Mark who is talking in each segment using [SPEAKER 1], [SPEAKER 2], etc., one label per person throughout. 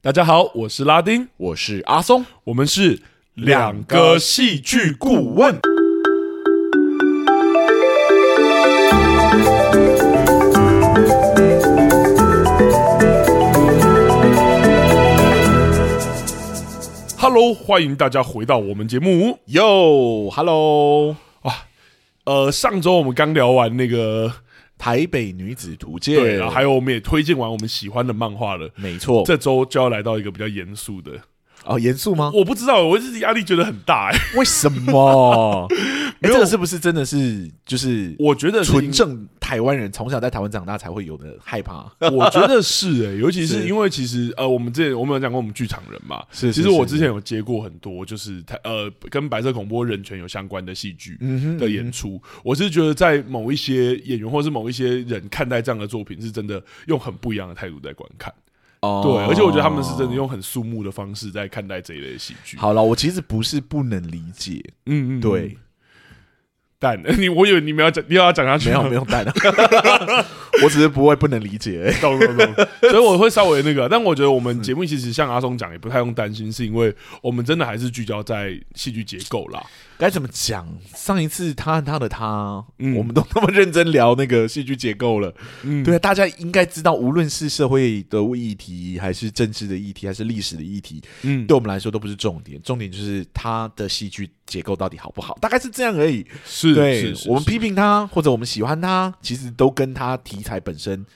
[SPEAKER 1] 大家好，我是拉丁，
[SPEAKER 2] 我是阿松，
[SPEAKER 1] 我们是两个戏剧顾问。Hello，欢迎大家回到我们节目。
[SPEAKER 2] 哟 h e l l o
[SPEAKER 1] 呃，上周我们刚聊完那个，
[SPEAKER 2] 台北女子图鉴，
[SPEAKER 1] 对，然后还有我们也推荐完我们喜欢的漫画了。
[SPEAKER 2] 没错，
[SPEAKER 1] 这周就要来到一个比较严肃的，
[SPEAKER 2] 哦，严肃吗？
[SPEAKER 1] 我不知道，我自己压力觉得很大哎、
[SPEAKER 2] 为什 么？哎，
[SPEAKER 1] 没有
[SPEAKER 2] 这个是不是真的是就是
[SPEAKER 1] 我觉得是
[SPEAKER 2] 纯正台湾人从小在台湾长大才会有的害怕？
[SPEAKER 1] 我觉得是诶、欸 尤其是
[SPEAKER 2] 是
[SPEAKER 1] 因为其实呃，我们之前我们有讲过我们剧场人嘛，
[SPEAKER 2] 是是
[SPEAKER 1] 其实我
[SPEAKER 2] 是
[SPEAKER 1] 之前有接过很多就是台呃跟白色恐怖人权有相关的戏剧
[SPEAKER 2] 嗯哼
[SPEAKER 1] 的演出，我是觉得在某一些演员或是某一些人看待这样的作品，是真的用很不一样的态度在观看，
[SPEAKER 2] 哦
[SPEAKER 1] 对，而且我觉得他们是真的用很肃穆的方式在看待这一类的戏剧，
[SPEAKER 2] 好了，我其实不是不能理解，
[SPEAKER 1] 嗯嗯，嗯
[SPEAKER 2] 对，，
[SPEAKER 1] 但 你我以为你们要讲你要讲下去，
[SPEAKER 2] 没有没有带的， 我只是不会不能理解而已。
[SPEAKER 1] 懂懂懂， 所以我会稍微那 个，啊但我觉得我们节目其实像阿松讲，也不太用担心，是因为我们真的还是聚焦在戏剧结构啦。
[SPEAKER 2] 该怎么讲？上一次他和他的他，
[SPEAKER 1] 嗯
[SPEAKER 2] 我们都那么认真聊那个戏剧结构了。
[SPEAKER 1] 嗯，
[SPEAKER 2] 对啊，大家应该知道，无论是社会的议题，还是政治的议题，还是历史的议题，
[SPEAKER 1] 嗯，
[SPEAKER 2] 对我们来说都不是重点。重点就是它的戏剧结构到底好不好，大概是这样而已。
[SPEAKER 1] 是，
[SPEAKER 2] 对
[SPEAKER 1] 是，是
[SPEAKER 2] 我们
[SPEAKER 1] 是
[SPEAKER 2] 批评它，或者我们喜欢它，其实都跟它题材本身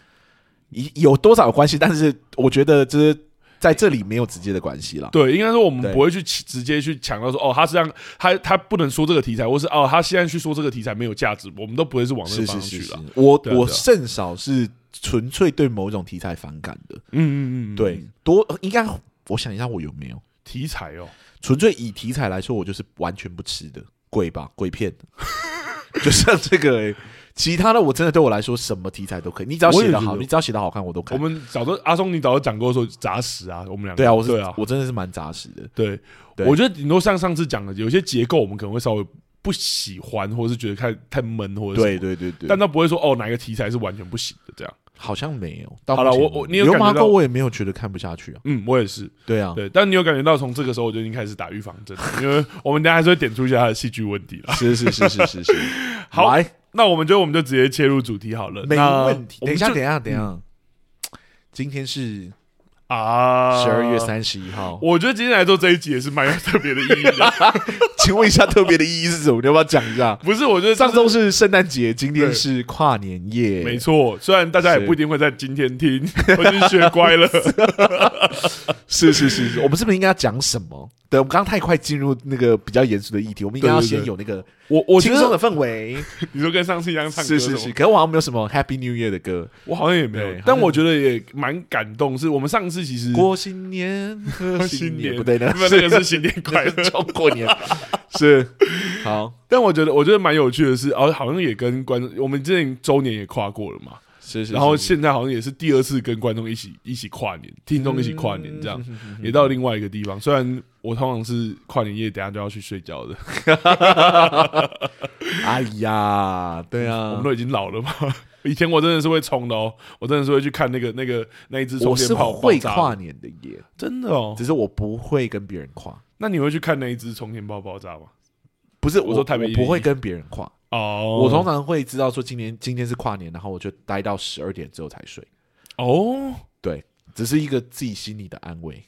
[SPEAKER 2] 一有多少有关系，但是我觉得这是在这里没有直接的关系啦。
[SPEAKER 1] 对，应该说我们
[SPEAKER 2] 对
[SPEAKER 1] 不会去起直接去强调说，哦，他是这样，他他不能说这个题材，或是哦，他现在去说这个题材没有价值，我们都不会是往那
[SPEAKER 2] 是
[SPEAKER 1] 个方向去
[SPEAKER 2] 是是是
[SPEAKER 1] 了。，
[SPEAKER 2] 我
[SPEAKER 1] 对啊
[SPEAKER 2] 我
[SPEAKER 1] 对啊
[SPEAKER 2] 甚少是纯粹对某种题材反感的。
[SPEAKER 1] 嗯嗯嗯，嗯
[SPEAKER 2] 对，，多应该我想一下，我有没有？
[SPEAKER 1] 题材哦，
[SPEAKER 2] 纯粹以题材来说，我就是完全不吃的，鬼吧，鬼片， 就像这个、欸。其他的我真的对我来说，什么题材都可以，你只要
[SPEAKER 1] 我也
[SPEAKER 2] 写得
[SPEAKER 1] 觉
[SPEAKER 2] 好，
[SPEAKER 1] 得
[SPEAKER 2] 你只要写得好看，我都
[SPEAKER 1] 我
[SPEAKER 2] 看。
[SPEAKER 1] 们早就阿松，你早就讲过说杂食啊，我们两个
[SPEAKER 2] 对啊，我是
[SPEAKER 1] 对啊，
[SPEAKER 2] 我真的是蛮扎实的。
[SPEAKER 1] 对，
[SPEAKER 2] 对
[SPEAKER 1] 我觉得顶多像上次讲的，有些结构我们可能会稍微不喜欢，或是觉得太太闷，或者什
[SPEAKER 2] 对
[SPEAKER 1] 么，
[SPEAKER 2] 对对对，
[SPEAKER 1] 但他不会说哦哪个题材是完全不行的这样。
[SPEAKER 2] 好像没有。到
[SPEAKER 1] 好了
[SPEAKER 2] 目前
[SPEAKER 1] 我我你有
[SPEAKER 2] 流
[SPEAKER 1] 感觉
[SPEAKER 2] 麻
[SPEAKER 1] 到
[SPEAKER 2] 沟我也没有觉得看不下去啊。
[SPEAKER 1] 嗯，我也是，
[SPEAKER 2] 对啊，
[SPEAKER 1] 对，但你有感觉到从这个时候我就已经开始打预防针了， 因为我们等一下还是会点出一下他的戏剧问题了。
[SPEAKER 2] 是是是是是是。
[SPEAKER 1] 好
[SPEAKER 2] 来，
[SPEAKER 1] 那我们就我们就直接切入主题好了，
[SPEAKER 2] 没
[SPEAKER 1] 那
[SPEAKER 2] 问题。
[SPEAKER 1] 我
[SPEAKER 2] 等
[SPEAKER 1] 们
[SPEAKER 2] 一下，
[SPEAKER 1] 就嗯
[SPEAKER 2] 等一下，等一下。今天是
[SPEAKER 1] 啊，
[SPEAKER 2] 十二月。三十一号，
[SPEAKER 1] 我觉得今天来做这一集也是蛮有特别的意义 的，
[SPEAKER 2] 请问一下特别的意义是什么？你要不要讲一下？
[SPEAKER 1] 不是？我觉得
[SPEAKER 2] 上
[SPEAKER 1] 就是
[SPEAKER 2] 周是圣诞节，今
[SPEAKER 1] 对
[SPEAKER 2] 天是跨年夜，
[SPEAKER 1] 没错，虽然大家也
[SPEAKER 2] 是
[SPEAKER 1] 不一定会在今天听，我已经学乖 了。
[SPEAKER 2] 是是是是，我们是不是应该要讲什么？对，我们刚刚太快进入那个比较严肃的议题，我们应该要
[SPEAKER 1] 对对对
[SPEAKER 2] 先有那个
[SPEAKER 1] 我我觉
[SPEAKER 2] 轻松
[SPEAKER 1] 得
[SPEAKER 2] 的氛围。
[SPEAKER 1] 你说跟上次一样唱歌
[SPEAKER 2] 是
[SPEAKER 1] 什
[SPEAKER 2] 是
[SPEAKER 1] 么
[SPEAKER 2] 是，可是我好像没有什么 Happy New Year 的歌。
[SPEAKER 1] 我好像也没有
[SPEAKER 2] 对，
[SPEAKER 1] 但
[SPEAKER 2] 好像
[SPEAKER 1] 我觉得也蛮感动。是我们上次其实
[SPEAKER 2] 过新年，贺
[SPEAKER 1] 新
[SPEAKER 2] 不对 呢，
[SPEAKER 1] 那个是新年快乐。
[SPEAKER 2] 叫过年，是好
[SPEAKER 1] 但我觉得我觉得蛮有趣的是，哦，好像也跟观众，我们之前周年也跨过了嘛，
[SPEAKER 2] 是是，
[SPEAKER 1] 然后
[SPEAKER 2] 是
[SPEAKER 1] 现在好像也是第二次跟观众一起一起跨年，听众一起跨年这样。，
[SPEAKER 2] 嗯嗯嗯
[SPEAKER 1] 也到另外一个地方，虽然我通常是跨年夜，等一下就要去睡觉的，
[SPEAKER 2] 哎呀，对啊，
[SPEAKER 1] 我们都已经老了嘛。 以前我真的是会冲的哦，我真的是会去看那个那个那一只充
[SPEAKER 2] 我
[SPEAKER 1] 电
[SPEAKER 2] 是
[SPEAKER 1] 炮
[SPEAKER 2] 会
[SPEAKER 1] 爆炸的，
[SPEAKER 2] 跨年的耶，
[SPEAKER 1] 真的哦。
[SPEAKER 2] 只是我不会跟别人跨，
[SPEAKER 1] 那你会去看那一只充电炮爆炸吗？
[SPEAKER 2] 不是
[SPEAKER 1] 我说台北
[SPEAKER 2] 我
[SPEAKER 1] 101
[SPEAKER 2] 不会跟别人跨，
[SPEAKER 1] 哦，
[SPEAKER 2] 我通常会知道说今年今天是跨年，然后我就待到十二点之后才睡，
[SPEAKER 1] 哦，
[SPEAKER 2] 只是一个自己心里的安慰。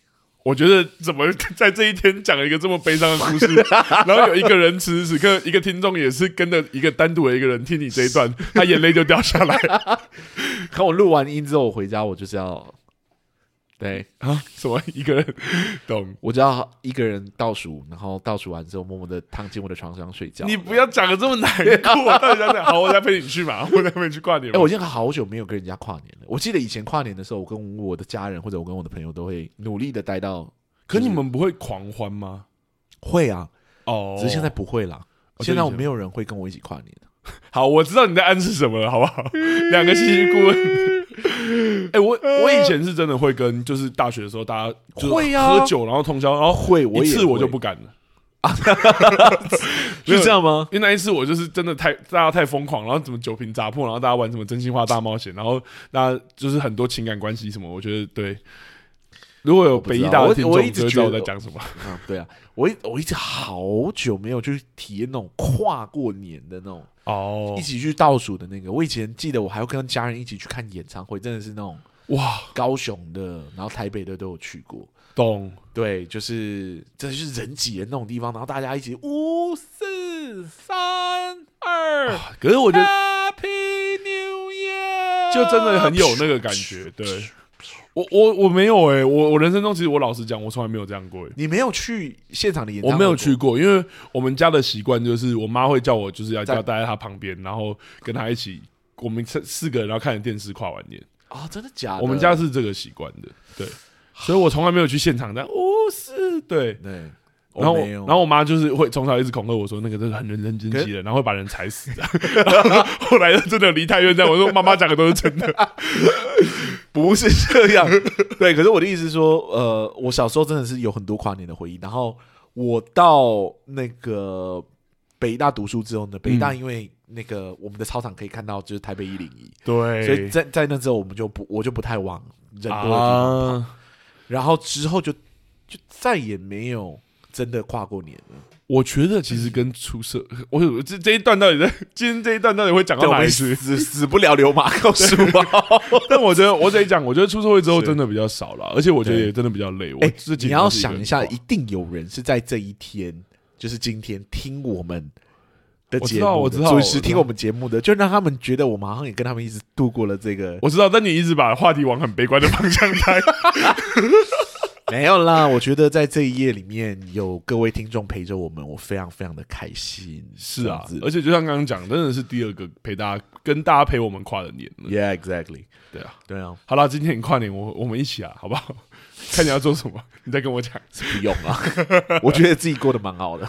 [SPEAKER 1] 我觉得怎么在这一天讲了一个这么悲伤的 故事，然后有一个人此时此刻，一个听众也是跟着一个单独的一个人听你这一段，他眼泪就掉下 来
[SPEAKER 2] 可我录完音之后，我回家我就是要，对
[SPEAKER 1] 啊！什么一个人懂？
[SPEAKER 2] 我就要一个人倒数，然后倒数完之后，默默的躺进我的床上睡觉。
[SPEAKER 1] 你不要讲的这么难过，到底想想好，我再陪你去 嘛，我再陪你去跨年
[SPEAKER 2] 哎、
[SPEAKER 1] 嘛。
[SPEAKER 2] 我已经好久没有跟人家跨年了。我记得以前跨年的时候，我跟我的家人或者我跟我的朋友都会努力的待到
[SPEAKER 1] 可你们不会狂欢吗？
[SPEAKER 2] 会啊，
[SPEAKER 1] 哦，
[SPEAKER 2] 只是现在不会啦。
[SPEAKER 1] 哦
[SPEAKER 2] 现在我
[SPEAKER 1] 对以前
[SPEAKER 2] 没有人会跟我一起跨年。
[SPEAKER 1] 好，我知道你在暗示什么了，好不 好？两个戏剧顾问。 哎、我我以前是真的会跟，就是大学的时候，大家就是
[SPEAKER 2] 会啊
[SPEAKER 1] 喝酒，然后通宵，然后
[SPEAKER 2] 会，我
[SPEAKER 1] 一
[SPEAKER 2] 也
[SPEAKER 1] 次我
[SPEAKER 2] 会
[SPEAKER 1] 就不敢了。
[SPEAKER 2] 是这样吗？
[SPEAKER 1] 因为那一次我就是真的太大家太疯狂，然后怎么酒瓶砸破，然后大家玩什么真心话大冒险，然后大家就是很多情感关系什么，我觉得对。如果有
[SPEAKER 2] 不
[SPEAKER 1] 北
[SPEAKER 2] 知
[SPEAKER 1] 医
[SPEAKER 2] 道
[SPEAKER 1] 大
[SPEAKER 2] 我
[SPEAKER 1] 的听
[SPEAKER 2] 我
[SPEAKER 1] 众，
[SPEAKER 2] 一直
[SPEAKER 1] 就会知
[SPEAKER 2] 觉
[SPEAKER 1] 道我
[SPEAKER 2] 得
[SPEAKER 1] 在讲什么。
[SPEAKER 2] 啊，对啊，我一我一直好久没有去体验那种跨过年的那种
[SPEAKER 1] 哦
[SPEAKER 2] 一，起去倒数的那个。我以前记得我还要跟家人一起去看演唱会，真的是那种
[SPEAKER 1] 哇，
[SPEAKER 2] 高雄的，然后台北的都有去过。
[SPEAKER 1] 懂，
[SPEAKER 2] 对，就是这就是人挤人那种地方，然后大家一起五四三二
[SPEAKER 1] 可是我觉得
[SPEAKER 2] ，Happy New Year，
[SPEAKER 1] 就真的很有那个感觉。对我我我没有哎、我我人生中其实我老实讲，我从来没有这样过、欸。
[SPEAKER 2] 你没有去现场的演唱
[SPEAKER 1] 我
[SPEAKER 2] 会，
[SPEAKER 1] 没有去，过，因为我们家的习惯就是我妈会叫我，就是要
[SPEAKER 2] 在
[SPEAKER 1] 要待在她旁边，然后跟她一起，我们四四个人，然后看着电视跨完年。
[SPEAKER 2] 啊、真的假的？
[SPEAKER 1] 我们家是这个习惯的，对，所以我从来没有去现场但哦是，对。
[SPEAKER 2] 对，
[SPEAKER 1] 然后
[SPEAKER 2] 我
[SPEAKER 1] 我，
[SPEAKER 2] 哦没有
[SPEAKER 1] 然后我妈就是会从小一直恐吓我说，那个真的很人人真
[SPEAKER 2] 可
[SPEAKER 1] 急人，然后会把人踩死 的。然后后来就真的离太远，这样我说妈妈讲的都是真的。
[SPEAKER 2] 不是这样，对。可是我的意思是说，呃，我小时候真的是有很多跨年的回忆。然后我到那个北大读书之后呢，北大因为那个我们的操场可以看到就是台北一零一，
[SPEAKER 1] 对，
[SPEAKER 2] 所以在在那之后我们就不我就不太往人多的地方。
[SPEAKER 1] 啊，
[SPEAKER 2] 然后之后就就再也没有真的跨过年了。
[SPEAKER 1] 我觉得其实跟出社，我我这这一段到底在今天这一段到底会讲
[SPEAKER 2] 对
[SPEAKER 1] 到
[SPEAKER 2] 我
[SPEAKER 1] 哪里
[SPEAKER 2] 们
[SPEAKER 1] 去
[SPEAKER 2] 死？死不了流马，告诉 我。
[SPEAKER 1] 但我觉得，我得讲，我觉得出社会之后
[SPEAKER 2] 是
[SPEAKER 1] 真的比较少了，而且我觉得
[SPEAKER 2] 对
[SPEAKER 1] 也真的比较累。我
[SPEAKER 2] 哎、
[SPEAKER 1] 自己
[SPEAKER 2] 你要
[SPEAKER 1] 都是个
[SPEAKER 2] 想
[SPEAKER 1] 人哦
[SPEAKER 2] 一下，
[SPEAKER 1] 话
[SPEAKER 2] 一定有人是在这一天，就是今天听我们的
[SPEAKER 1] 我知
[SPEAKER 2] 节目
[SPEAKER 1] 道
[SPEAKER 2] 的，
[SPEAKER 1] 我知道
[SPEAKER 2] 准
[SPEAKER 1] 我
[SPEAKER 2] 时
[SPEAKER 1] 知
[SPEAKER 2] 听
[SPEAKER 1] 道
[SPEAKER 2] 我们节目的，就让他们觉得我们好像也跟他们一直度过了这个。
[SPEAKER 1] 我知道，但你一直把话题往很悲观的方向开。
[SPEAKER 2] 没有啦，我觉得在这一夜里面有各位听众陪着我们，我非常非常的开心。
[SPEAKER 1] 是啊
[SPEAKER 2] 这样，子
[SPEAKER 1] 而且就像刚刚讲，真的是第二个陪大家跟大家陪我们跨的年了。
[SPEAKER 2] ，Yeah, exactly。
[SPEAKER 1] 对啊，
[SPEAKER 2] 对啊，
[SPEAKER 1] 好啦，今天你跨年，我我们一起啊，好不 好？看你要做什么，你再跟我讲，
[SPEAKER 2] 是不用啊， 我觉得自己过得蛮好的。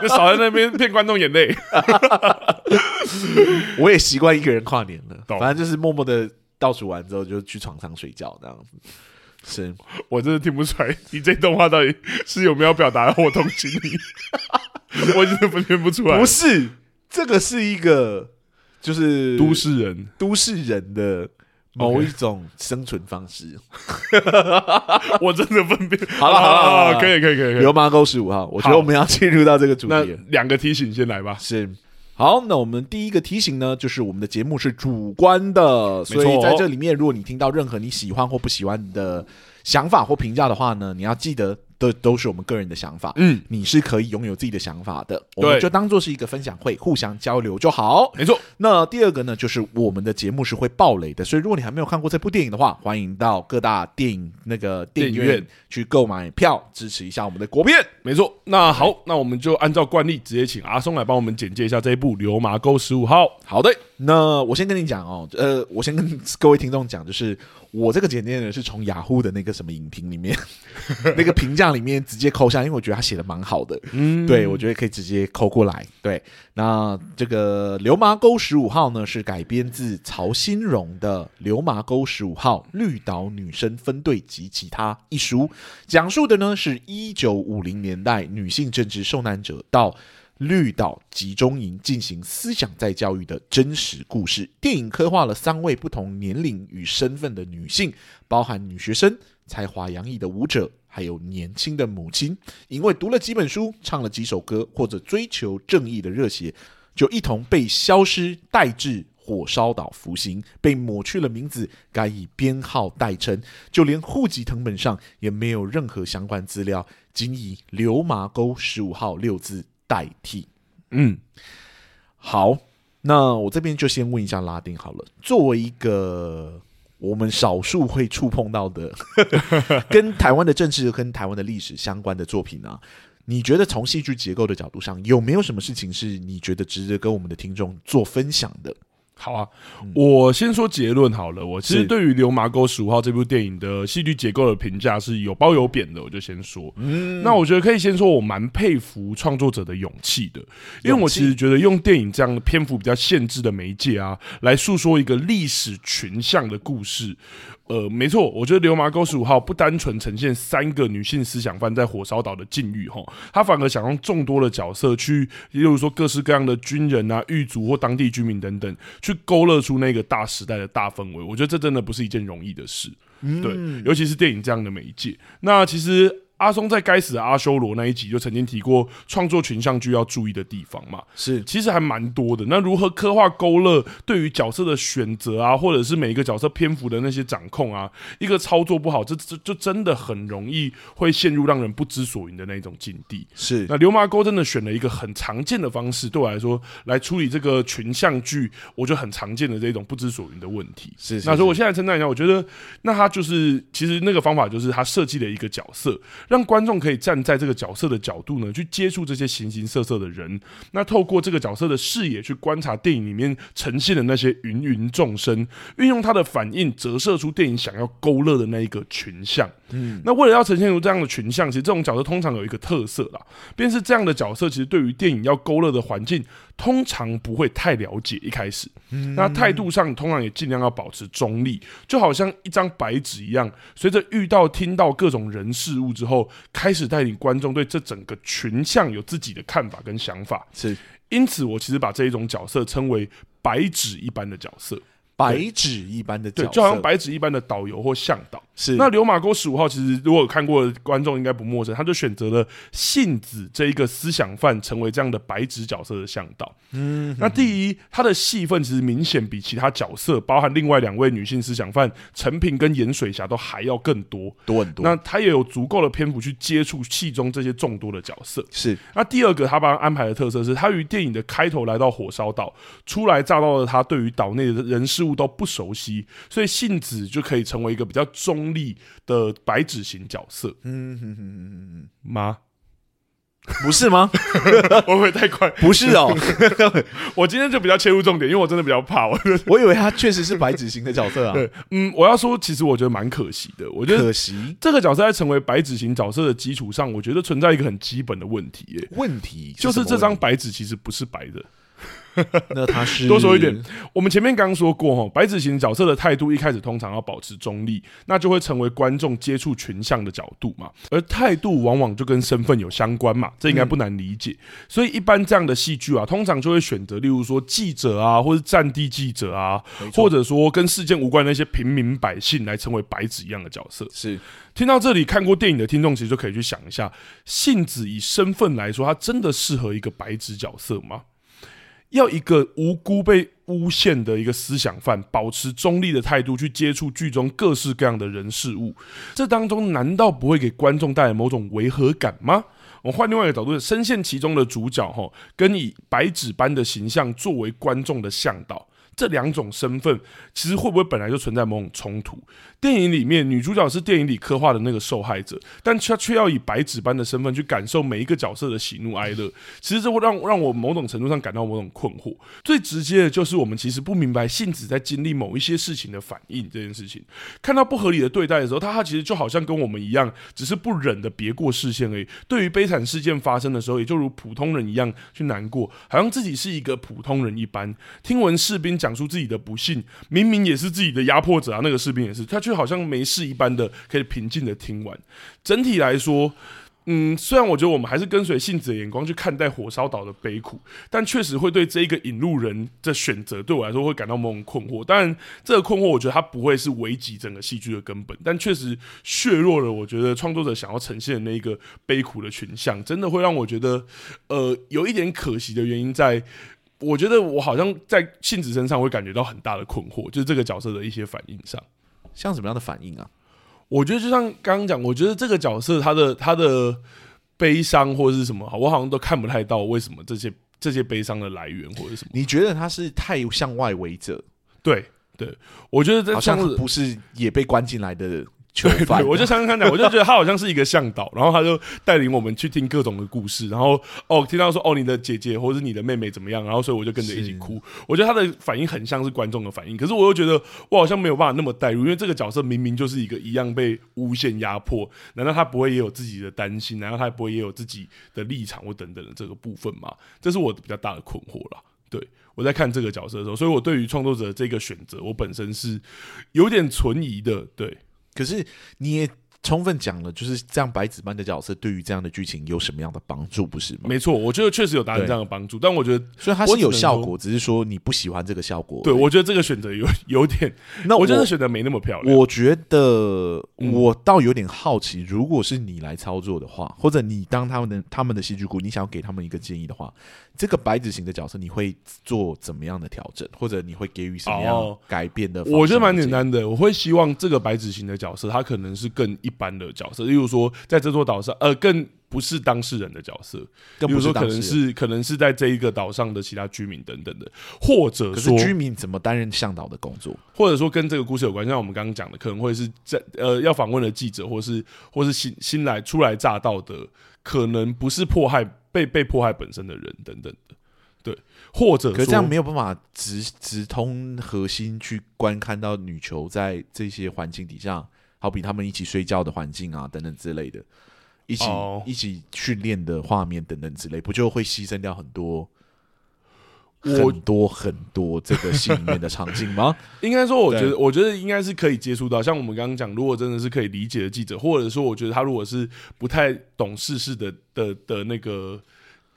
[SPEAKER 1] 就少在那边骗观众眼 泪。
[SPEAKER 2] 我也习惯一个人跨年了，
[SPEAKER 1] 懂
[SPEAKER 2] 反正就是默默的倒数完之后就去床上睡觉这样子。是，
[SPEAKER 1] 我真的听不出来，你这段话到底是有没有表达我同情你？ 我真的分辨不出来。
[SPEAKER 2] 不是，这个是一个就是
[SPEAKER 1] 都市人，
[SPEAKER 2] 都市人的某一种生存方式。
[SPEAKER 1] 我真的分辨。
[SPEAKER 2] 好了好了好了
[SPEAKER 1] 可以可以可以可以。
[SPEAKER 2] 流氓狗十五号，我觉得
[SPEAKER 1] 好
[SPEAKER 2] 我们要进入到这个主
[SPEAKER 1] 那
[SPEAKER 2] 题了。
[SPEAKER 1] 两个提醒先来吧。
[SPEAKER 2] 是。好，那我们第一个提醒呢，就是我们的节目是主观的，
[SPEAKER 1] 没错
[SPEAKER 2] 所以在这里面，如果你听到任何你喜欢或不喜欢的想法或评价的话呢，你要记得的都是我们个人的想法，
[SPEAKER 1] 嗯，
[SPEAKER 2] 你是可以拥有自己的想法的，我们就当做是一个分享会，互相交流就好。
[SPEAKER 1] 没错，
[SPEAKER 2] 那第二个呢，就是我们的节目是会爆雷的，所以如果你还没有看过这部电影的话，欢迎到各大电影那个电影
[SPEAKER 1] 电影
[SPEAKER 2] 院
[SPEAKER 1] 院
[SPEAKER 2] 去购买票，支持一下我们的国片。
[SPEAKER 1] 没错。那好，那我们就按照惯例，直接请阿松来帮我们简介一下这一部《流麻沟十五号》。
[SPEAKER 2] 好的，那我先跟你讲哦，呃，我先跟各位听众讲，就是我这个简介呢是从雅虎的那个什么影评里面 那个评价里面直接抠下，因为我觉得他写的蛮好的，
[SPEAKER 1] 嗯，
[SPEAKER 2] 对我觉得可以直接抠过来。对，那这个《流麻沟十五号》呢是改编自曹新荣的《流麻沟十五号：绿岛女生分队及其他》一书，讲述的呢是一九五零年代女性政治受难者到绿岛集中营进行思想再教育的真实故事。电影刻画了三位不同年龄与身份的女性，包含女学生、才华洋溢的舞者，还有年轻的母亲，因为读了几本书、唱了几首歌，或者追求正义的热血，就一同被消失殆至。火烧岛服刑，被抹去了名字，改以编号代称，就连户籍藤本上也没有任何相关资料，仅以“流麻沟十五号”六字代替。
[SPEAKER 1] 嗯，
[SPEAKER 2] 好，那我这边就先问一下拉丁好了。作为一个我们少数会触碰到的 跟台湾的政治、跟台湾的历史相关的作品啊，你觉得从戏剧结构的角度上，有没有什么事情是你觉得值得跟我们的听众做分享的？
[SPEAKER 1] 好啊。我先说结论好了。我其实
[SPEAKER 2] 嗯是
[SPEAKER 1] 对于《流麻沟十五号》这部电影的戏剧结构的评价是有褒有贬的，我就先说。
[SPEAKER 2] 嗯，
[SPEAKER 1] 那我觉得可以先说，我蛮佩服创作者的勇气的，因为我
[SPEAKER 2] 勇气
[SPEAKER 1] 其实觉得用电影这样的篇幅比较限制的媒介啊，来诉说一个历史群像的故事。呃，没错，我觉得《流麻沟十五号》不单纯呈现三个女性思想犯在火烧岛的境遇，吼，他反而想用众多的角色去，例如说各式各样的军人啊、狱卒或当地居民等等，去勾勒出那个大时代的大氛围。我觉得这真的不是一件容易的事。对，尤其是电影这样的媒介。那其实。阿松在《该死的阿修罗》那一集就曾经提过创作群像剧要注意的地方嘛，
[SPEAKER 2] 是
[SPEAKER 1] 其实还蛮多的。那如何刻画勾勒对于角色的选择啊，或者是每一个角色篇幅的那些掌控啊，一个操作不好，这这就真的很容易会陷入让人不知所云的那种境地。
[SPEAKER 2] 是
[SPEAKER 1] 那流麻沟真的选了一个很常见的方式，对我来说来处理这个群像剧，我觉得很常见的这种不知所云的问题。
[SPEAKER 2] 是是
[SPEAKER 1] 那所以我现在称赞一下，我觉得那他就是其实那个方法就是他设计了一个角色，让观众可以站在这个角色的角度呢去接触这些形形色色的人，那透过这个角色的视野去观察电影里面呈现的那些芸芸众生，运用他的反应折射出电影想要勾勒的那一个群像。嗯，那为了要呈现出这样的群像，其实这种角色通常有一个特色啦，便是这样的角色其实对于电影要勾勒的环境通常不会太了解一开始，
[SPEAKER 2] 嗯
[SPEAKER 1] 那态度上通常也尽量要保持中立，就好像一张白纸一样，随着遇到、听到各种人事物之后，开始带领观众对这整个群像有自己的看法跟想法。
[SPEAKER 2] 是
[SPEAKER 1] 因此，我其实把这一种角色称为白纸一般的角色，
[SPEAKER 2] 白纸一般的角
[SPEAKER 1] 对，
[SPEAKER 2] 色，
[SPEAKER 1] 就好像白纸一般的导游或向导。
[SPEAKER 2] 是
[SPEAKER 1] 那流马沟十五号，其实如果有看过的观众应该不陌生，他就选择了信子这一个思想犯成为这样的白纸角色的向导。嗯，那第一，他的戏份其实明显比其他角色，包含另外两位女性思想犯陈平跟盐水霞都还要更多。
[SPEAKER 2] 多很多，
[SPEAKER 1] 那他也有足够的篇幅去接触戏中这些众多的角色。
[SPEAKER 2] 是
[SPEAKER 1] 那第二个他帮他安排的特色是，他于电影的开头来到火烧岛，初来乍到的他对于岛内的人事物都不熟悉，所以信子就可以成为一个比较中立的白纸型角色
[SPEAKER 2] 嗯哼哼哼哼哼
[SPEAKER 1] 吗？
[SPEAKER 2] 哼，不是吗？
[SPEAKER 1] 我会不会太快？
[SPEAKER 2] 不是哦，
[SPEAKER 1] 我今天就比较切入重点，因为我真的比较怕。 我
[SPEAKER 2] 我以为他确实是白纸型的角色啊，
[SPEAKER 1] 对，嗯，我要说，其实我觉得蛮可惜的。我觉得
[SPEAKER 2] 可惜
[SPEAKER 1] 这个角色在成为白纸型角色的基础上，我觉得存在一个很基本的问题、耶
[SPEAKER 2] 问题
[SPEAKER 1] 就是是
[SPEAKER 2] 什么
[SPEAKER 1] 这张白纸其实不是白的。
[SPEAKER 2] 问 题，那他是
[SPEAKER 1] 多说一点，我们前面刚刚说过，哈，白纸型角色的态度一开始通常要保持中立，那就会成为观众接触群像的角度嘛。而态度往往就跟身份有相关嘛，这应该不难理解。所以一般这样的戏剧啊，通常就会选择，例如说记者啊，或是战地记者啊，
[SPEAKER 2] 没错，
[SPEAKER 1] 或者说跟事件无关的那些平民百姓，来成为白纸一样的角色。
[SPEAKER 2] 是
[SPEAKER 1] 听到这里，看过电影的听众其实就可以去想一下，杏子以身份来说，她真的适合一个白纸角色吗？要一个无辜被诬陷的一个思想犯，保持中立的态度去接触剧中各式各样的人事物，这当中难道不会给观众带来某种违和感吗？我换另外一个角度，深陷其中的主角吼，跟以白纸般的形象作为观众的向导，这两种身份其实会不会本来就存在某种冲突？电影里面女主角是电影里刻画的那个受害者，但却却要以白纸般的身份去感受每一个角色的喜怒哀乐。其实这会让让我某种程度上感到某种困惑。最直接的就是我们其实不明白杏子在经历某一些事情的反应这件事情。看到不合理的对待的时候，她她其实就好像跟我们一样，只是不忍的别过视线而已。对于悲惨事件发生的时候，也就如普通人一样去难过，好像自己是一个普通人一般。听闻士兵讲述自己的不幸，明明也是自己的压迫者啊，那个士兵也是，他却好像没事一般的可以平静的听完。整体来说。嗯，虽然我觉得我们还是跟随信子的眼光去看待火烧岛的悲苦，但确实会对这一个引路人的选择，对我来说会感到某种困惑。当然，这个困惑我觉得它不会是危及整个戏剧的根本，但确实削弱了我觉得创作者想要呈现的那一个悲苦的群像，真的会让我觉得，呃，有一点可惜的原因在，我觉得我好像在杏子身上会感觉到很大的困惑，就是这个角色的一些反应上。
[SPEAKER 2] 像什么样的反应啊？
[SPEAKER 1] 我觉得就像刚刚讲，我觉得这个角色他的他的悲伤或者是什么，我好像都看不太到为什么这些这些悲伤的来源或者什么。
[SPEAKER 2] 你觉得他是太向外围者，
[SPEAKER 1] 对对，我觉得这
[SPEAKER 2] 好
[SPEAKER 1] 像
[SPEAKER 2] 像
[SPEAKER 1] 是
[SPEAKER 2] 不是也被关进来的囚
[SPEAKER 1] 对
[SPEAKER 2] 犯啊？
[SPEAKER 1] 对，我就常常看到，我就觉得他好像是一个向导，然后他就带领我们去听各种的故事，然后哦，听到说哦你的姐姐或者是你的妹妹怎么样，然后所以我就跟着一起
[SPEAKER 2] 是
[SPEAKER 1] 哭。我觉得他的反应很像是观众的反应，可是我又觉得我好像没有办法那么代入，因为这个角色明明就是一个一样被诬陷压迫，难道他不会也有自己的担心？难道他不会也有自己的立场或等等的这个部分吗？这是我比较大的困惑啦。对我在看这个角色的时候，所以我对于创作者这个选择，我本身是有点存疑的。对。
[SPEAKER 2] 可是你也充分讲了，就是这样白纸般的角色对于这样的剧情有什么样的帮助，不是吗？
[SPEAKER 1] 没错，我觉得确实有达成这样的帮助，但我觉得，
[SPEAKER 2] 所以它
[SPEAKER 1] 我
[SPEAKER 2] 是
[SPEAKER 1] 只
[SPEAKER 2] 有
[SPEAKER 1] 能
[SPEAKER 2] 效
[SPEAKER 1] 说
[SPEAKER 2] 果，只是说你不喜欢这个效果。
[SPEAKER 1] 对，我觉得这个选择有 有点，
[SPEAKER 2] 那
[SPEAKER 1] 我觉得这个选择没那么漂亮。
[SPEAKER 2] 我觉得
[SPEAKER 1] 嗯
[SPEAKER 2] 我倒有点好奇，如果是你来操作的话，或者你当他们的他们的戏剧顾，你想要给他们一个建议的话，这个白纸型的角色你会做怎么样的调整，或者你会给予什么样
[SPEAKER 1] 哦
[SPEAKER 2] 改变的方向的建议？
[SPEAKER 1] 我觉得蛮简单的，我会希望这个白纸型的角色，他可能是更一般的角色，例如说在这座岛上，呃，更不是当事人的角色，
[SPEAKER 2] 更
[SPEAKER 1] 比
[SPEAKER 2] 不
[SPEAKER 1] 如
[SPEAKER 2] 是
[SPEAKER 1] 说可
[SPEAKER 2] 当
[SPEAKER 1] 能
[SPEAKER 2] 事人，
[SPEAKER 1] 是可能是在这一个岛上的其他居民等等的，或者
[SPEAKER 2] 可
[SPEAKER 1] 说
[SPEAKER 2] 是居民怎么担任向导的工作？
[SPEAKER 1] 或者说跟这个故事有关，像我们刚刚讲的，可能会是在呃要访问的记者，或是或是新新来初来乍到的，可能不是迫害被被迫害本身的人等等的，对，或者
[SPEAKER 2] 可
[SPEAKER 1] 说
[SPEAKER 2] 是这样没有办法直直通核心去观看到女球在这些环境底下，好比他们一起睡觉的环境啊，等等之类的，一起、
[SPEAKER 1] 哦
[SPEAKER 2] 一起训练的画面等等之类，不就会牺牲掉很多
[SPEAKER 1] 我
[SPEAKER 2] 很多很多这个戏里面的场景 吗？
[SPEAKER 1] 应该说，我觉
[SPEAKER 2] 对
[SPEAKER 1] 得，我觉得应该是可以接触到，像我们刚刚讲，如果真的是可以理解的记者，或者说，我觉得他如果是不太懂世事的的的那个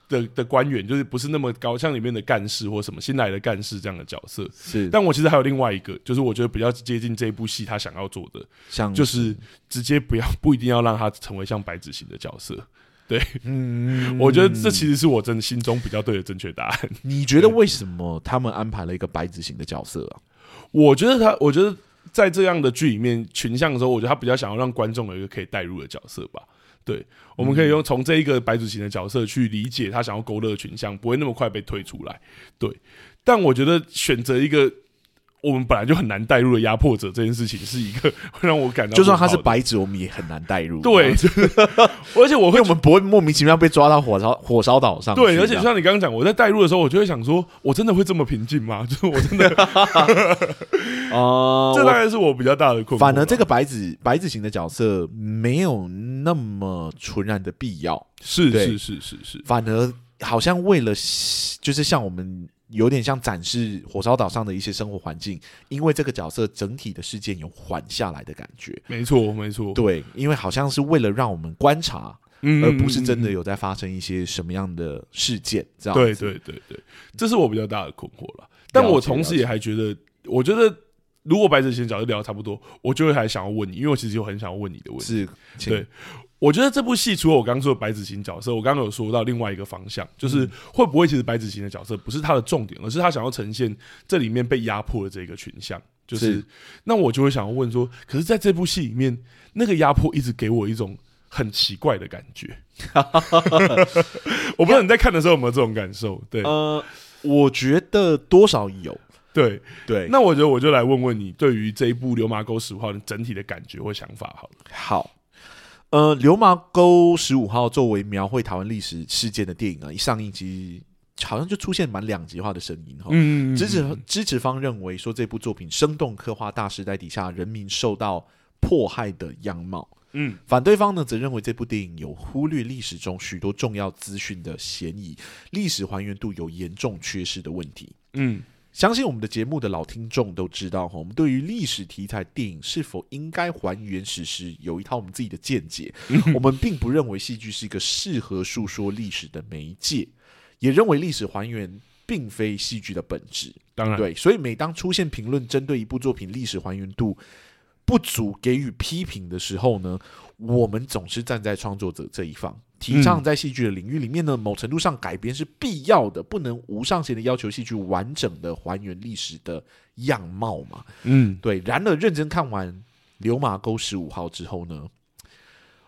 [SPEAKER 1] 的的官员，就是不是那么高，像里面的干事或什么新来的干事这样的角色。
[SPEAKER 2] 是，
[SPEAKER 1] 但我其实还有另外一个，就是我觉得比较接近这部戏他想要做的，
[SPEAKER 2] 像
[SPEAKER 1] 就是直接不要不一定要让他成为像白纸型的角色。
[SPEAKER 2] 嗯
[SPEAKER 1] 我觉得这其实是我真心中比较对的正确答案。
[SPEAKER 2] 你觉得为什么他们安排了一个白纸型的角色啊？
[SPEAKER 1] 我觉得他，我觉得在这样的剧里面群像的时候，我觉得他比较想要让观众有一个可以代入的角色吧。对，我们可以用从这一个白主席的角色去理解他想要勾勒的群像，不会那么快被推出来。对，但我觉得选择一个我们本来就很难代入的压迫者这件事情，是一个 会让我感到
[SPEAKER 2] 就算他
[SPEAKER 1] 问号
[SPEAKER 2] 是
[SPEAKER 1] 的
[SPEAKER 2] 白纸，我们也很难代入。
[SPEAKER 1] 对，就是 而且我
[SPEAKER 2] 因为
[SPEAKER 1] 会
[SPEAKER 2] 我们不会莫名其妙被抓到火烧火烧岛上去啊
[SPEAKER 1] 对，
[SPEAKER 2] 这
[SPEAKER 1] 而且
[SPEAKER 2] 样
[SPEAKER 1] 像你刚刚讲，我在代入的时候，我就会想说，我真的会这么平静吗？ 就是我真的，
[SPEAKER 2] 啊，
[SPEAKER 1] 这
[SPEAKER 2] 我
[SPEAKER 1] 当然是我比较大的困惑啦。
[SPEAKER 2] 反而这个白纸白纸型的角色没有那么纯然的必要，
[SPEAKER 1] 是
[SPEAKER 2] 对
[SPEAKER 1] 是是是是，
[SPEAKER 2] 反而好像为了就是像我们有点像展示火烧岛上的一些生活环境，因为这个角色整体的事件有缓下来的感觉。
[SPEAKER 1] 没错没错，
[SPEAKER 2] 对，因为好像是为了让我们观察，
[SPEAKER 1] 嗯
[SPEAKER 2] 而不是真
[SPEAKER 1] 的。
[SPEAKER 2] 的有在发生一些什么样的事件，这样
[SPEAKER 1] 对
[SPEAKER 2] 子
[SPEAKER 1] 对对对，这是我比较大的困惑了。但我同时也还觉得，我觉得如果白纸先角就聊得差不多，我就会还想要问你，因为我其实有很想要问你的问题。
[SPEAKER 2] 是请
[SPEAKER 1] 对我觉得这部戏除了我刚刚说的白纸型角色，我刚刚有说到另外一个方
[SPEAKER 2] 嗯
[SPEAKER 1] 向，就是会不会其实白纸型的角色不是他的重点，而是他想要呈现这里面被压迫的这个群像。就是
[SPEAKER 2] 是
[SPEAKER 1] 那我就会想要问说，可是在这部戏里面，那个压迫一直给我一种很奇怪的感 觉。我不知道你在看的时候有没有这种感受？对、
[SPEAKER 2] 呃，我觉得多少有
[SPEAKER 1] 对，
[SPEAKER 2] 对，
[SPEAKER 1] 那我觉得我就来问问你，对于这一部《流麻沟十五号》的整体的感觉或想法好了。
[SPEAKER 2] 好，呃，《流麻沟十五号》作为描绘台湾历史事件的电影啊，一上映其实好像就出现蛮两极化的声音哈。
[SPEAKER 1] 嗯
[SPEAKER 2] 支持支持方认为说这部作品生动刻画大时代底下人民受到迫害的样貌，
[SPEAKER 1] 嗯
[SPEAKER 2] 反对方呢则认为这部电影有忽略历史中许多重要资讯的嫌疑，历史还原度有严重缺失的问题。
[SPEAKER 1] 嗯，
[SPEAKER 2] 相信我们的节目的老听众都知道哈，我们对于历史题材电影是否应该还原史实，有一套我们自己的见解。我们并不认为戏剧是一个适合述说历史的媒介，也认为历史还原并非戏剧的本质。
[SPEAKER 1] 当然，
[SPEAKER 2] 对，所以每当出现评论针对一部作品历史还原度不足给予批评的时候呢，我们总是站在创作者这一方，提倡在戏剧的领域里面呢，某程度上改编是必要的，不能无上限的要求戏剧完整的还原历史的样貌嘛。
[SPEAKER 1] 嗯
[SPEAKER 2] 对，然而认真看完《流马沟十五号》之后呢，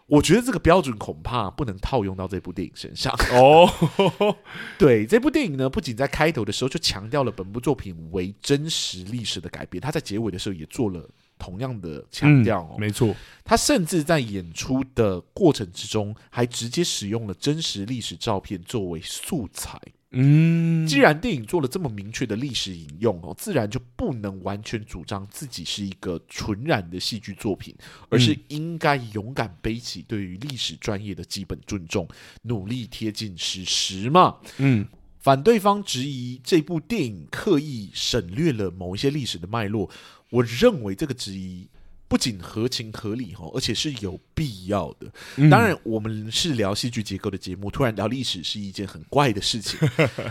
[SPEAKER 2] 我觉得这个标准恐怕不能套用到这部电影身上。
[SPEAKER 1] 哦，
[SPEAKER 2] 对这部电影呢，不仅在开头的时候就强调了本部作品为真实历史的改编，他在结尾的时候也做了同样的 强调、哦
[SPEAKER 1] 嗯没错，
[SPEAKER 2] 他甚至在演出的过程之中，还直接使用了真实历史照片作为素材。
[SPEAKER 1] 嗯
[SPEAKER 2] 既然电影做了这么明确的历史引用哦，自然就不能完全主张自己是一个纯然的戏剧作品，而
[SPEAKER 1] 嗯
[SPEAKER 2] 是应该勇敢背起对于历史专业的基本尊重，努力贴近史实嘛。
[SPEAKER 1] 嗯
[SPEAKER 2] 反对方质疑这部电影刻意省略了某一些历史的脉络，我认为这个质疑。不仅合情合理哦，而且是有必要的。
[SPEAKER 1] 嗯
[SPEAKER 2] 当然，我们是聊戏剧结构的节目，突然聊历史是一件很怪的事情。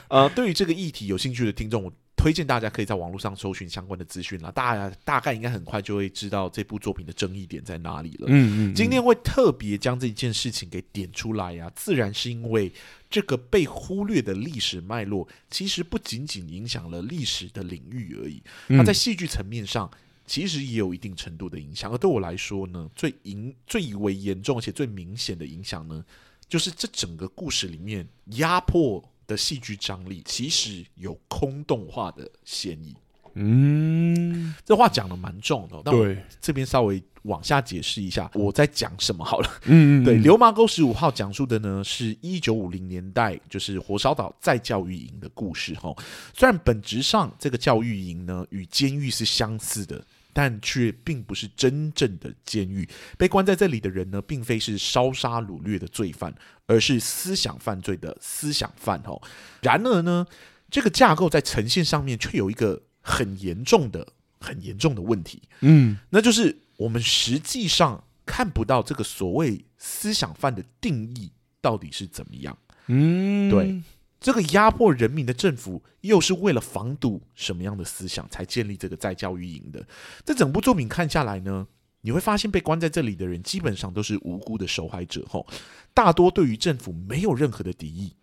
[SPEAKER 2] 呃，对于这个议题有兴趣的听众，我推荐大家可以在网络上搜寻相关的资讯啦。大家大概应该很快就会知道这部作品的争议点在哪里了。
[SPEAKER 1] 嗯嗯，
[SPEAKER 2] 今天会特别将这一件事情给点出来呀、自然是因为这个被忽略的历史脉络，其实不仅仅影响了历史的领域而已，
[SPEAKER 1] 嗯
[SPEAKER 2] 它在戏剧层面上。其实也有一定程度的影响，而对我来说呢，最影最为严重而且最明显的影响呢，就是这整个故事里面压迫的戏剧张力，其实有空洞化的嫌疑。
[SPEAKER 1] 嗯，
[SPEAKER 2] 这话讲的蛮重的哦，但我
[SPEAKER 1] 对，
[SPEAKER 2] 这边稍微往下解释一下我在讲什么好了。
[SPEAKER 1] 嗯，嗯，
[SPEAKER 2] 对，《流麻沟十五号》讲述的呢是一九五零年代就是火烧岛再教育营的故事哈。虽然本质上这个教育营呢与监狱是相似的。但却并不是真正的监狱，被关在这里的人呢，并非是烧杀掳掠的罪犯，而是思想犯罪的思想犯哦。然而呢，这个架构在呈现上面却有一个很严重的、很严重的问题，
[SPEAKER 1] 嗯
[SPEAKER 2] 那就是我们实际上看不到这个所谓思想犯的定义到底是怎么样。
[SPEAKER 1] 嗯，
[SPEAKER 2] 对，这个压迫人民的政府，又是为了防堵什么样的思想才建立这个在教育营的？这整部作品看下来呢，你会发现被关在这里的人基本上都是无辜的受害者，吼，大多对于政府没有任何的敌意。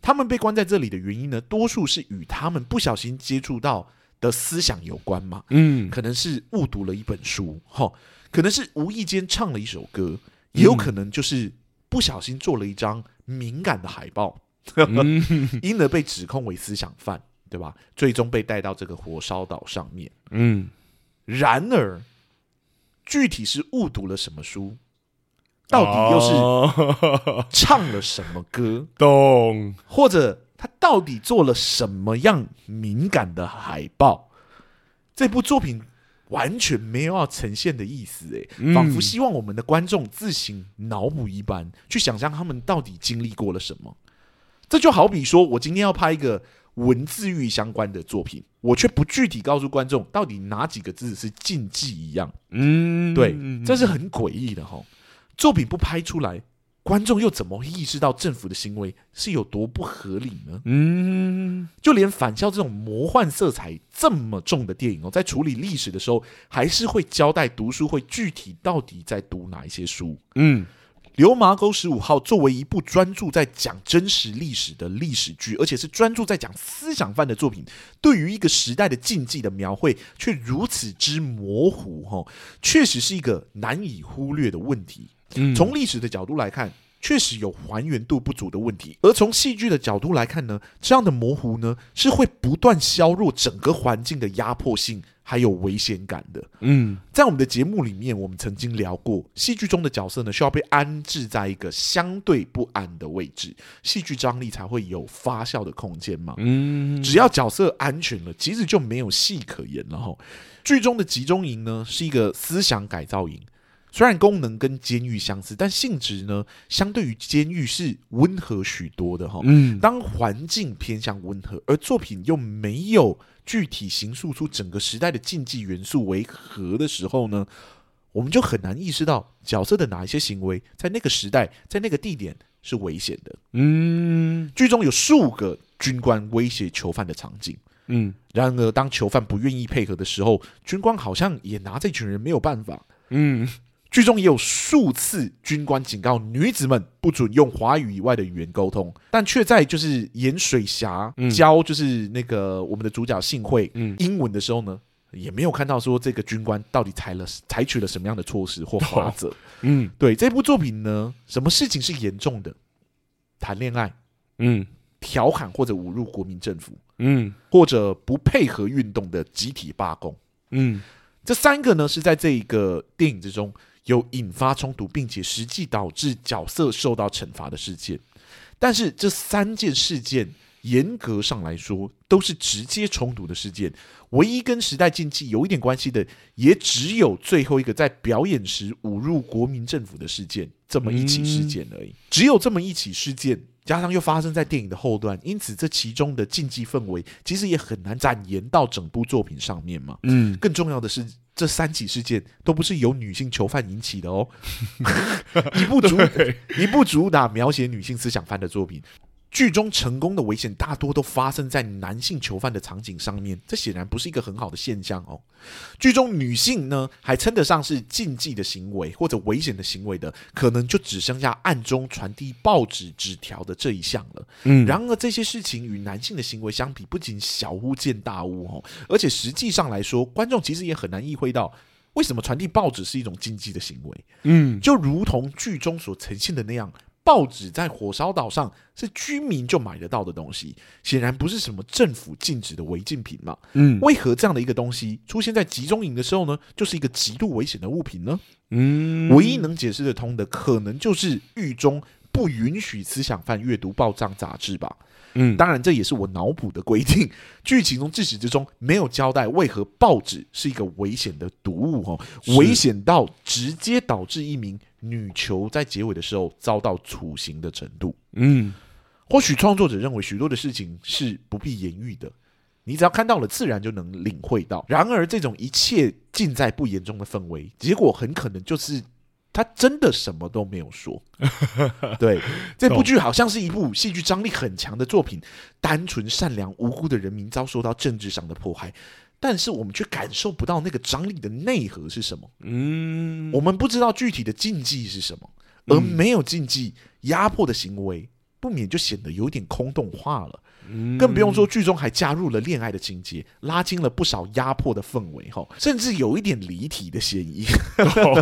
[SPEAKER 2] 他们被关在这里的原因呢，多数是与他们不小心接触到的思想有关嘛。
[SPEAKER 1] 嗯
[SPEAKER 2] 可能是误读了一本书，哈、可能是无意间唱了一首歌，也有可能就是不小心做了一张敏感的海报，
[SPEAKER 1] 嗯
[SPEAKER 2] 因而被指控为思想犯，对吧？最终被带到这个火烧岛上面。
[SPEAKER 1] 嗯，
[SPEAKER 2] 然而，具体是误读了什么书， 到底又
[SPEAKER 1] 哦
[SPEAKER 2] 是
[SPEAKER 1] 是
[SPEAKER 2] 唱了什么歌，
[SPEAKER 1] 懂，
[SPEAKER 2] 或者他到底做了什么样敏感的海报？这部作品完全没有要呈现的意思，诶，
[SPEAKER 1] 嗯
[SPEAKER 2] 仿佛希望我们的观众自行脑补一般，去想象他们到底经历过了什么。这就好比说我今天要拍一个文字狱相关的作品，我却不具体告诉观众到底哪几个字是禁忌一样。
[SPEAKER 1] 嗯，
[SPEAKER 2] 对，
[SPEAKER 1] 嗯
[SPEAKER 2] 这是很诡异的哈。作品不拍出来，观众又怎么会意识到政府的行为是有多不合理呢？
[SPEAKER 1] 嗯
[SPEAKER 2] 就连返校这种魔幻色彩这么重的电影哦，在处理历史的时候，还是会交代读书会具体到底在读哪一些书。
[SPEAKER 1] 嗯
[SPEAKER 2] 《流麻沟十五号》作为一部专注在讲真实历史的历史剧，而且是专注在讲思想犯的作品，对于一个时代的禁忌的描绘却如此之模糊，哈，确实是一个难以忽略的问题。
[SPEAKER 1] 嗯，
[SPEAKER 2] 从历史的角度来看，确实有还原度不足的问题；而从戏剧的角度来看呢，这样的模糊呢，是会不断削弱整个环境的压迫性还有危险感的。
[SPEAKER 1] 嗯
[SPEAKER 2] 在我们的节目里面，我们曾经聊过，戏剧中的角色呢，需要被安置在一个相对不安的位置，戏剧张力才会有发酵的空间嘛。
[SPEAKER 1] 嗯
[SPEAKER 2] 只要角色安全了，其实就没有戏可言了哈。剧中的集中营呢，是一个思想改造营，虽然功能跟监狱相似，但性质呢，相对于监狱是温和许多的哈。
[SPEAKER 1] 嗯
[SPEAKER 2] 当环境偏向温和，而作品又没有具体形塑出整个时代的禁忌元素为何的时候呢，我们就很难意识到角色的哪一些行为在那个时代、在那个地点是危险的。
[SPEAKER 1] 嗯
[SPEAKER 2] 剧中有数个军官威胁囚犯的场景。
[SPEAKER 1] 嗯
[SPEAKER 2] 然而，当囚犯不愿意配合的时候，军官好像也拿这群人没有办法。
[SPEAKER 1] 嗯
[SPEAKER 2] 剧中也有数次军官警告女子们不准用华语以外的语言沟通，但却在就是盐水峡
[SPEAKER 1] 嗯
[SPEAKER 2] 教就是那个我们的主角幸会
[SPEAKER 1] 嗯，
[SPEAKER 2] 英文的时候呢，也没有看到说这个军官到底采了采取了什么样的措施或法 则。
[SPEAKER 1] 嗯
[SPEAKER 2] 对这部作品呢，什么事情是严重的？谈恋爱、
[SPEAKER 1] 嗯
[SPEAKER 2] 调侃或者侮辱国民政府，
[SPEAKER 1] 嗯
[SPEAKER 2] 或者不配合运动的集体罢工。
[SPEAKER 1] 嗯
[SPEAKER 2] 这三个呢是在这一个电影之中有引发冲突，并且实际导致角色受到惩罚的事件。但是这三件事件严格上来说都是直接冲突的事件，唯一跟时代禁忌有一点关系的，也只有最后一个在表演时侮辱国民政府的事件这么一起事件而已。只有这么一起事件，加上又发生在电影的后段，因此这其中的禁忌氛围其实也很难展延到整部作品上面嘛。
[SPEAKER 1] 嗯
[SPEAKER 2] 更重要的是，这三起事件都不是由女性囚犯引起的哦。一部主一部主打描写女性思想犯的作品，剧中成功的危险大多都发生在男性囚犯的场景上面，这显然不是一个很好的现象哦。剧中女性呢，还称得上是禁忌的行为或者危险的行为的，可能就只剩下暗中传递报纸纸条的这一项了。
[SPEAKER 1] 嗯，
[SPEAKER 2] 然而，这些事情与男性的行为相比，不仅小巫见大巫哦，而且实际上来说，观众其实也很难意会到为什么传递报纸是一种禁忌的行为。
[SPEAKER 1] 嗯，
[SPEAKER 2] 就如同剧中所呈现的那样，报纸在火烧岛上是居民就买得到的东西，显然不是什么政府禁止的违禁品嘛。
[SPEAKER 1] 嗯，
[SPEAKER 2] 为何这样的一个东西出现在集中营的时候呢，就是一个极度危险的物品呢？
[SPEAKER 1] 嗯，
[SPEAKER 2] 唯一能解释得通的，可能就是狱中不允许思想犯阅读报章杂志吧。
[SPEAKER 1] 嗯，
[SPEAKER 2] 当然，这也是我脑补的规定。 剧情中自始至终没有交代为何报纸是一个危险的毒物哦，
[SPEAKER 1] 是
[SPEAKER 2] 危险到直接导致一名女囚在结尾的时候遭到处刑的程度。
[SPEAKER 1] 嗯，
[SPEAKER 2] 或许创作者认为许多的事情是不必言喻的，你只要看到了，自然就能领会到。然而，这种一切尽在不言中的氛围，结果很可能就是他真的什么都没有说。对，这部剧好像是一部戏剧张力很强的作品，单纯善良无辜的人民遭受到政治上的迫害。但是我们却感受不到那个张力的内核是什么，
[SPEAKER 1] 嗯，
[SPEAKER 2] 我们不知道具体的禁忌是什么，而没有禁忌，压迫的行为不免就显得有点空洞化了。
[SPEAKER 1] 嗯
[SPEAKER 2] 更不用说剧中还加入了恋爱的情节，拉近了不少压迫的氛围，哈，甚至有一点离题的嫌疑。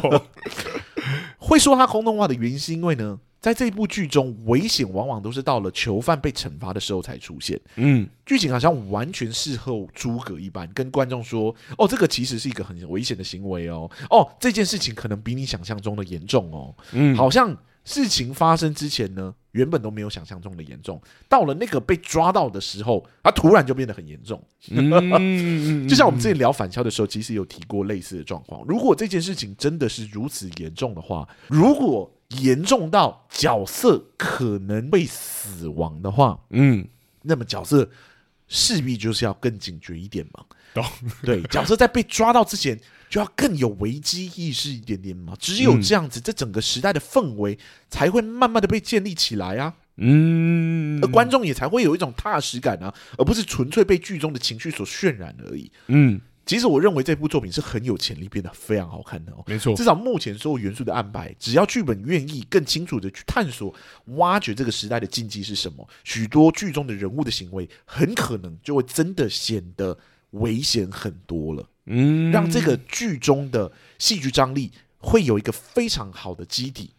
[SPEAKER 2] 会说它空洞化的原因，是因为呢，在这部剧中，危险往往都是到了囚犯被惩罚的时候才出现。
[SPEAKER 1] 嗯，
[SPEAKER 2] 剧情好像完全事后诸葛一般，跟观众说：“哦，这个其实是一个很危险的行为哦，哦，这件事情可能比你想象中的严重哦。”
[SPEAKER 1] 嗯，
[SPEAKER 2] 好像事情发生之前呢，原本都没有想象中的严重，到了那个被抓到的时候，它突然就变得很严重。
[SPEAKER 1] 嗯，嗯，
[SPEAKER 2] 就像我们之前聊反校的时候，其实有提过类似的状况。如果这件事情真的是如此严重的话，如果严重到角色可能会死亡的话，
[SPEAKER 1] 嗯，
[SPEAKER 2] 那么角色势必就是要更警觉一点嘛。
[SPEAKER 1] 懂
[SPEAKER 2] 对，角色在被抓到之前就要更有危机意识一点点嘛。只有这样子，这整个时代的氛围才会慢慢的被建立起来啊，
[SPEAKER 1] 嗯，
[SPEAKER 2] 而观众也才会有一种踏实感啊，而不是纯粹被剧中的情绪所渲染而已。
[SPEAKER 1] 嗯，
[SPEAKER 2] 其实我认为这部作品是很有潜力变得非常好看的哦。
[SPEAKER 1] 没错，
[SPEAKER 2] 至少目前所有元素的安排，只要剧本愿意更清楚的去探索、挖掘这个时代的禁忌是什么，许多剧中的人物的行为很可能就会真的显得危险很多了，
[SPEAKER 1] 嗯，
[SPEAKER 2] 让这个剧中的戏剧张力会有一个非常好的基底，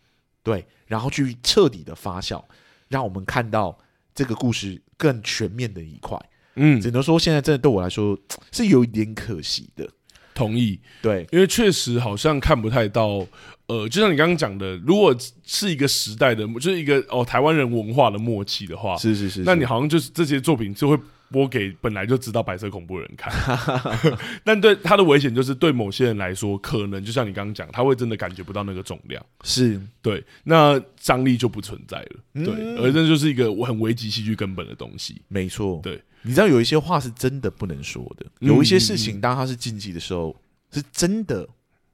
[SPEAKER 2] 对，然后去彻底的发酵，让我们看到这个故事更全面的一块。
[SPEAKER 1] 嗯
[SPEAKER 2] 只能说现在真的对我来说是有一点可惜的，
[SPEAKER 1] 同意，
[SPEAKER 2] 对，
[SPEAKER 1] 因为确实好像看不太到，呃，就像你刚刚讲的，如果是一个时代的，就是一个哦台湾人文化的默契的话，
[SPEAKER 2] 是是是
[SPEAKER 1] 那你好像就是这些作品就会播给本来就知道白色恐怖的人 看，但对它的危险就是对某些人来说，可能就像你刚刚讲，他会真的感觉不到那个重量，
[SPEAKER 2] 是
[SPEAKER 1] 对，那张力就不存在了，对，
[SPEAKER 2] 嗯
[SPEAKER 1] 而这就是一个我很危及戏剧根本的东西，
[SPEAKER 2] 没错，
[SPEAKER 1] 对，
[SPEAKER 2] 你知道有一些话是真的不能说的，
[SPEAKER 1] 嗯
[SPEAKER 2] 有一些事情当它是禁忌的时候，是真的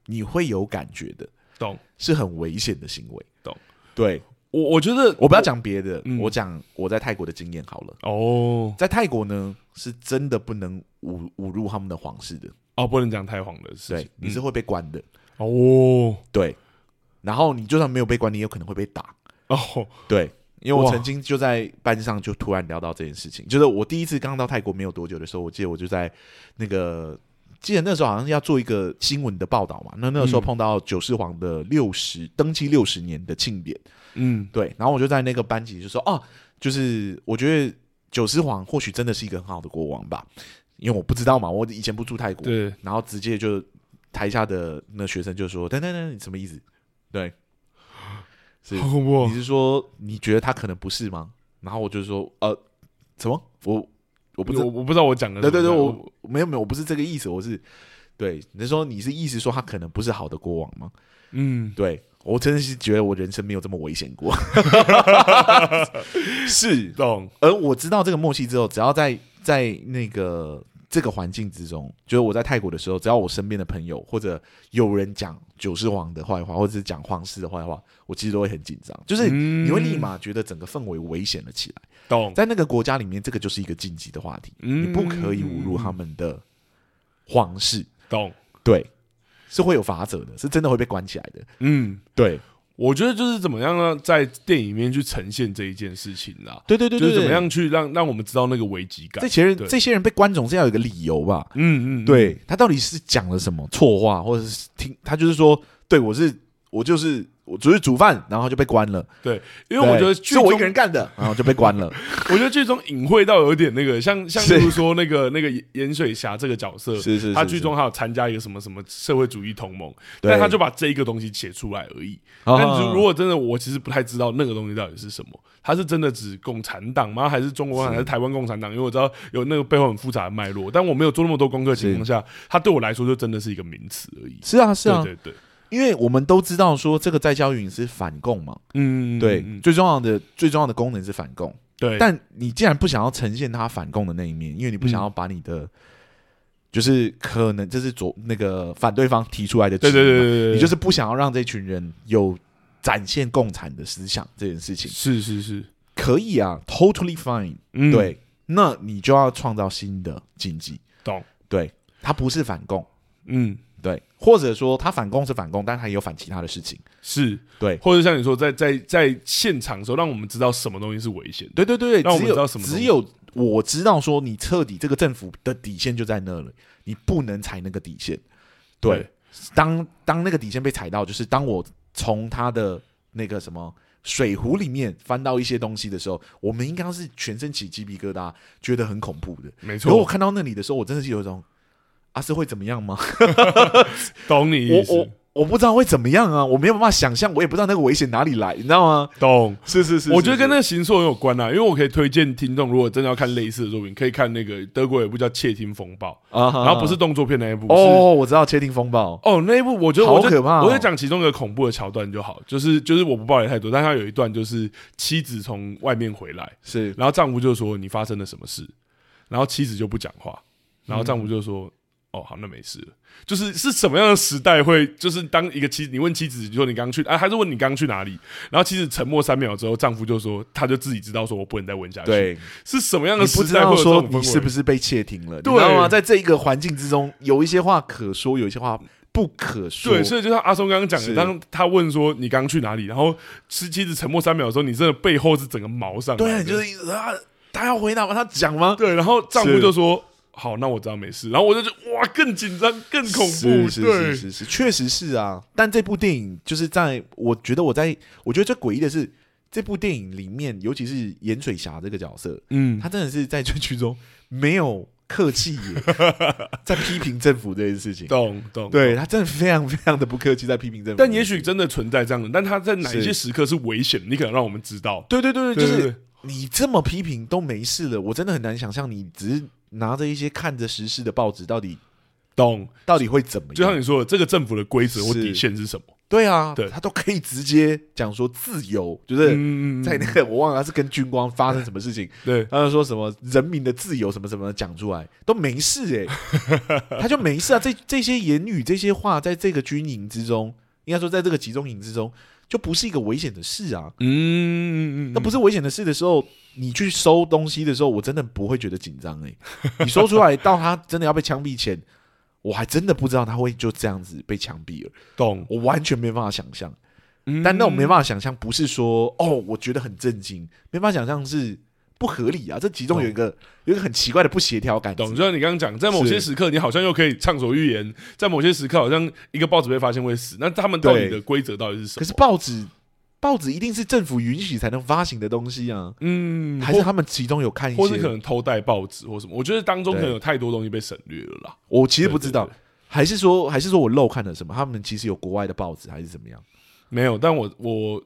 [SPEAKER 2] 你会有感觉的，
[SPEAKER 1] 懂？
[SPEAKER 2] 是很危险的行为，
[SPEAKER 1] 懂？
[SPEAKER 2] 对，
[SPEAKER 1] 我我觉得
[SPEAKER 2] 我不要讲别的，
[SPEAKER 1] 嗯
[SPEAKER 2] 我讲我在泰国的经验好了，
[SPEAKER 1] 哦
[SPEAKER 2] 在泰国呢是真的不能侮侮辱他们的皇室的，
[SPEAKER 1] 哦，不能讲太黄的事
[SPEAKER 2] 对
[SPEAKER 1] 情，，嗯
[SPEAKER 2] 你是会被关的，
[SPEAKER 1] 哦
[SPEAKER 2] 对，然后你就算没有被关，你也有可能会被打，
[SPEAKER 1] 哦，
[SPEAKER 2] 对，因为我
[SPEAKER 1] 哇
[SPEAKER 2] 曾经就在班上就突然聊到这件事情，就是我第一次刚到泰国没有多久的时候，我记得我就在那个。记得那时候好像要做一个新闻的报道嘛，那那个时候
[SPEAKER 1] 嗯
[SPEAKER 2] 碰到九世皇的六十登基六十年的庆典，
[SPEAKER 1] 嗯
[SPEAKER 2] 对，然后我就在那个班级就说，哦、就是我觉得九世皇或许真的是一个很好的国王吧，因为我不知道嘛，我以前不住泰国，
[SPEAKER 1] 对，
[SPEAKER 2] 然后直接就台下的那学生就说，等等等，你什么意思？ 对，是
[SPEAKER 1] 好恐怖哦
[SPEAKER 2] 你，是说你觉得他可能不是吗？然后我就说，呃，什么？我
[SPEAKER 1] 我
[SPEAKER 2] 我不知道
[SPEAKER 1] 我，我不知道我讲的
[SPEAKER 2] 对
[SPEAKER 1] 是
[SPEAKER 2] 对
[SPEAKER 1] 不是
[SPEAKER 2] 对，我没有没有，我不是这个意思，我是对你是说你是意思说他可能不是好的国王吗？
[SPEAKER 1] 嗯
[SPEAKER 2] 对我真的是觉得我人生没有这么危险过， 是。
[SPEAKER 1] 懂
[SPEAKER 2] 而我知道这个默契之后，只要在在那个这个环境之中，就是我在泰国的时候，只要我身边的朋友或者有人讲九世皇的坏话，或者是讲皇室的坏话，我其实都会很紧张，就是
[SPEAKER 1] 嗯
[SPEAKER 2] 你会立马觉得整个氛围危险了起来。
[SPEAKER 1] 懂？
[SPEAKER 2] 在那个国家里面，这个就是一个禁忌的话题，
[SPEAKER 1] 嗯
[SPEAKER 2] 你不可以侮辱他们的皇室，
[SPEAKER 1] 懂？
[SPEAKER 2] 对，是会有法则的，是真的会被关起来的，
[SPEAKER 1] 嗯，
[SPEAKER 2] 对，
[SPEAKER 1] 我觉得就是怎么样呢，在电影里面去呈现这一件事情啦，
[SPEAKER 2] 对对对
[SPEAKER 1] 就是怎么。样去让让我们知道那个危机感
[SPEAKER 2] 这。些人
[SPEAKER 1] 对
[SPEAKER 2] 这些人被关总是要有一个理由吧？
[SPEAKER 1] 嗯嗯，嗯，
[SPEAKER 2] 对他到底是讲了什么错话，或者是听他就是说，对我是我就是我只是煮饭，然后就被关了，
[SPEAKER 1] 因为我觉得
[SPEAKER 2] 对
[SPEAKER 1] 剧
[SPEAKER 2] 是
[SPEAKER 1] 中
[SPEAKER 2] 我一个人干的，然后就被关 了。
[SPEAKER 1] 我觉得剧中隐晦到有点那个，像像
[SPEAKER 2] 是
[SPEAKER 1] 例如说那个那个盐水侠这个角色，
[SPEAKER 2] 是是
[SPEAKER 1] 他
[SPEAKER 2] 是
[SPEAKER 1] 剧
[SPEAKER 2] 是
[SPEAKER 1] 中还有参加一个什么什么社会主义同盟，
[SPEAKER 2] 对
[SPEAKER 1] 但他就把这一个东西写出来而已。
[SPEAKER 2] 啊
[SPEAKER 1] 但是如果真的，我其实不太知道那个东西到底是什么，他是真的指共产党吗？还是中国共产党还是台湾共产党？因为我知道有那个背后很复杂的脉络，但我没有做那么多功课的情况下，它对我来说就真的是一个名词而已。
[SPEAKER 2] 是啊是啊，
[SPEAKER 1] 对对对，
[SPEAKER 2] 因为我们都知道说这个在教育营是反共嘛，
[SPEAKER 1] 嗯，
[SPEAKER 2] 对，
[SPEAKER 1] 嗯嗯
[SPEAKER 2] 最重要的最重要的功能是反共，
[SPEAKER 1] 对，
[SPEAKER 2] 但你既然不想要呈现他反共的那一面，因为你不想要把你的。就是可能这是左那个反对方提出来的质疑
[SPEAKER 1] 对对对
[SPEAKER 2] 嘛，
[SPEAKER 1] 对对，对
[SPEAKER 2] 你就是不想要让这群人有展现共产的思想这件事情，
[SPEAKER 1] 是是是，
[SPEAKER 2] 可以啊，totally fine、
[SPEAKER 1] 嗯，
[SPEAKER 2] 对，那你就要创造新的禁忌。
[SPEAKER 1] 懂，
[SPEAKER 2] 对，它不是反共，
[SPEAKER 1] 嗯
[SPEAKER 2] 对，或者说它反共是反共，但它也有反其他的事情。
[SPEAKER 1] 是。
[SPEAKER 2] 对，
[SPEAKER 1] 或者像你说，在在在现场的时候，让我们知道什么东西是危险的。
[SPEAKER 2] 对对对，
[SPEAKER 1] 让我
[SPEAKER 2] 只
[SPEAKER 1] 们
[SPEAKER 2] 有
[SPEAKER 1] 知道什么东西
[SPEAKER 2] 只有我知道说你彻底这个政府的底线就在那里，你不能踩那个底线。对，
[SPEAKER 1] 对
[SPEAKER 2] 当当那个底线被踩到，就是当我从他的那个什么。水壶里面翻到一些东西的时候，我们应该是全身起鸡皮疙瘩，觉得很恐怖的。
[SPEAKER 1] 没
[SPEAKER 2] 可我
[SPEAKER 1] 错，
[SPEAKER 2] 看到那里的时候，我真的是有一种，啊，是会怎么 样吗？
[SPEAKER 1] 懂你意
[SPEAKER 2] 我我
[SPEAKER 1] 思，
[SPEAKER 2] 我不知道会怎么样啊，我没有办法想象，我也不知道那个危险哪里来，你知道吗？
[SPEAKER 1] 懂。
[SPEAKER 2] 是是是
[SPEAKER 1] 我觉得跟那
[SPEAKER 2] 那
[SPEAKER 1] 个行塑很有关啊，因为我可以推荐听众，如果真的要看类似的作品，可以看那个德国有一部叫《窃听风暴》，
[SPEAKER 2] 啊哈
[SPEAKER 1] 然后不是动作片那一部，是
[SPEAKER 2] 哦，我知道《窃听风暴》
[SPEAKER 1] 哦那一部，我觉得
[SPEAKER 2] 好
[SPEAKER 1] 我就
[SPEAKER 2] 可怕哦
[SPEAKER 1] 我就讲其中一个恐怖的桥段就好，就是就是我不爆雷太多，但他有一段就是妻子从外面回来，
[SPEAKER 2] 是
[SPEAKER 1] 然后丈夫就说你发生了什么事，然后妻子就不讲话，然后丈夫就说。哦，好，那没事了。就是是什么样的时代会，就是当一个妻，你问妻子，你说你刚去啊，还是问你刚去哪里？然后妻子沉默三秒之后，丈夫就说，他就自己知道，说我不能再问下去。，
[SPEAKER 2] 对，
[SPEAKER 1] 是什么样
[SPEAKER 2] 你
[SPEAKER 1] 的
[SPEAKER 2] 不
[SPEAKER 1] 时
[SPEAKER 2] 知
[SPEAKER 1] 代会
[SPEAKER 2] 道
[SPEAKER 1] 有这
[SPEAKER 2] 说
[SPEAKER 1] 种氛
[SPEAKER 2] 你
[SPEAKER 1] 围
[SPEAKER 2] 是不是被窃听了，你
[SPEAKER 1] 对
[SPEAKER 2] 知道吗？在这一个环境之中，有一些话可说，有一些话不可说。
[SPEAKER 1] 对，所以就像阿松刚刚讲的，
[SPEAKER 2] 是
[SPEAKER 1] 当他问说你刚去哪里，然后妻妻子沉默三秒的时候，你真的背后是整个毛上来
[SPEAKER 2] 对
[SPEAKER 1] 的，
[SPEAKER 2] 啊，就是一直啊，他要回答吗？他讲 吗？
[SPEAKER 1] 对，然后丈夫
[SPEAKER 2] 是
[SPEAKER 1] 就说。好，那我知道没事。然后我就觉得哇，更紧张，更恐怖。
[SPEAKER 2] 是是
[SPEAKER 1] 对
[SPEAKER 2] 是是是，确实是啊。但这部电影就是在我觉得我在我觉得最诡异的是，这部电影里面，尤其是盐水侠这个角色，
[SPEAKER 1] 嗯，
[SPEAKER 2] 他真的是在这剧中没有客气 耶，在批评政府这件事情。
[SPEAKER 1] 懂懂。
[SPEAKER 2] 对他真的非常非常的不客气，在批评政府。
[SPEAKER 1] 但也许真的存在这样的，但他在哪一
[SPEAKER 2] 是
[SPEAKER 1] 些时刻是危险的，你可能让我们知道。
[SPEAKER 2] 对对对对，就
[SPEAKER 1] 对
[SPEAKER 2] 是你这么批评都没事了，我真的很难想象你只是拿着一些看着时事的报纸，到底
[SPEAKER 1] 懂。
[SPEAKER 2] 到底会怎么
[SPEAKER 1] 就像
[SPEAKER 2] 样？
[SPEAKER 1] 你说的，这个政府的规则或
[SPEAKER 2] 是
[SPEAKER 1] 底线是什么？
[SPEAKER 2] 对啊，
[SPEAKER 1] 对
[SPEAKER 2] 他都可以直接讲说自由，就是
[SPEAKER 1] 嗯，
[SPEAKER 2] 在那个我忘了他是跟军官发生什么事 情，
[SPEAKER 1] 对
[SPEAKER 2] 他就说什么人民的自由什么什么的讲出来都 没事哎、他就没事啊。这这些言语这些话，在这个军营之中，应该说在这个集中营之中，就不是一个危险的事啊。
[SPEAKER 1] 嗯，
[SPEAKER 2] 那不
[SPEAKER 1] 是
[SPEAKER 2] 是危险的事的时候，你去收东西的时候，我真的不会觉得紧张哎。你收出来到他真的要被枪毙前，我还真的不知道他会就这样子被枪毙了，
[SPEAKER 1] 懂。
[SPEAKER 2] 我完全没办法想象。
[SPEAKER 1] 嗯
[SPEAKER 2] 但那种没办法想象，不是说哦，我觉得很震惊，没办法想象是不合理啊。这其中有一个有一个很奇怪的不协调感，
[SPEAKER 1] 懂，就像你刚刚讲，在某些时刻你好像又可以畅所欲言，在某些时刻好像一个报纸被发现会死，那他们到底
[SPEAKER 2] 对
[SPEAKER 1] 的规则到底是什
[SPEAKER 2] 可
[SPEAKER 1] 么？
[SPEAKER 2] 是报纸，报纸一定是政府允许才能发行的东西啊，
[SPEAKER 1] 嗯，
[SPEAKER 2] 还是他们其中有看一
[SPEAKER 1] 或或是可
[SPEAKER 2] 些？
[SPEAKER 1] 能偷带报纸或什么？我觉得当中可
[SPEAKER 2] 对
[SPEAKER 1] 能有太多东西被省略了啦。
[SPEAKER 2] 我其实不
[SPEAKER 1] 对对
[SPEAKER 2] 知道，还是说还是说我漏看了什么？他们其实有国外的报纸还是怎么 样？
[SPEAKER 1] 没有，但我我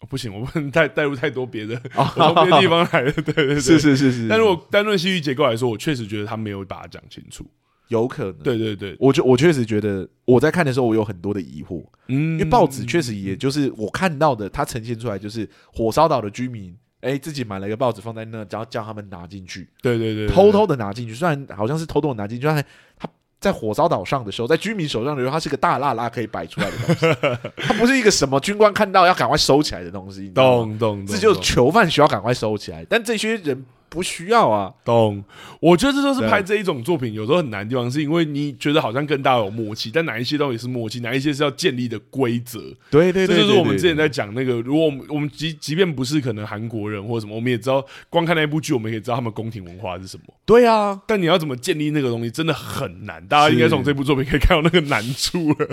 [SPEAKER 1] 哦不行，我不能 带带入太多别的，
[SPEAKER 2] 啊
[SPEAKER 1] 我哦从别的地方来的，对对对。
[SPEAKER 2] 是是是是，
[SPEAKER 1] 但如果单论戏剧结构来说，我确实觉得他没有把它讲清楚。
[SPEAKER 2] 有可能，
[SPEAKER 1] 对对对，
[SPEAKER 2] 我觉我确实觉得我在看的时候，我有很多的疑惑，
[SPEAKER 1] 嗯，
[SPEAKER 2] 因为报纸确实也就是我看到的，它呈现出来就是火烧岛的居民，哎、哎，自己买了一个报纸放在那，然后叫他们拿进去，
[SPEAKER 1] 对对对，对
[SPEAKER 2] 偷偷的拿进去。虽然好像是偷偷的拿进去，但是他在火烧岛上的时候，在居民手上的时候，它是个大辣辣可以摆出来的东西， 它不是一个什么军官看到要赶快收起来的东西，你知道
[SPEAKER 1] 懂
[SPEAKER 2] 吗？
[SPEAKER 1] 懂懂，
[SPEAKER 2] 这就是
[SPEAKER 1] 懂
[SPEAKER 2] 囚犯需要赶快收起来，但这些人不需要啊。
[SPEAKER 1] 懂，我觉得这就是
[SPEAKER 2] 对
[SPEAKER 1] 拍这一种作品有时候很难的地方，是因为你觉得好像跟大家有默契，但哪一些到底是默契，哪一些是要建立的规则？
[SPEAKER 2] 对对
[SPEAKER 1] 这就是我们之前在讲那个，如果我们我们即即便不是可能韩国人或者什么，我们也知道，光看那一部剧，我们也可以知道他们宫廷文化是什么。
[SPEAKER 2] 对啊，
[SPEAKER 1] 但你要怎么建立那个东西，真的很难。大家应该从这部作品可以看到那个难处了。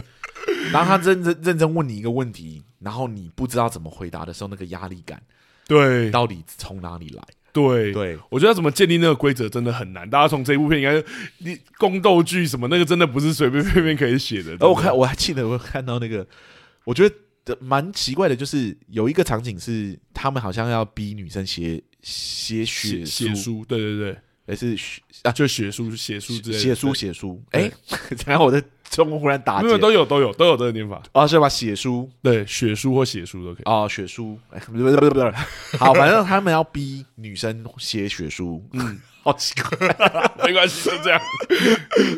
[SPEAKER 2] 然后他认真认真问你一个问题，然后你不知道怎么回答的时候，那个压力感
[SPEAKER 1] 对
[SPEAKER 2] 到底从哪里来？
[SPEAKER 1] 对，
[SPEAKER 2] 对
[SPEAKER 1] 我觉得要怎么建立那个规则真的很难。大家从这一部片应该，你宫斗剧什么那个真的不是随便便便可以写的。
[SPEAKER 2] 而我看我还记得我看到那个，我觉得蛮奇怪的，就是有一个场景是他们好像要逼女生写写
[SPEAKER 1] 写
[SPEAKER 2] 血
[SPEAKER 1] 写
[SPEAKER 2] 书，
[SPEAKER 1] 书，对对对，
[SPEAKER 2] 还是血啊
[SPEAKER 1] 就写书写书之类的，
[SPEAKER 2] 写书
[SPEAKER 1] 对
[SPEAKER 2] 写书？哎
[SPEAKER 1] 对，
[SPEAKER 2] 然后我的中文忽然打
[SPEAKER 1] 没有
[SPEAKER 2] 结
[SPEAKER 1] 都有都有都有这个念法，
[SPEAKER 2] 啊，是吧？写书
[SPEAKER 1] 对，写书或写书都可以。
[SPEAKER 2] 啊，血书，哎，不是不是不是不是，好，反正他们要逼女生写血书，嗯， 好奇怪。
[SPEAKER 1] 没关系，就 这样。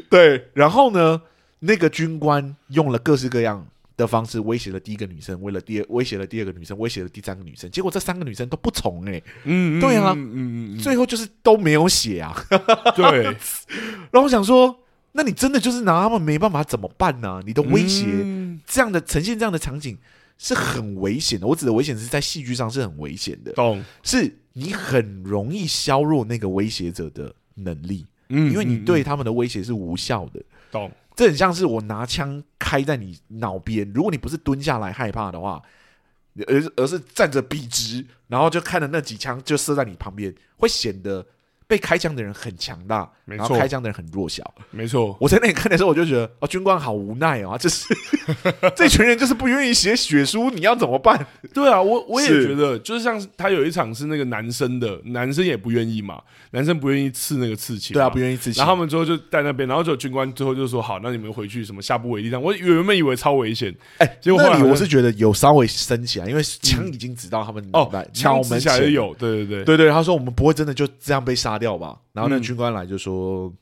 [SPEAKER 2] 对，然后呢，那个军官用了各式各样的方式威胁了第一个女生，为了第二威胁了第二个女生，威胁了第三个女生，结果这三个女生都不从哎、
[SPEAKER 1] 嗯，嗯
[SPEAKER 2] 对啊
[SPEAKER 1] 嗯嗯嗯
[SPEAKER 2] 最后就是都没有写啊。
[SPEAKER 1] 嗯，对，
[SPEAKER 2] 然后我想说，那你真的就是拿他们没办法怎么办呢、你的威胁、
[SPEAKER 1] 嗯
[SPEAKER 2] 这样的呈现这样的场景是很危险的。我指的危险是在戏剧上是很危险的，
[SPEAKER 1] 懂，
[SPEAKER 2] 是你很容易削弱那个威胁者的能力，
[SPEAKER 1] 嗯
[SPEAKER 2] 因为你
[SPEAKER 1] 嗯
[SPEAKER 2] 对
[SPEAKER 1] 嗯
[SPEAKER 2] 他们的威胁是无效的。
[SPEAKER 1] 懂，
[SPEAKER 2] 这很像是我拿枪开在你脑边，如果你不是蹲下来害怕的话，而而是站着笔直，然后就看着那几枪就射在你旁边，会显得被开枪的人很强大，
[SPEAKER 1] 没
[SPEAKER 2] 然后
[SPEAKER 1] 错
[SPEAKER 2] 开枪的人很弱小。
[SPEAKER 1] 没错，
[SPEAKER 2] 我在那里看的时候，我就觉得哦，军官好无奈哦，他就是 这群人就是不愿意写血书，你要怎么办？
[SPEAKER 1] 对啊，我我也
[SPEAKER 2] 是
[SPEAKER 1] 觉得，就是像他有一场是那个男生的，男生也不愿意嘛，男生不愿意刺那个刺青嘛，
[SPEAKER 2] 对啊，不愿意自己。
[SPEAKER 1] 然后他们之后就在那边，然后就军官最后就说好，那你们回去什么下不为例这样。我原本以为超危险，
[SPEAKER 2] 哎，
[SPEAKER 1] 结果后来
[SPEAKER 2] 那里
[SPEAKER 1] 好像
[SPEAKER 2] 我是觉得有稍微升起来，因为枪已经指到他们脑
[SPEAKER 1] 哦
[SPEAKER 2] 袋，，
[SPEAKER 1] 枪
[SPEAKER 2] 脑
[SPEAKER 1] 支
[SPEAKER 2] 门
[SPEAKER 1] 下也
[SPEAKER 2] 前
[SPEAKER 1] 有，对对对，
[SPEAKER 2] 对对，他说我们不会真的就这样被杀掉吧？然后那
[SPEAKER 1] 嗯
[SPEAKER 2] 军官来就说，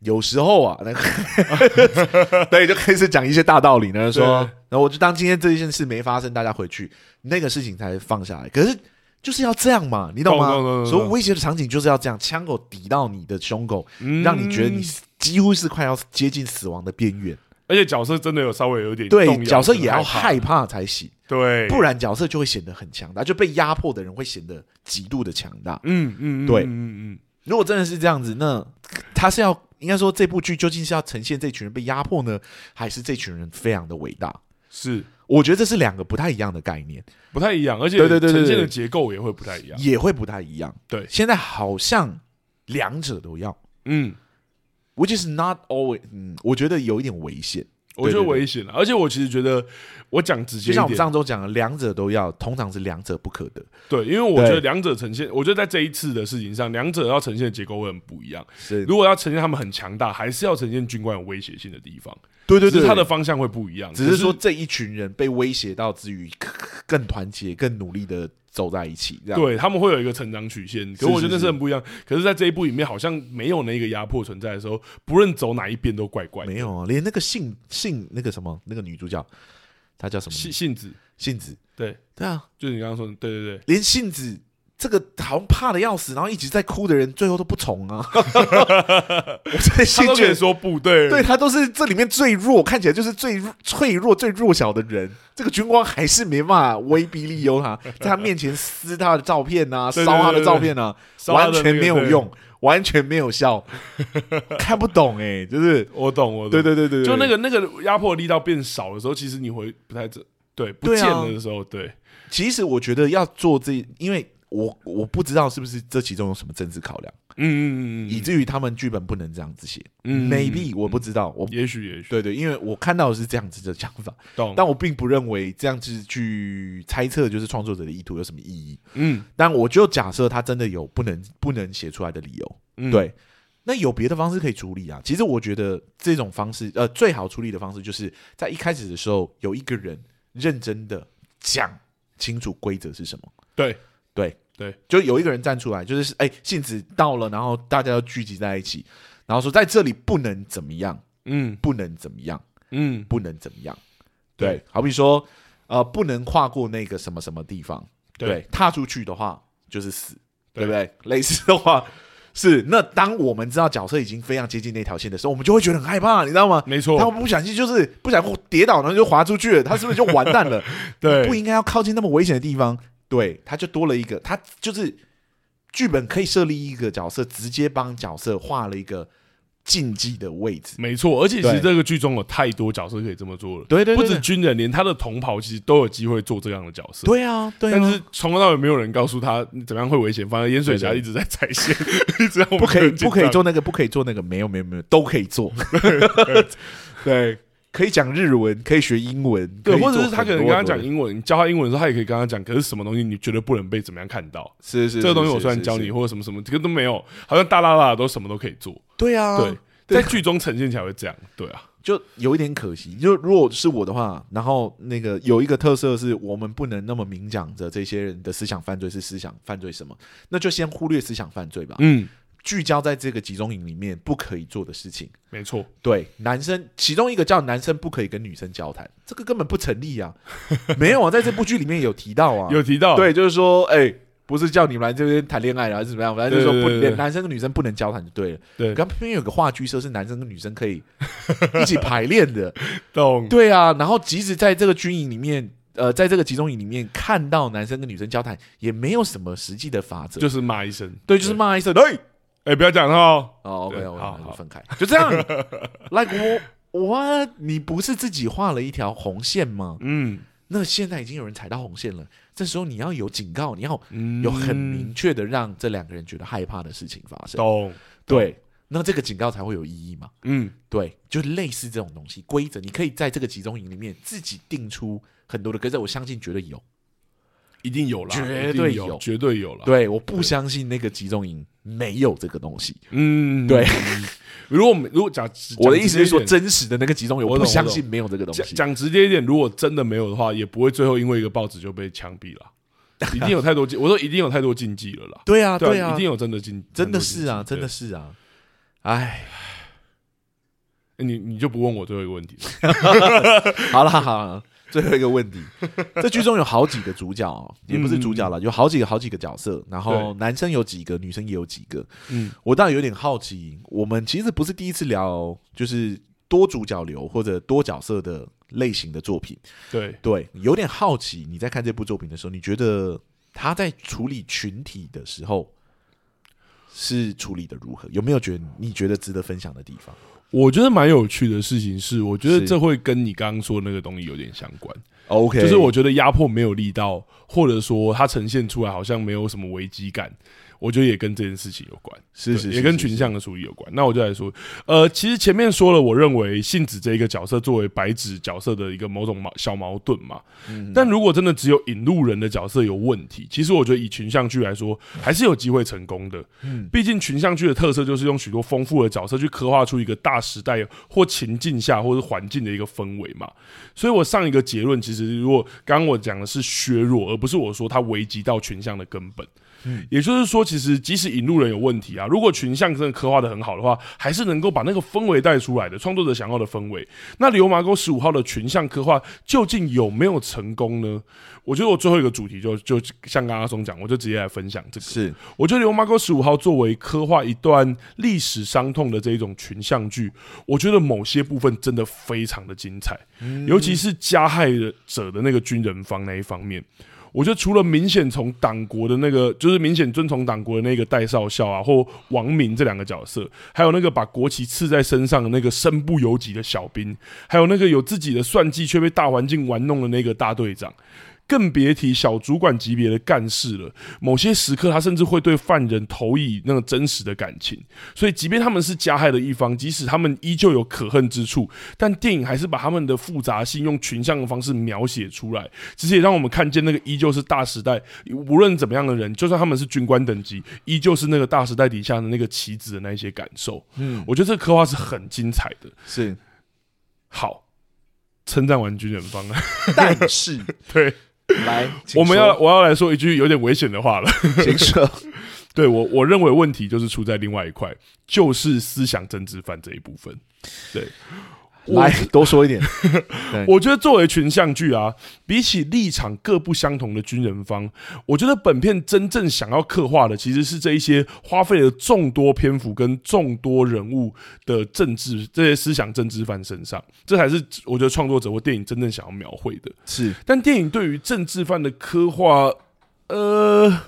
[SPEAKER 2] 有时候啊，那个对，就开始讲一些大道理呢，说，
[SPEAKER 1] 对
[SPEAKER 2] 然后我就当今天这一件事没发生，大家回去那个事情才放下来。可是就是要这样嘛，你懂
[SPEAKER 1] 懂懂懂
[SPEAKER 2] 吗？
[SPEAKER 1] 懂
[SPEAKER 2] 所以威胁的场景就是要这样，枪口抵到你的胸口，
[SPEAKER 1] 嗯
[SPEAKER 2] 让你觉得你几乎是快要接近死亡的边缘。
[SPEAKER 1] 而且角色真的有稍微有一点动
[SPEAKER 2] 对，
[SPEAKER 1] 摇
[SPEAKER 2] 角色也要，害
[SPEAKER 1] 很
[SPEAKER 2] 怕才行。
[SPEAKER 1] 对，
[SPEAKER 2] 不然角色就会显得很强大，就被压迫的人会显得极度的强大。
[SPEAKER 1] 嗯嗯，嗯
[SPEAKER 2] 对
[SPEAKER 1] 嗯嗯
[SPEAKER 2] 如果真的是这样子，那他是要应该说这部剧究竟是要呈现这群人被压迫呢，还是这群人非常的伟大？
[SPEAKER 1] 是
[SPEAKER 2] 我觉得这是两个不太一样的概念，
[SPEAKER 1] 不太一样，而且
[SPEAKER 2] 对对对对
[SPEAKER 1] 呈现
[SPEAKER 2] 对
[SPEAKER 1] 的结构也会不太一样，
[SPEAKER 2] 也会不太一样。
[SPEAKER 1] 对
[SPEAKER 2] 现在好像两者都要
[SPEAKER 1] 嗯。
[SPEAKER 2] ，which is not always，嗯，我觉得有一点危险。
[SPEAKER 1] 我觉得
[SPEAKER 2] 对对对
[SPEAKER 1] 危险了，啊而且我其实觉得，我讲直接
[SPEAKER 2] 就
[SPEAKER 1] 一
[SPEAKER 2] 像我们
[SPEAKER 1] 点，
[SPEAKER 2] 上周讲的，两者都要，通常是两者不可得。
[SPEAKER 1] 对，因为我觉得
[SPEAKER 2] 对
[SPEAKER 1] 两者呈现，我觉得在这一次的事情上，两者要呈现的结构会很不一样。
[SPEAKER 2] 是，
[SPEAKER 1] 如果要呈现他们很强大，还是要呈现军官有威胁性的地方，
[SPEAKER 2] 对对
[SPEAKER 1] 只是
[SPEAKER 2] 对，
[SPEAKER 1] 他的方向会不一样。
[SPEAKER 2] 只是说这一群人被威胁到之余，更团结、更努力的走在一起，这样。
[SPEAKER 1] 对他们会有一个成长曲线，可
[SPEAKER 2] 是
[SPEAKER 1] 我觉得那
[SPEAKER 2] 是
[SPEAKER 1] 是很不一样。可是，在这一部里面，好像没有那个压迫存在的时候，不论走哪一边都怪怪的。
[SPEAKER 2] 没有啊，连那个姓姓那个什么那个女主角，她叫什么
[SPEAKER 1] 信
[SPEAKER 2] 名？
[SPEAKER 1] 信子，
[SPEAKER 2] 杏子。
[SPEAKER 1] 对，
[SPEAKER 2] 对啊，
[SPEAKER 1] 就是你刚刚说的，对对对，
[SPEAKER 2] 连杏子这个好像怕的要死，然后一直在哭的人，最后都不从 啊。我真的
[SPEAKER 1] 他
[SPEAKER 2] 心
[SPEAKER 1] 都可
[SPEAKER 2] 觉
[SPEAKER 1] 以
[SPEAKER 2] 得，
[SPEAKER 1] 说不对，
[SPEAKER 2] 对他都是这里面最弱，看起来就是最弱脆弱、最弱小的人。这个军官还是没办法威逼利诱他，在他面前撕他的照片啊，
[SPEAKER 1] 对对
[SPEAKER 2] 烧他的
[SPEAKER 1] 对
[SPEAKER 2] 照片啊，
[SPEAKER 1] 烧他的
[SPEAKER 2] 完
[SPEAKER 1] 那个
[SPEAKER 2] 全没有
[SPEAKER 1] 对
[SPEAKER 2] 用，完全没有 效，看不懂哎、就是
[SPEAKER 1] 我懂，我懂，
[SPEAKER 2] 对对对对，对
[SPEAKER 1] 就那个那个压迫力道变少的时候，其实你会不太这对不
[SPEAKER 2] 对
[SPEAKER 1] 见
[SPEAKER 2] 啊
[SPEAKER 1] 了的时候，对
[SPEAKER 2] 其实我觉得要做这，因为我我不知道是不是这其中有什么政治考量，
[SPEAKER 1] 嗯嗯嗯
[SPEAKER 2] 以
[SPEAKER 1] 嗯
[SPEAKER 2] 至于他们剧本不能这样子写。
[SPEAKER 1] 嗯
[SPEAKER 2] Maybe 我不知道，我
[SPEAKER 1] 也许也许
[SPEAKER 2] 对对，因为我看到的是这样子的讲法，
[SPEAKER 1] 懂，
[SPEAKER 2] 但我并不认为这样子去猜测就是创作者的意图有什么意义。
[SPEAKER 1] 嗯
[SPEAKER 2] 但我就假设他真的有不能不能写出来的理由，
[SPEAKER 1] 嗯
[SPEAKER 2] 对。那有别的方式可以处理啊？其实我觉得这种方式，呃，最好处理的方式就是在一开始的时候，有一个人认真的、讲清楚规则是什么。
[SPEAKER 1] 对
[SPEAKER 2] 对
[SPEAKER 1] 对，
[SPEAKER 2] 就有一个人站出来，就是哎，信子到了，然后大家要聚集在一起，然后说在这里不能怎么样，
[SPEAKER 1] 嗯
[SPEAKER 2] 不能怎么样，
[SPEAKER 1] 嗯，
[SPEAKER 2] 不能怎么样。
[SPEAKER 1] 对
[SPEAKER 2] 对，好比说呃，不能跨过那个什么什么地方，
[SPEAKER 1] 对
[SPEAKER 2] 对，踏出去的话就是死，
[SPEAKER 1] 对
[SPEAKER 2] 对不对？类似的话。是，那当我们知道角色已经非常接近那条线的时候，我们就会觉得很害怕，你知道吗？
[SPEAKER 1] 没错
[SPEAKER 2] 他，们不小心就是不小心跌倒，然后就滑出去了，他是不是就完蛋了？
[SPEAKER 1] 对
[SPEAKER 2] 不应该要靠近那么危险的地方。对，他就多了一个，他就是剧本可以设立一个角色，直接帮角色画了一个禁忌的位置。
[SPEAKER 1] 没错，而且其实
[SPEAKER 2] 对
[SPEAKER 1] 这个剧中有太多角色可以这么做了，
[SPEAKER 2] 对对
[SPEAKER 1] 不
[SPEAKER 2] 对
[SPEAKER 1] 止
[SPEAKER 2] 对，
[SPEAKER 1] 军人，连他的同袍其实都有机会做这样的角色。
[SPEAKER 2] 对啊，对啊，
[SPEAKER 1] 但是从头到尾没有人告诉他怎么样会危险，反而烟水侠
[SPEAKER 2] 对对
[SPEAKER 1] 一直在踩线， 一直让我们
[SPEAKER 2] 不可以，
[SPEAKER 1] 很紧
[SPEAKER 2] 不可以
[SPEAKER 1] 张
[SPEAKER 2] 做那个，不可以做那个，没有，没有，没有，都可 以做。对， 可以讲日文，可以学英文，
[SPEAKER 1] 对，
[SPEAKER 2] 以
[SPEAKER 1] 或者
[SPEAKER 2] 做
[SPEAKER 1] 是他
[SPEAKER 2] 很
[SPEAKER 1] 可能跟
[SPEAKER 2] 多
[SPEAKER 1] 他
[SPEAKER 2] 很多
[SPEAKER 1] 讲
[SPEAKER 2] 的，
[SPEAKER 1] 英文，你教他英文的时候，他也可以跟他讲，可是什么东西你绝对不能被怎么样看到。
[SPEAKER 2] 是是是
[SPEAKER 1] 这个东西
[SPEAKER 2] 是
[SPEAKER 1] 我虽然
[SPEAKER 2] 是
[SPEAKER 1] 教
[SPEAKER 2] 是
[SPEAKER 1] 你，或者什么什么，这个都没有，好像大大大都什么都可以做。
[SPEAKER 2] 对啊，
[SPEAKER 1] 对，
[SPEAKER 2] 对
[SPEAKER 1] 在剧中呈现起来会这样。对啊，
[SPEAKER 2] 就有一点可惜。就如果是我的话，然后那个有一个特色是我们不能那么明讲着这些人的思想犯罪是思想犯罪什么，那就先忽略思想犯罪吧，
[SPEAKER 1] 嗯，
[SPEAKER 2] 聚焦在这个集中营里面不可以做的事情。
[SPEAKER 1] 没错，
[SPEAKER 2] 对，男生其中一个叫男生不可以跟女生交谈，这个根本不 成立啊！没有啊，在这部剧里面有提到啊，
[SPEAKER 1] 有提到，
[SPEAKER 2] 对，就是说，哎、不是叫你们来这边谈恋爱啊然后是怎么样，反正就是说
[SPEAKER 1] 对
[SPEAKER 2] 不，
[SPEAKER 1] 对对对
[SPEAKER 2] 男生跟女生不能交谈就对了。
[SPEAKER 1] 对
[SPEAKER 2] 刚偏偏有个话剧社是男生跟女生可以一起排练 的，
[SPEAKER 1] 懂，
[SPEAKER 2] 对啊，然后即使在这个军营里面，呃，在这个集中营里面看到男生跟女生交谈，也没有什么实际的法则。
[SPEAKER 1] 就是骂一声，
[SPEAKER 2] 对，就是骂一声，哎，
[SPEAKER 1] 哎，不要讲他哦。
[SPEAKER 2] 哦
[SPEAKER 1] 对
[SPEAKER 2] ，OK，我
[SPEAKER 1] 好
[SPEAKER 2] 们
[SPEAKER 1] 好
[SPEAKER 2] 就分开， 就这样。like 我我，你不是自己画了一条红线吗？
[SPEAKER 1] 嗯
[SPEAKER 2] 那现在已经有人踩到红线了，这时候你要有警告，你要
[SPEAKER 1] 嗯，
[SPEAKER 2] 有很明确的让这两个人觉得害怕的事情发生。
[SPEAKER 1] 懂，
[SPEAKER 2] 对，那这个警告才会有意义嘛？
[SPEAKER 1] 嗯，
[SPEAKER 2] 对，就类似这种东西规则，你可以在这个集中营里面自己定出很多的规则，我相信绝对有。
[SPEAKER 1] 一定有啦，
[SPEAKER 2] 绝
[SPEAKER 1] 一定
[SPEAKER 2] 对
[SPEAKER 1] 有，
[SPEAKER 2] 有
[SPEAKER 1] 绝对有啦。
[SPEAKER 2] 对，我不相信那个集中营没有这个东西。
[SPEAKER 1] 嗯，
[SPEAKER 2] 对
[SPEAKER 1] 嗯。如果我们如果讲，
[SPEAKER 2] 我的意思是说，
[SPEAKER 1] 讲直接一点
[SPEAKER 2] 真实的那个集中营，
[SPEAKER 1] 我
[SPEAKER 2] 我不
[SPEAKER 1] 懂
[SPEAKER 2] 相
[SPEAKER 1] 我懂
[SPEAKER 2] 信没有这个东
[SPEAKER 1] 讲
[SPEAKER 2] 西。
[SPEAKER 1] 讲直接一点，如果真的没有的话，也不会最后因为一个报纸就被枪毙 了。一定有太多禁，我说一定有太多禁忌了啦。
[SPEAKER 2] 对啊，对
[SPEAKER 1] 一
[SPEAKER 2] 啊
[SPEAKER 1] 定，有真的禁，
[SPEAKER 2] 真的是啊，真的
[SPEAKER 1] 是。
[SPEAKER 2] 是啊。哎，
[SPEAKER 1] 欸你你就不问我最后一个问题 了？
[SPEAKER 2] 好了好了，最后一 个问题，这剧中有好几个主角哦，也不是主角了，有好几个好几个角色，然后
[SPEAKER 1] 嗯对
[SPEAKER 2] 男生有几个，女生也有几个。
[SPEAKER 1] 嗯，
[SPEAKER 2] 我倒有点好奇，我们其实不是第一次聊，就是多主角流或者多角色的类型的作品。
[SPEAKER 1] 对，
[SPEAKER 2] 对，有点好奇，你在看这部作品的时候，你觉得他在处理群体的时候是处理的如何？有没有觉得你觉得值得分享的地方？
[SPEAKER 1] 我觉得蛮有趣的事情是，我觉得
[SPEAKER 2] 是
[SPEAKER 1] 这会跟你刚刚说的那个东西有点相关，
[SPEAKER 2] OK，
[SPEAKER 1] 就是我觉得压迫没有力道，或者说它呈现出来好像没有什么危机感，我觉得也跟这件事情有关。
[SPEAKER 2] 是
[SPEAKER 1] 对
[SPEAKER 2] 是
[SPEAKER 1] 也跟群，像的处理有关。那我就来说，呃，其实前面说了，我认为信子这一个角色作为白纸角色的一个某种矛小矛盾嘛，
[SPEAKER 2] 嗯
[SPEAKER 1] 但如果真的只有引路人的角色有问题，其实我觉得以群像剧来说，还是有机会成功的。
[SPEAKER 2] 嗯
[SPEAKER 1] 毕竟群像剧的特色就是用许多丰富的角色去刻画出一个大时代或情境下或是环境的一个氛围嘛。所以我上一个结论，其实如果刚刚我讲的是削弱，而不是我说它危及到群像的根本。也就是说，其实即使引路人有问题啊，如果群像真的刻画的很好的话，还是能够把那个氛围带出来的，创作者想要的氛围。那流麻沟十五号的群像刻画究竟有没有成功呢？我觉得我最后一个主题就就像刚刚阿松讲，我就直接来分享这个。
[SPEAKER 2] 是
[SPEAKER 1] 我觉得《流氓沟十五号》作为刻画一段历史伤痛的这一种群像剧，我觉得某些部分真的非常的精彩，尤其是加害者的那个军人方那一方面。我觉得除了明显从党国的那个，就是明显遵从党国的那个戴少校啊，或王明这两个角色，还有那个把国旗刺在身上的那个身不由己的小兵，还有那个有自己的算计却被大环境玩弄的那个大队长，更别提小主管级别的干事了。某些时刻，他甚至会对犯人投以那个真实的感情。所以，即便他们是加害的一方，即使他们依旧有可恨之处，但电影还是把他们的复杂性用群像的方式描写出来。其实也让我们看见那个依旧是大时代，无论怎么样的人，就算他们是军官等级，依旧是那个大时代底下的那个棋子的那一些感受。嗯
[SPEAKER 2] 嗯，
[SPEAKER 1] 我觉得这个刻画是很精彩的。
[SPEAKER 2] 是，
[SPEAKER 1] 好，称赞完军人方案，
[SPEAKER 2] 但是
[SPEAKER 1] 对
[SPEAKER 2] 来，请
[SPEAKER 1] 我们
[SPEAKER 2] 说
[SPEAKER 1] 要我要来说一句有点危险的话了。
[SPEAKER 2] 请说，
[SPEAKER 1] 对我我认为问题就是出在另外一块，就是思想政治犯这一部分。对，我
[SPEAKER 2] 来多说一点。
[SPEAKER 1] 我觉得作为群像剧啊，比起立场各不相同的军人方，我觉得本片真正想要刻画的，其实是这一些花费了众多篇幅跟众多人物的政治这些思想政治犯身上，这才是我觉得创作者或电影真正想要描绘的。
[SPEAKER 2] 是
[SPEAKER 1] 但电影对于政治犯的刻画，呃，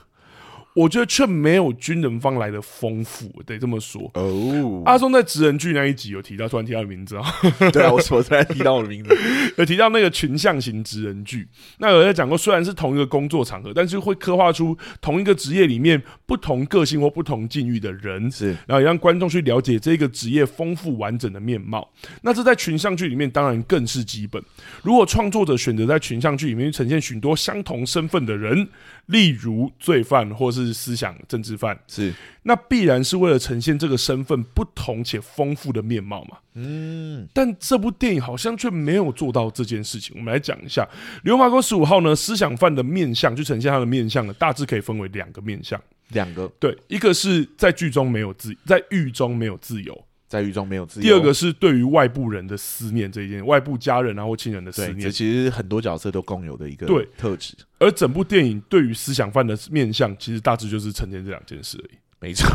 [SPEAKER 1] 我觉得却没有军人方来的丰富，得这么说。
[SPEAKER 2] 哦
[SPEAKER 1] 阿松在职人剧那一集有提到，突然提到名字啊，
[SPEAKER 2] 对啊，我我突然提到我的名字，
[SPEAKER 1] 有提到那个群像型职人剧，那有在讲过，虽然是同一个工作场合，但是会刻画出同一个职业里面不同个性或不同境遇的人，
[SPEAKER 2] 是
[SPEAKER 1] 然后也让观众去了解这个职业丰富完整的面貌。那这在群像剧里面当然更是基本。如果创作者选择在群像剧里面呈现许多相同身份的人，例如罪犯或是思想政治犯，
[SPEAKER 2] 是，
[SPEAKER 1] 那必然是为了呈现这个身份不同且丰富的面貌嘛。
[SPEAKER 2] 嗯，
[SPEAKER 1] 但这部电影好像却没有做到这件事情。我们来讲一下《流氓哥十五号》呢，思想犯的面相，去呈现他的面相呢，大致可以分为两个面相。
[SPEAKER 2] 两个
[SPEAKER 1] 对，一个是在剧中没有自，在狱中没有自由；
[SPEAKER 2] 在狱中没有自由。
[SPEAKER 1] 第二个是对于外部人的思念这一件，外部家人啊或亲人的思
[SPEAKER 2] 对，这
[SPEAKER 1] 念。
[SPEAKER 2] 其实很多角色都共有的一个
[SPEAKER 1] 对
[SPEAKER 2] 特质，
[SPEAKER 1] 而整部电影对于思想犯的面相，其实大致就是呈现这两件事而已。
[SPEAKER 2] 没 错，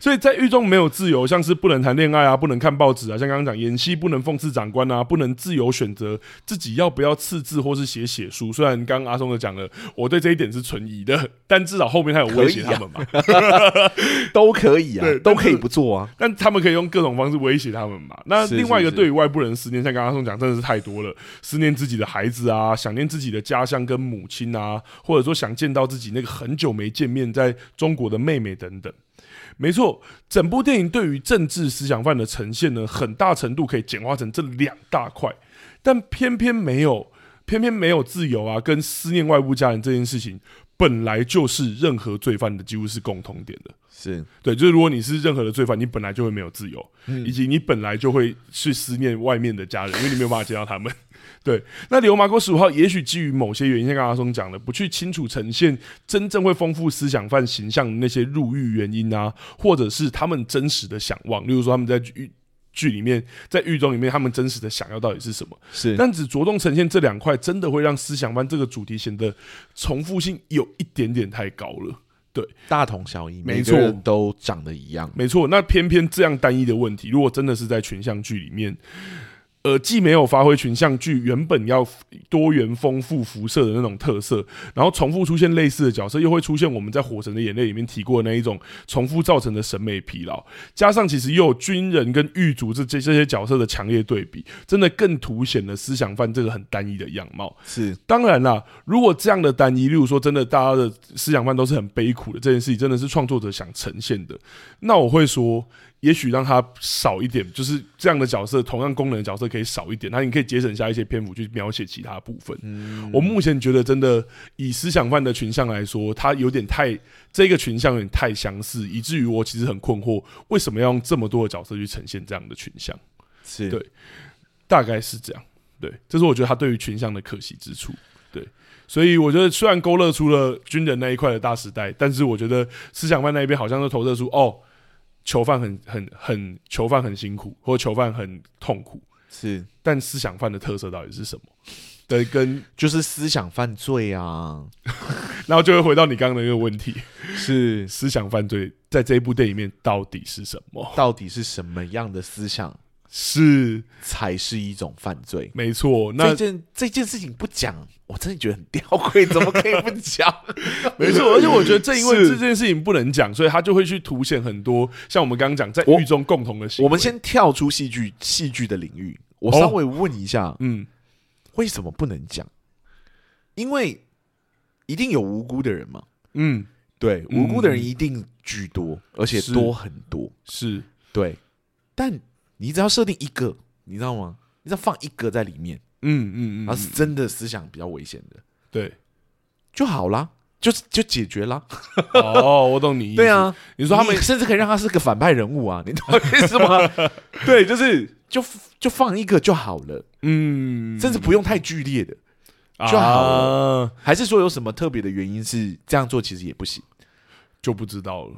[SPEAKER 1] 所以在狱中没有自由，像是不能谈恋爱啊，不能看报纸啊，像刚刚讲演戏不能讽刺长官啊，不能自由选择自己要不要刺字或是写血书。虽然刚刚阿松哥讲了，我对这一点是存疑的，但至少后面他有威胁
[SPEAKER 2] 啊
[SPEAKER 1] 他们嘛，
[SPEAKER 2] 都可以啊
[SPEAKER 1] 对，但
[SPEAKER 2] 都可以
[SPEAKER 1] 是
[SPEAKER 2] 不做啊，
[SPEAKER 1] 但他们可以用各种方式威胁他们嘛。那
[SPEAKER 2] 是
[SPEAKER 1] 另外一个
[SPEAKER 2] 是是
[SPEAKER 1] 对于外部人的思念，像刚刚阿松讲，真的是太多了，思念自己的孩子啊，想念自己的家乡跟母亲啊，或者说想见到自己那个很久没见面在中国的妹妹等等。没错，整部电影对于政治思想犯的呈现呢，很大程度可以简化成这两大块，但偏偏没有，偏偏没有自由啊，跟思念外部家人这件事情，本来就是任何罪犯的几乎是共同点的。
[SPEAKER 2] 是
[SPEAKER 1] 对，就是如果你是任何的罪犯，你本来就会没有自由，
[SPEAKER 2] 嗯
[SPEAKER 1] 以及你本来就会去思念外面的家人，因为你没有办法见到他们。对，那《流麻沟十五号》也许基于某些原因，像刚刚阿松讲的，不去清楚呈现真正会丰富思想犯形象的那些入狱原因啊，或者是他们真实的想望，例如说他们在狱剧里面，在狱中里面，他们真实的想要到底是什么。
[SPEAKER 2] 是，
[SPEAKER 1] 但只着重呈现这两块，真的会让思想犯这个主题显得重复性有一点点太高了。
[SPEAKER 2] 大同小异，
[SPEAKER 1] 没
[SPEAKER 2] 每个
[SPEAKER 1] 错
[SPEAKER 2] 人都长得一样，
[SPEAKER 1] 没错，那偏偏这样单一的问题，如果真的是在群像剧里面，呃，既没有发挥群像剧原本要多元丰富辐射的那种特色，然后重复出现类似的角色，又会出现我们在《火神的眼泪》里面提过的那一种重复造成的审美疲劳，加上其实又有军人跟狱卒这这这些角色的强烈对比，真的更凸显了思想犯这个很单一的样貌。
[SPEAKER 2] 是
[SPEAKER 1] 当然啦，如果这样的单一，例如说真的大家的思想犯都是很悲苦的这件事情，真的是创作者想呈现的，那我会说，也许让它少一点，就是这样的角色，同样功能的角色可以少一点，那你可以节省下一些篇幅去描写其他部分。我目前觉得真的以思想犯的群像来说，它有点太这个群像有点太相似，以至于我其实很困惑，为什么要用这么多的角色去呈现这样的群像？
[SPEAKER 2] 是，
[SPEAKER 1] 对大概是这样。对，这是我觉得他对于群像的可惜之处。对，所以我觉得虽然勾勒出了军人那一块的大时代，但是我觉得思想犯那一边好像都投射出哦，囚犯很很很囚犯很辛苦，或囚犯很痛苦，
[SPEAKER 2] 是
[SPEAKER 1] 但思想犯的特色到底是什么？对，跟
[SPEAKER 2] 就是思想犯罪啊，
[SPEAKER 1] 然后就会回到你刚刚的那个问题：
[SPEAKER 2] 是
[SPEAKER 1] 思想犯罪在这一部电影里面到底是什么？
[SPEAKER 2] 到底是什么样的思想
[SPEAKER 1] 是
[SPEAKER 2] 才是一种犯罪？
[SPEAKER 1] 没错，那
[SPEAKER 2] 这件这件事情不讲，我真的觉得很吊诡，怎么可以不讲？
[SPEAKER 1] 没错，而且我觉得正因为
[SPEAKER 2] 是
[SPEAKER 1] 这件事情不能讲，所以他就会去凸显很多像我们刚刚讲在
[SPEAKER 2] 我
[SPEAKER 1] 狱中共同的行为。
[SPEAKER 2] 我们先跳出戏剧戏剧的领域，我
[SPEAKER 1] 哦
[SPEAKER 2] 稍微问一下，
[SPEAKER 1] 嗯，
[SPEAKER 2] 为什么不能讲？因为一定有无辜的人嘛，
[SPEAKER 1] 嗯
[SPEAKER 2] 对，
[SPEAKER 1] 嗯
[SPEAKER 2] 无辜的人一定居多，而且
[SPEAKER 1] 是
[SPEAKER 2] 多很多，
[SPEAKER 1] 是
[SPEAKER 2] 对。但你只要设定一个，你知道吗？你只要放一个在里面，
[SPEAKER 1] 嗯嗯嗯
[SPEAKER 2] 然后是
[SPEAKER 1] 嗯，
[SPEAKER 2] 真的思想比较危险的
[SPEAKER 1] 对。
[SPEAKER 2] 就好啦，就就解决啦。
[SPEAKER 1] 哦，我懂你意思。
[SPEAKER 2] 对，啊，
[SPEAKER 1] 你说他们
[SPEAKER 2] 你甚至可以让他是个反派人物啊，你懂我意思吗？对，就是就就放一个就好了，
[SPEAKER 1] 嗯，
[SPEAKER 2] 甚至不用太剧烈的。就好了。
[SPEAKER 1] 啊，
[SPEAKER 2] 还是说有什么特别的原因是这样做其实也不行？
[SPEAKER 1] 就不知道了。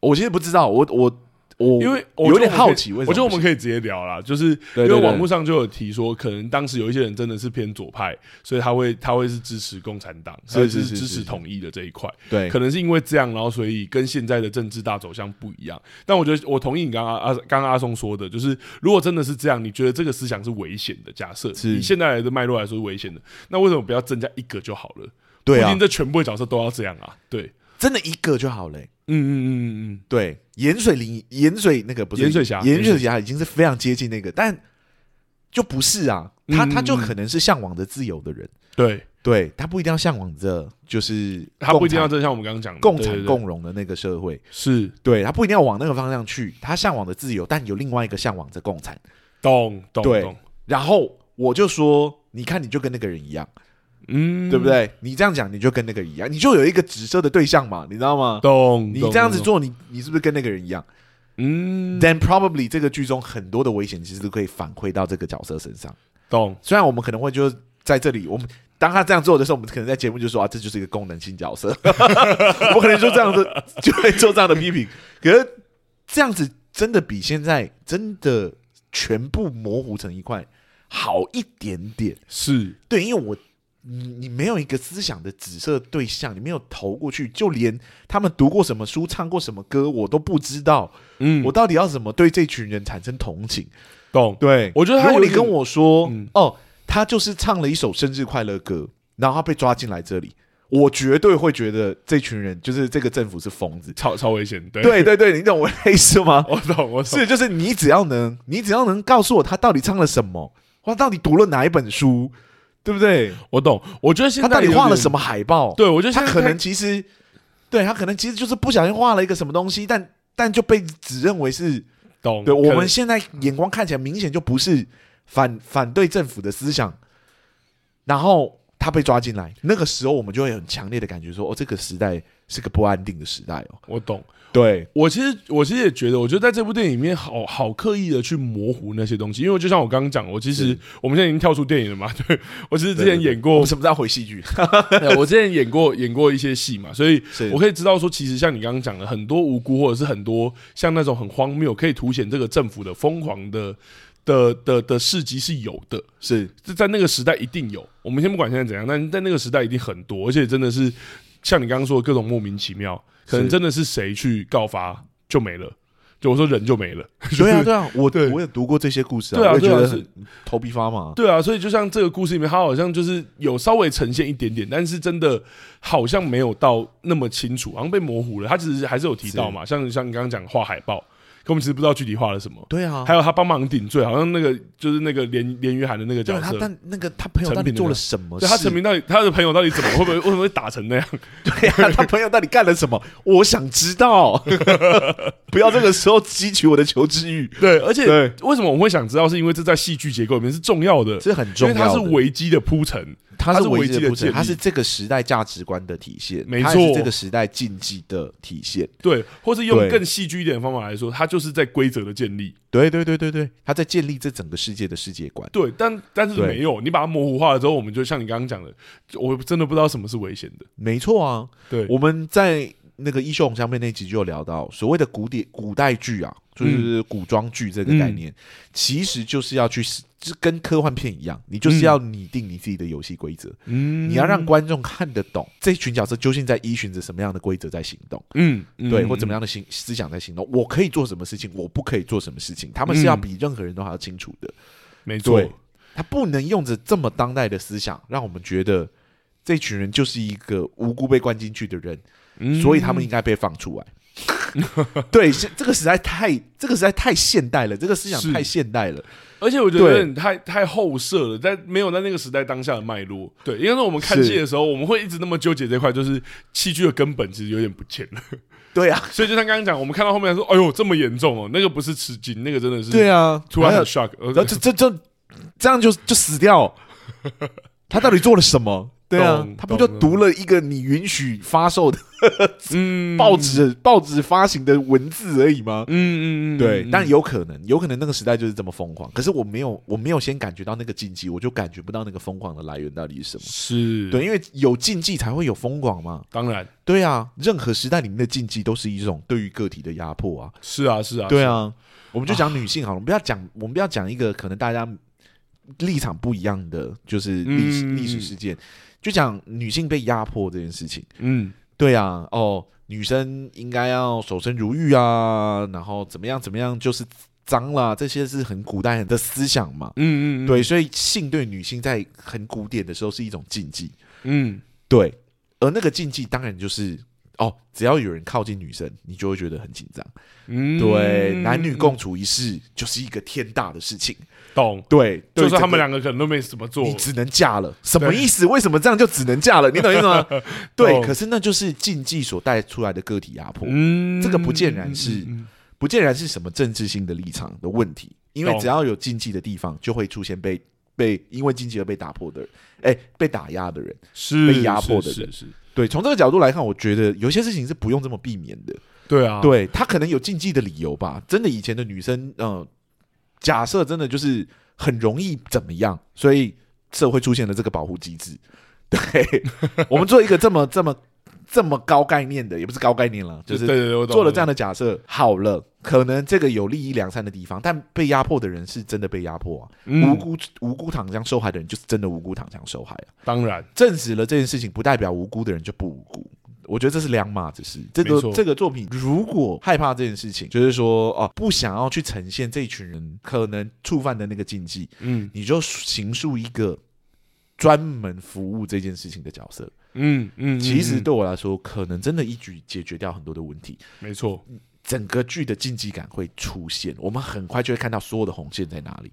[SPEAKER 2] 我其实不知道，我我我
[SPEAKER 1] 因为我觉
[SPEAKER 2] 有
[SPEAKER 1] 得
[SPEAKER 2] 点
[SPEAKER 1] 我们可以
[SPEAKER 2] 好奇，为什么
[SPEAKER 1] 我觉得我
[SPEAKER 2] 不
[SPEAKER 1] 们
[SPEAKER 2] 行
[SPEAKER 1] 可以直接聊啦，就是因
[SPEAKER 2] 对
[SPEAKER 1] 为
[SPEAKER 2] 对对
[SPEAKER 1] 网络上就有提说，可能当时有一些人真的是偏左派，所以他会他会是支持共产党，
[SPEAKER 2] 是
[SPEAKER 1] 所以
[SPEAKER 2] 是是
[SPEAKER 1] 支
[SPEAKER 2] 是
[SPEAKER 1] 持
[SPEAKER 2] 是
[SPEAKER 1] 统一的这一块。
[SPEAKER 2] 对
[SPEAKER 1] 可能是因为这样，然后所以跟现在的政治大走向不一样。但我觉得我同意你刚刚阿刚刚阿松说的，就是如果真的是这样，你觉得这个思想是危险的？假设
[SPEAKER 2] 是
[SPEAKER 1] 以现在来的脉络来说是危险的，那为什么不要增加一个就好了？
[SPEAKER 2] 对
[SPEAKER 1] 不一
[SPEAKER 2] 啊
[SPEAKER 1] 定，这全部的角色都要这样啊？对，
[SPEAKER 2] 真的一个就好了欸、
[SPEAKER 1] 嗯嗯嗯嗯
[SPEAKER 2] 对，盐水林盐水那个不是
[SPEAKER 1] 盐水峡
[SPEAKER 2] 盐水峡已经是非常接近那个，但就不是啊，他
[SPEAKER 1] 嗯
[SPEAKER 2] 他就可能是向往着自由的人，
[SPEAKER 1] 嗯，对，
[SPEAKER 2] 对他不一定要向往着就是
[SPEAKER 1] 他不一定要
[SPEAKER 2] 共产
[SPEAKER 1] 真的像我们刚刚讲的
[SPEAKER 2] 共
[SPEAKER 1] 对对
[SPEAKER 2] 产
[SPEAKER 1] 对
[SPEAKER 2] 共荣的那个社会，
[SPEAKER 1] 是
[SPEAKER 2] 对他不一定要往那个方向去，他向往的自由，但有另外一个向往着共产，
[SPEAKER 1] 懂懂
[SPEAKER 2] 对
[SPEAKER 1] 懂，
[SPEAKER 2] 然后我就说。你看，你就跟那个人一样，
[SPEAKER 1] 嗯，
[SPEAKER 2] 对不？对？你这样讲，你就跟那个人一样，你就有一个指涉的对象嘛，你知道吗？
[SPEAKER 1] 懂，
[SPEAKER 2] 你
[SPEAKER 1] 懂
[SPEAKER 2] 这样子，
[SPEAKER 1] 懂
[SPEAKER 2] 做，你你是不是跟那个人一样？
[SPEAKER 1] 嗯，
[SPEAKER 2] then probably 这个剧中很多的危险其实都可以反馈到这个角色身上。
[SPEAKER 1] 懂，
[SPEAKER 2] 虽然我们可能会就在这里，我们当他这样做的时候，我们可能在节目就说啊，这就是一个功能性 角色，我可能就这样子就会做这样的批评。可是这样子真的比现在真的全部模糊成一块好一点点。
[SPEAKER 1] 是
[SPEAKER 2] 对，因为我你你没有一个思想的指涉对象，你没有投过去，就连他们读过什么书、唱过什么歌，我都不知道。
[SPEAKER 1] 嗯，
[SPEAKER 2] 我到底要怎么对这群人产生同情？
[SPEAKER 1] 懂，
[SPEAKER 2] 对
[SPEAKER 1] 我觉得他
[SPEAKER 2] 如果
[SPEAKER 1] 有
[SPEAKER 2] 你
[SPEAKER 1] 点
[SPEAKER 2] 跟我说，
[SPEAKER 1] 嗯
[SPEAKER 2] 哦，他就是唱了一首生日快乐歌，然后他被抓进来这里，我绝对会觉得这群人就是这个政府是疯子。
[SPEAKER 1] 超超危险，对，
[SPEAKER 2] 对对对，你懂我的意思吗？
[SPEAKER 1] 我懂，我懂，
[SPEAKER 2] 是，就是你只要能，你只要能告诉我他到底唱了什么，或他到底读了哪一本书，对不对？
[SPEAKER 1] 我懂，我觉得现
[SPEAKER 2] 他
[SPEAKER 1] 在
[SPEAKER 2] 到底画了什
[SPEAKER 1] 么？
[SPEAKER 2] 么海报？
[SPEAKER 1] 对，我觉得
[SPEAKER 2] 他
[SPEAKER 1] 现在
[SPEAKER 2] 可
[SPEAKER 1] 太
[SPEAKER 2] 能其实，对他可能其实就是不小心画了一个什么东西，但但就被指认为是
[SPEAKER 1] 懂，
[SPEAKER 2] 对，
[SPEAKER 1] 可
[SPEAKER 2] 我们
[SPEAKER 1] 能
[SPEAKER 2] 现在眼光看起来明显就不是反反对政府的思想，然后他被抓进来，那个时候我们就会很强烈的感觉说，哦，这个时代是个不安定的时代哦。
[SPEAKER 1] 我懂。
[SPEAKER 2] 对，
[SPEAKER 1] 我其实我其实也觉得，我觉得在这部电影里面好好刻意的去模糊那些东西，因为就像我刚刚讲，我其实
[SPEAKER 2] 是
[SPEAKER 1] 我们现在已经跳出电影了嘛， 对我其实之前演
[SPEAKER 2] 我
[SPEAKER 1] 过
[SPEAKER 2] 们，什么时候要回戏剧？
[SPEAKER 1] 对我之前演过演过一些戏嘛，所以
[SPEAKER 2] 是
[SPEAKER 1] 我可以知道说，其实像你刚刚讲的，很多无辜或者是很多像那种很荒谬，可以凸显这个政府的疯狂的的的的事迹是有的，
[SPEAKER 2] 是
[SPEAKER 1] 这在那个时代一定有。我们先不管现在怎样，但在那个时代一定很多，而且真的是像你刚刚说的各种莫名其妙，可能
[SPEAKER 2] 是
[SPEAKER 1] 真的是谁去告发就没了，就我说人就没了。
[SPEAKER 2] 对啊，对啊，我
[SPEAKER 1] 对
[SPEAKER 2] 我也读过这些故事
[SPEAKER 1] 对啊
[SPEAKER 2] 我也觉
[SPEAKER 1] 对啊
[SPEAKER 2] 得
[SPEAKER 1] 是
[SPEAKER 2] 很头皮发麻。
[SPEAKER 1] 对啊，所以就像这个故事里面，它好像就是有稍微呈现一点点，但是真的好像没有到那么清楚，好像被模糊了。他其实还是有提到嘛，像像你刚刚讲画海报，可我们其实不知道具体画了什么。
[SPEAKER 2] 对啊
[SPEAKER 1] 还，有他帮忙顶罪，好像那个就是那个连连于涵的那个
[SPEAKER 2] 对
[SPEAKER 1] 角
[SPEAKER 2] 啊，他
[SPEAKER 1] 色，
[SPEAKER 2] 但那个他朋友
[SPEAKER 1] 成
[SPEAKER 2] 到底
[SPEAKER 1] 品的
[SPEAKER 2] 做
[SPEAKER 1] 那个
[SPEAKER 2] 了什么事？啊
[SPEAKER 1] 对他成名到底他的朋友到底怎么会不会为什么会打成那样？
[SPEAKER 2] 对啊，他朋友到底干了什么？我想知道， 不要这个时候激起我的求知欲，
[SPEAKER 1] 对，而且
[SPEAKER 2] 对
[SPEAKER 1] 为什么我们会想知道，是因为这在戏剧结构里面是重要的，
[SPEAKER 2] 这很
[SPEAKER 1] 因
[SPEAKER 2] 重
[SPEAKER 1] 为
[SPEAKER 2] 要
[SPEAKER 1] 它
[SPEAKER 2] 的。
[SPEAKER 1] 是危机的铺陈。
[SPEAKER 2] 它
[SPEAKER 1] 它
[SPEAKER 2] 是
[SPEAKER 1] 是
[SPEAKER 2] 危
[SPEAKER 1] 危
[SPEAKER 2] 机
[SPEAKER 1] 机
[SPEAKER 2] 的
[SPEAKER 1] 的
[SPEAKER 2] 铺
[SPEAKER 1] 建
[SPEAKER 2] 陈，
[SPEAKER 1] 立
[SPEAKER 2] 它是这个时代价值观的体现，
[SPEAKER 1] 没
[SPEAKER 2] 它也是
[SPEAKER 1] 错
[SPEAKER 2] 这个时代禁忌的体现。
[SPEAKER 1] 对，或是用
[SPEAKER 2] 对
[SPEAKER 1] 更戏剧一点的方法来说，它就是在规则的建立。
[SPEAKER 2] 对对对对对，它在建立这整个世界的世界观。
[SPEAKER 1] 对，但但是
[SPEAKER 2] 对
[SPEAKER 1] 没有，你把它模糊化了之后，我们就像你刚刚讲的，我真的不知道什么是危险的。
[SPEAKER 2] 没错啊，
[SPEAKER 1] 对，
[SPEAKER 2] 我们在那个《衣袖红香妹》那集就有聊到，所谓的古典古代剧啊，就是
[SPEAKER 1] 嗯
[SPEAKER 2] 古装剧这个概念，其实就是要去，就跟科幻片一样，你就是要拟定你自己的游戏规则，
[SPEAKER 1] 嗯
[SPEAKER 2] 你要让观众看得懂这群角色究竟在依循着什么样的规则在行动。
[SPEAKER 1] 嗯
[SPEAKER 2] 对，或怎
[SPEAKER 1] 样，
[SPEAKER 2] 么样的行思想在行动，我可以做什么事情，我不可以做什么事情，他们是要比任何人都还要清楚的。
[SPEAKER 1] 没错
[SPEAKER 2] 对，，他不能用着这么当代的思想，让我们觉得这群人就是一个无辜被关进去的人，
[SPEAKER 1] 嗯
[SPEAKER 2] 所以他们应该被放 出来。对，是这个实在太，这个实在太现代了，这个思想
[SPEAKER 1] 是
[SPEAKER 2] 太现代了。
[SPEAKER 1] 而且我觉得
[SPEAKER 2] 对
[SPEAKER 1] 有点太太后设了，但没有在那个时代当下的脉络。对，因为我们看
[SPEAKER 2] 是
[SPEAKER 1] 戏的时候，我们会一直那么纠结这块，就是戏剧的根本其实有点不见了。
[SPEAKER 2] 对啊，
[SPEAKER 1] 所以就像刚刚讲，我们看到后面说，哎呦这么严重哦，那个不是吃惊，那个真的是
[SPEAKER 2] 对啊，
[SPEAKER 1] 突然
[SPEAKER 2] 还有
[SPEAKER 1] 很 shock，呃
[SPEAKER 2] 然后这这这这样就就死掉，他到底做了什么？对啊
[SPEAKER 1] 懂，
[SPEAKER 2] 他不就
[SPEAKER 1] 懂
[SPEAKER 2] 读了一个你允许发售的
[SPEAKER 1] 嗯
[SPEAKER 2] 报，纸、报纸发行的文字而已吗？
[SPEAKER 1] 嗯嗯嗯，
[SPEAKER 2] 对，但
[SPEAKER 1] 有
[SPEAKER 2] 有可能，有可能那个时代就是这么疯狂。可是我没有，我没有先感觉到那个禁忌，我就感觉不到那个疯狂的来源到底是什么。
[SPEAKER 1] 是，
[SPEAKER 2] 对，，因为有禁忌才会有疯狂嘛。
[SPEAKER 1] 当然
[SPEAKER 2] 对啊，任何时代里面的禁忌都是一种对于个体的压迫啊。
[SPEAKER 1] 是啊是啊，
[SPEAKER 2] 对
[SPEAKER 1] 是，
[SPEAKER 2] 啊，我们就讲女性好了，我们不要讲，我们不要讲一个可能大家立场不一样的，就是历史
[SPEAKER 1] 嗯
[SPEAKER 2] 历史事件，就讲女性被压迫这件事情。
[SPEAKER 1] 嗯，
[SPEAKER 2] 对啊，哦，女生应该要守身如玉啊，然后怎么样怎么样就是脏啦，这些是很古代的思想嘛。
[SPEAKER 1] 嗯嗯，嗯，
[SPEAKER 2] 对，所以性对女性在很古典的时候是一种禁忌。
[SPEAKER 1] 嗯，
[SPEAKER 2] 对，而那个禁忌当然就是哦，只要有人靠近女生，你就会觉得很紧张。
[SPEAKER 1] 嗯，
[SPEAKER 2] 对，男女共处一室就是一个天大的事情。
[SPEAKER 1] 懂，
[SPEAKER 2] 对，对
[SPEAKER 1] 就是他
[SPEAKER 2] 整
[SPEAKER 1] 们
[SPEAKER 2] 个
[SPEAKER 1] 两个可能都没怎么做，
[SPEAKER 2] 你只能嫁了，什么
[SPEAKER 1] 对
[SPEAKER 2] 意思？为什么这样就只能嫁了？你懂意思 吗？对，
[SPEAKER 1] 懂
[SPEAKER 2] 可是那就是禁忌所带出来的个体压迫，
[SPEAKER 1] 嗯，
[SPEAKER 2] 这个不见然是
[SPEAKER 1] 嗯，嗯
[SPEAKER 2] 不见然是什么政治性的立场的问题，因为
[SPEAKER 1] 懂
[SPEAKER 2] 只要有禁忌的地方，就会出现被被因为禁忌而被打破的人，哎，被打压的人。
[SPEAKER 1] 嗯是
[SPEAKER 2] 被压迫的
[SPEAKER 1] 是
[SPEAKER 2] 人
[SPEAKER 1] 是，是
[SPEAKER 2] 对，从这个角度来看，我觉得有些事情是不用这么避免的。
[SPEAKER 1] 对啊，，
[SPEAKER 2] 对他可能有禁忌的理由吧。真的，以前的女生，嗯、假设真的就是很容易怎么样，所以社会出现了这个保护机制。 对我们做一个这么这么这么高概念的，也不是高概念了，就
[SPEAKER 1] 对
[SPEAKER 2] 是
[SPEAKER 1] 对对，我懂
[SPEAKER 2] 做了这样
[SPEAKER 1] 的，
[SPEAKER 2] 的假设，好了，可能这个有利益良善的地方，但被压迫的人是真的被压迫啊，
[SPEAKER 1] 嗯
[SPEAKER 2] 无辜无辜躺枪受害的人就是真的无辜躺枪受害啊。
[SPEAKER 1] 当然
[SPEAKER 2] 证实了这件事情，不代表无辜的人就不无辜。我觉得这是两码子事。这
[SPEAKER 1] 没
[SPEAKER 2] 个
[SPEAKER 1] 错
[SPEAKER 2] 这个作品如果害怕这件事情，就是说哦、不想要去呈现这一群人可能触犯的那个禁忌，
[SPEAKER 1] 嗯
[SPEAKER 2] 你就形塑一个专门服务这件事情的角色。
[SPEAKER 1] 嗯嗯，嗯
[SPEAKER 2] 其实
[SPEAKER 1] 嗯
[SPEAKER 2] 对我来说，可能真的一举解决掉很多的问题。
[SPEAKER 1] 没错，
[SPEAKER 2] 整个剧的禁忌感会出现，我们很快就会看到所有的红线在哪里。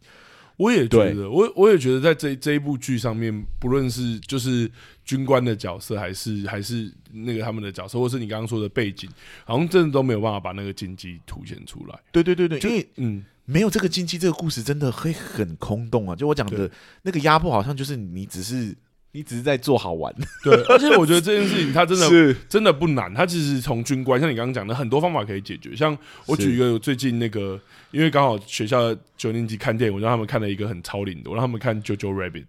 [SPEAKER 1] 我也觉
[SPEAKER 2] 对
[SPEAKER 1] 得，我我也觉得，在这这一部剧上面，不论是就是军官的角色，还是还是那个他们的角色，或是你刚刚说的背景，好像真的都没有办法把那个禁忌凸显出来。
[SPEAKER 2] 对对对对，因为
[SPEAKER 1] 嗯，
[SPEAKER 2] 没有这个禁忌，这个故事真的会很空洞啊！就我讲的
[SPEAKER 1] 对
[SPEAKER 2] 那个压迫，好像就是你只是你只是在做好玩，
[SPEAKER 1] 对，而且我觉得这件事情它真的
[SPEAKER 2] 是
[SPEAKER 1] 真的不难，它其实从军官，像你刚刚讲的，很多方法可以解决。像我
[SPEAKER 2] 是
[SPEAKER 1] 举一个，我最近那个，因为刚好学校九年级看电影，我让他们看了一个很超龄的，我让他们看《JoJo Rabbit》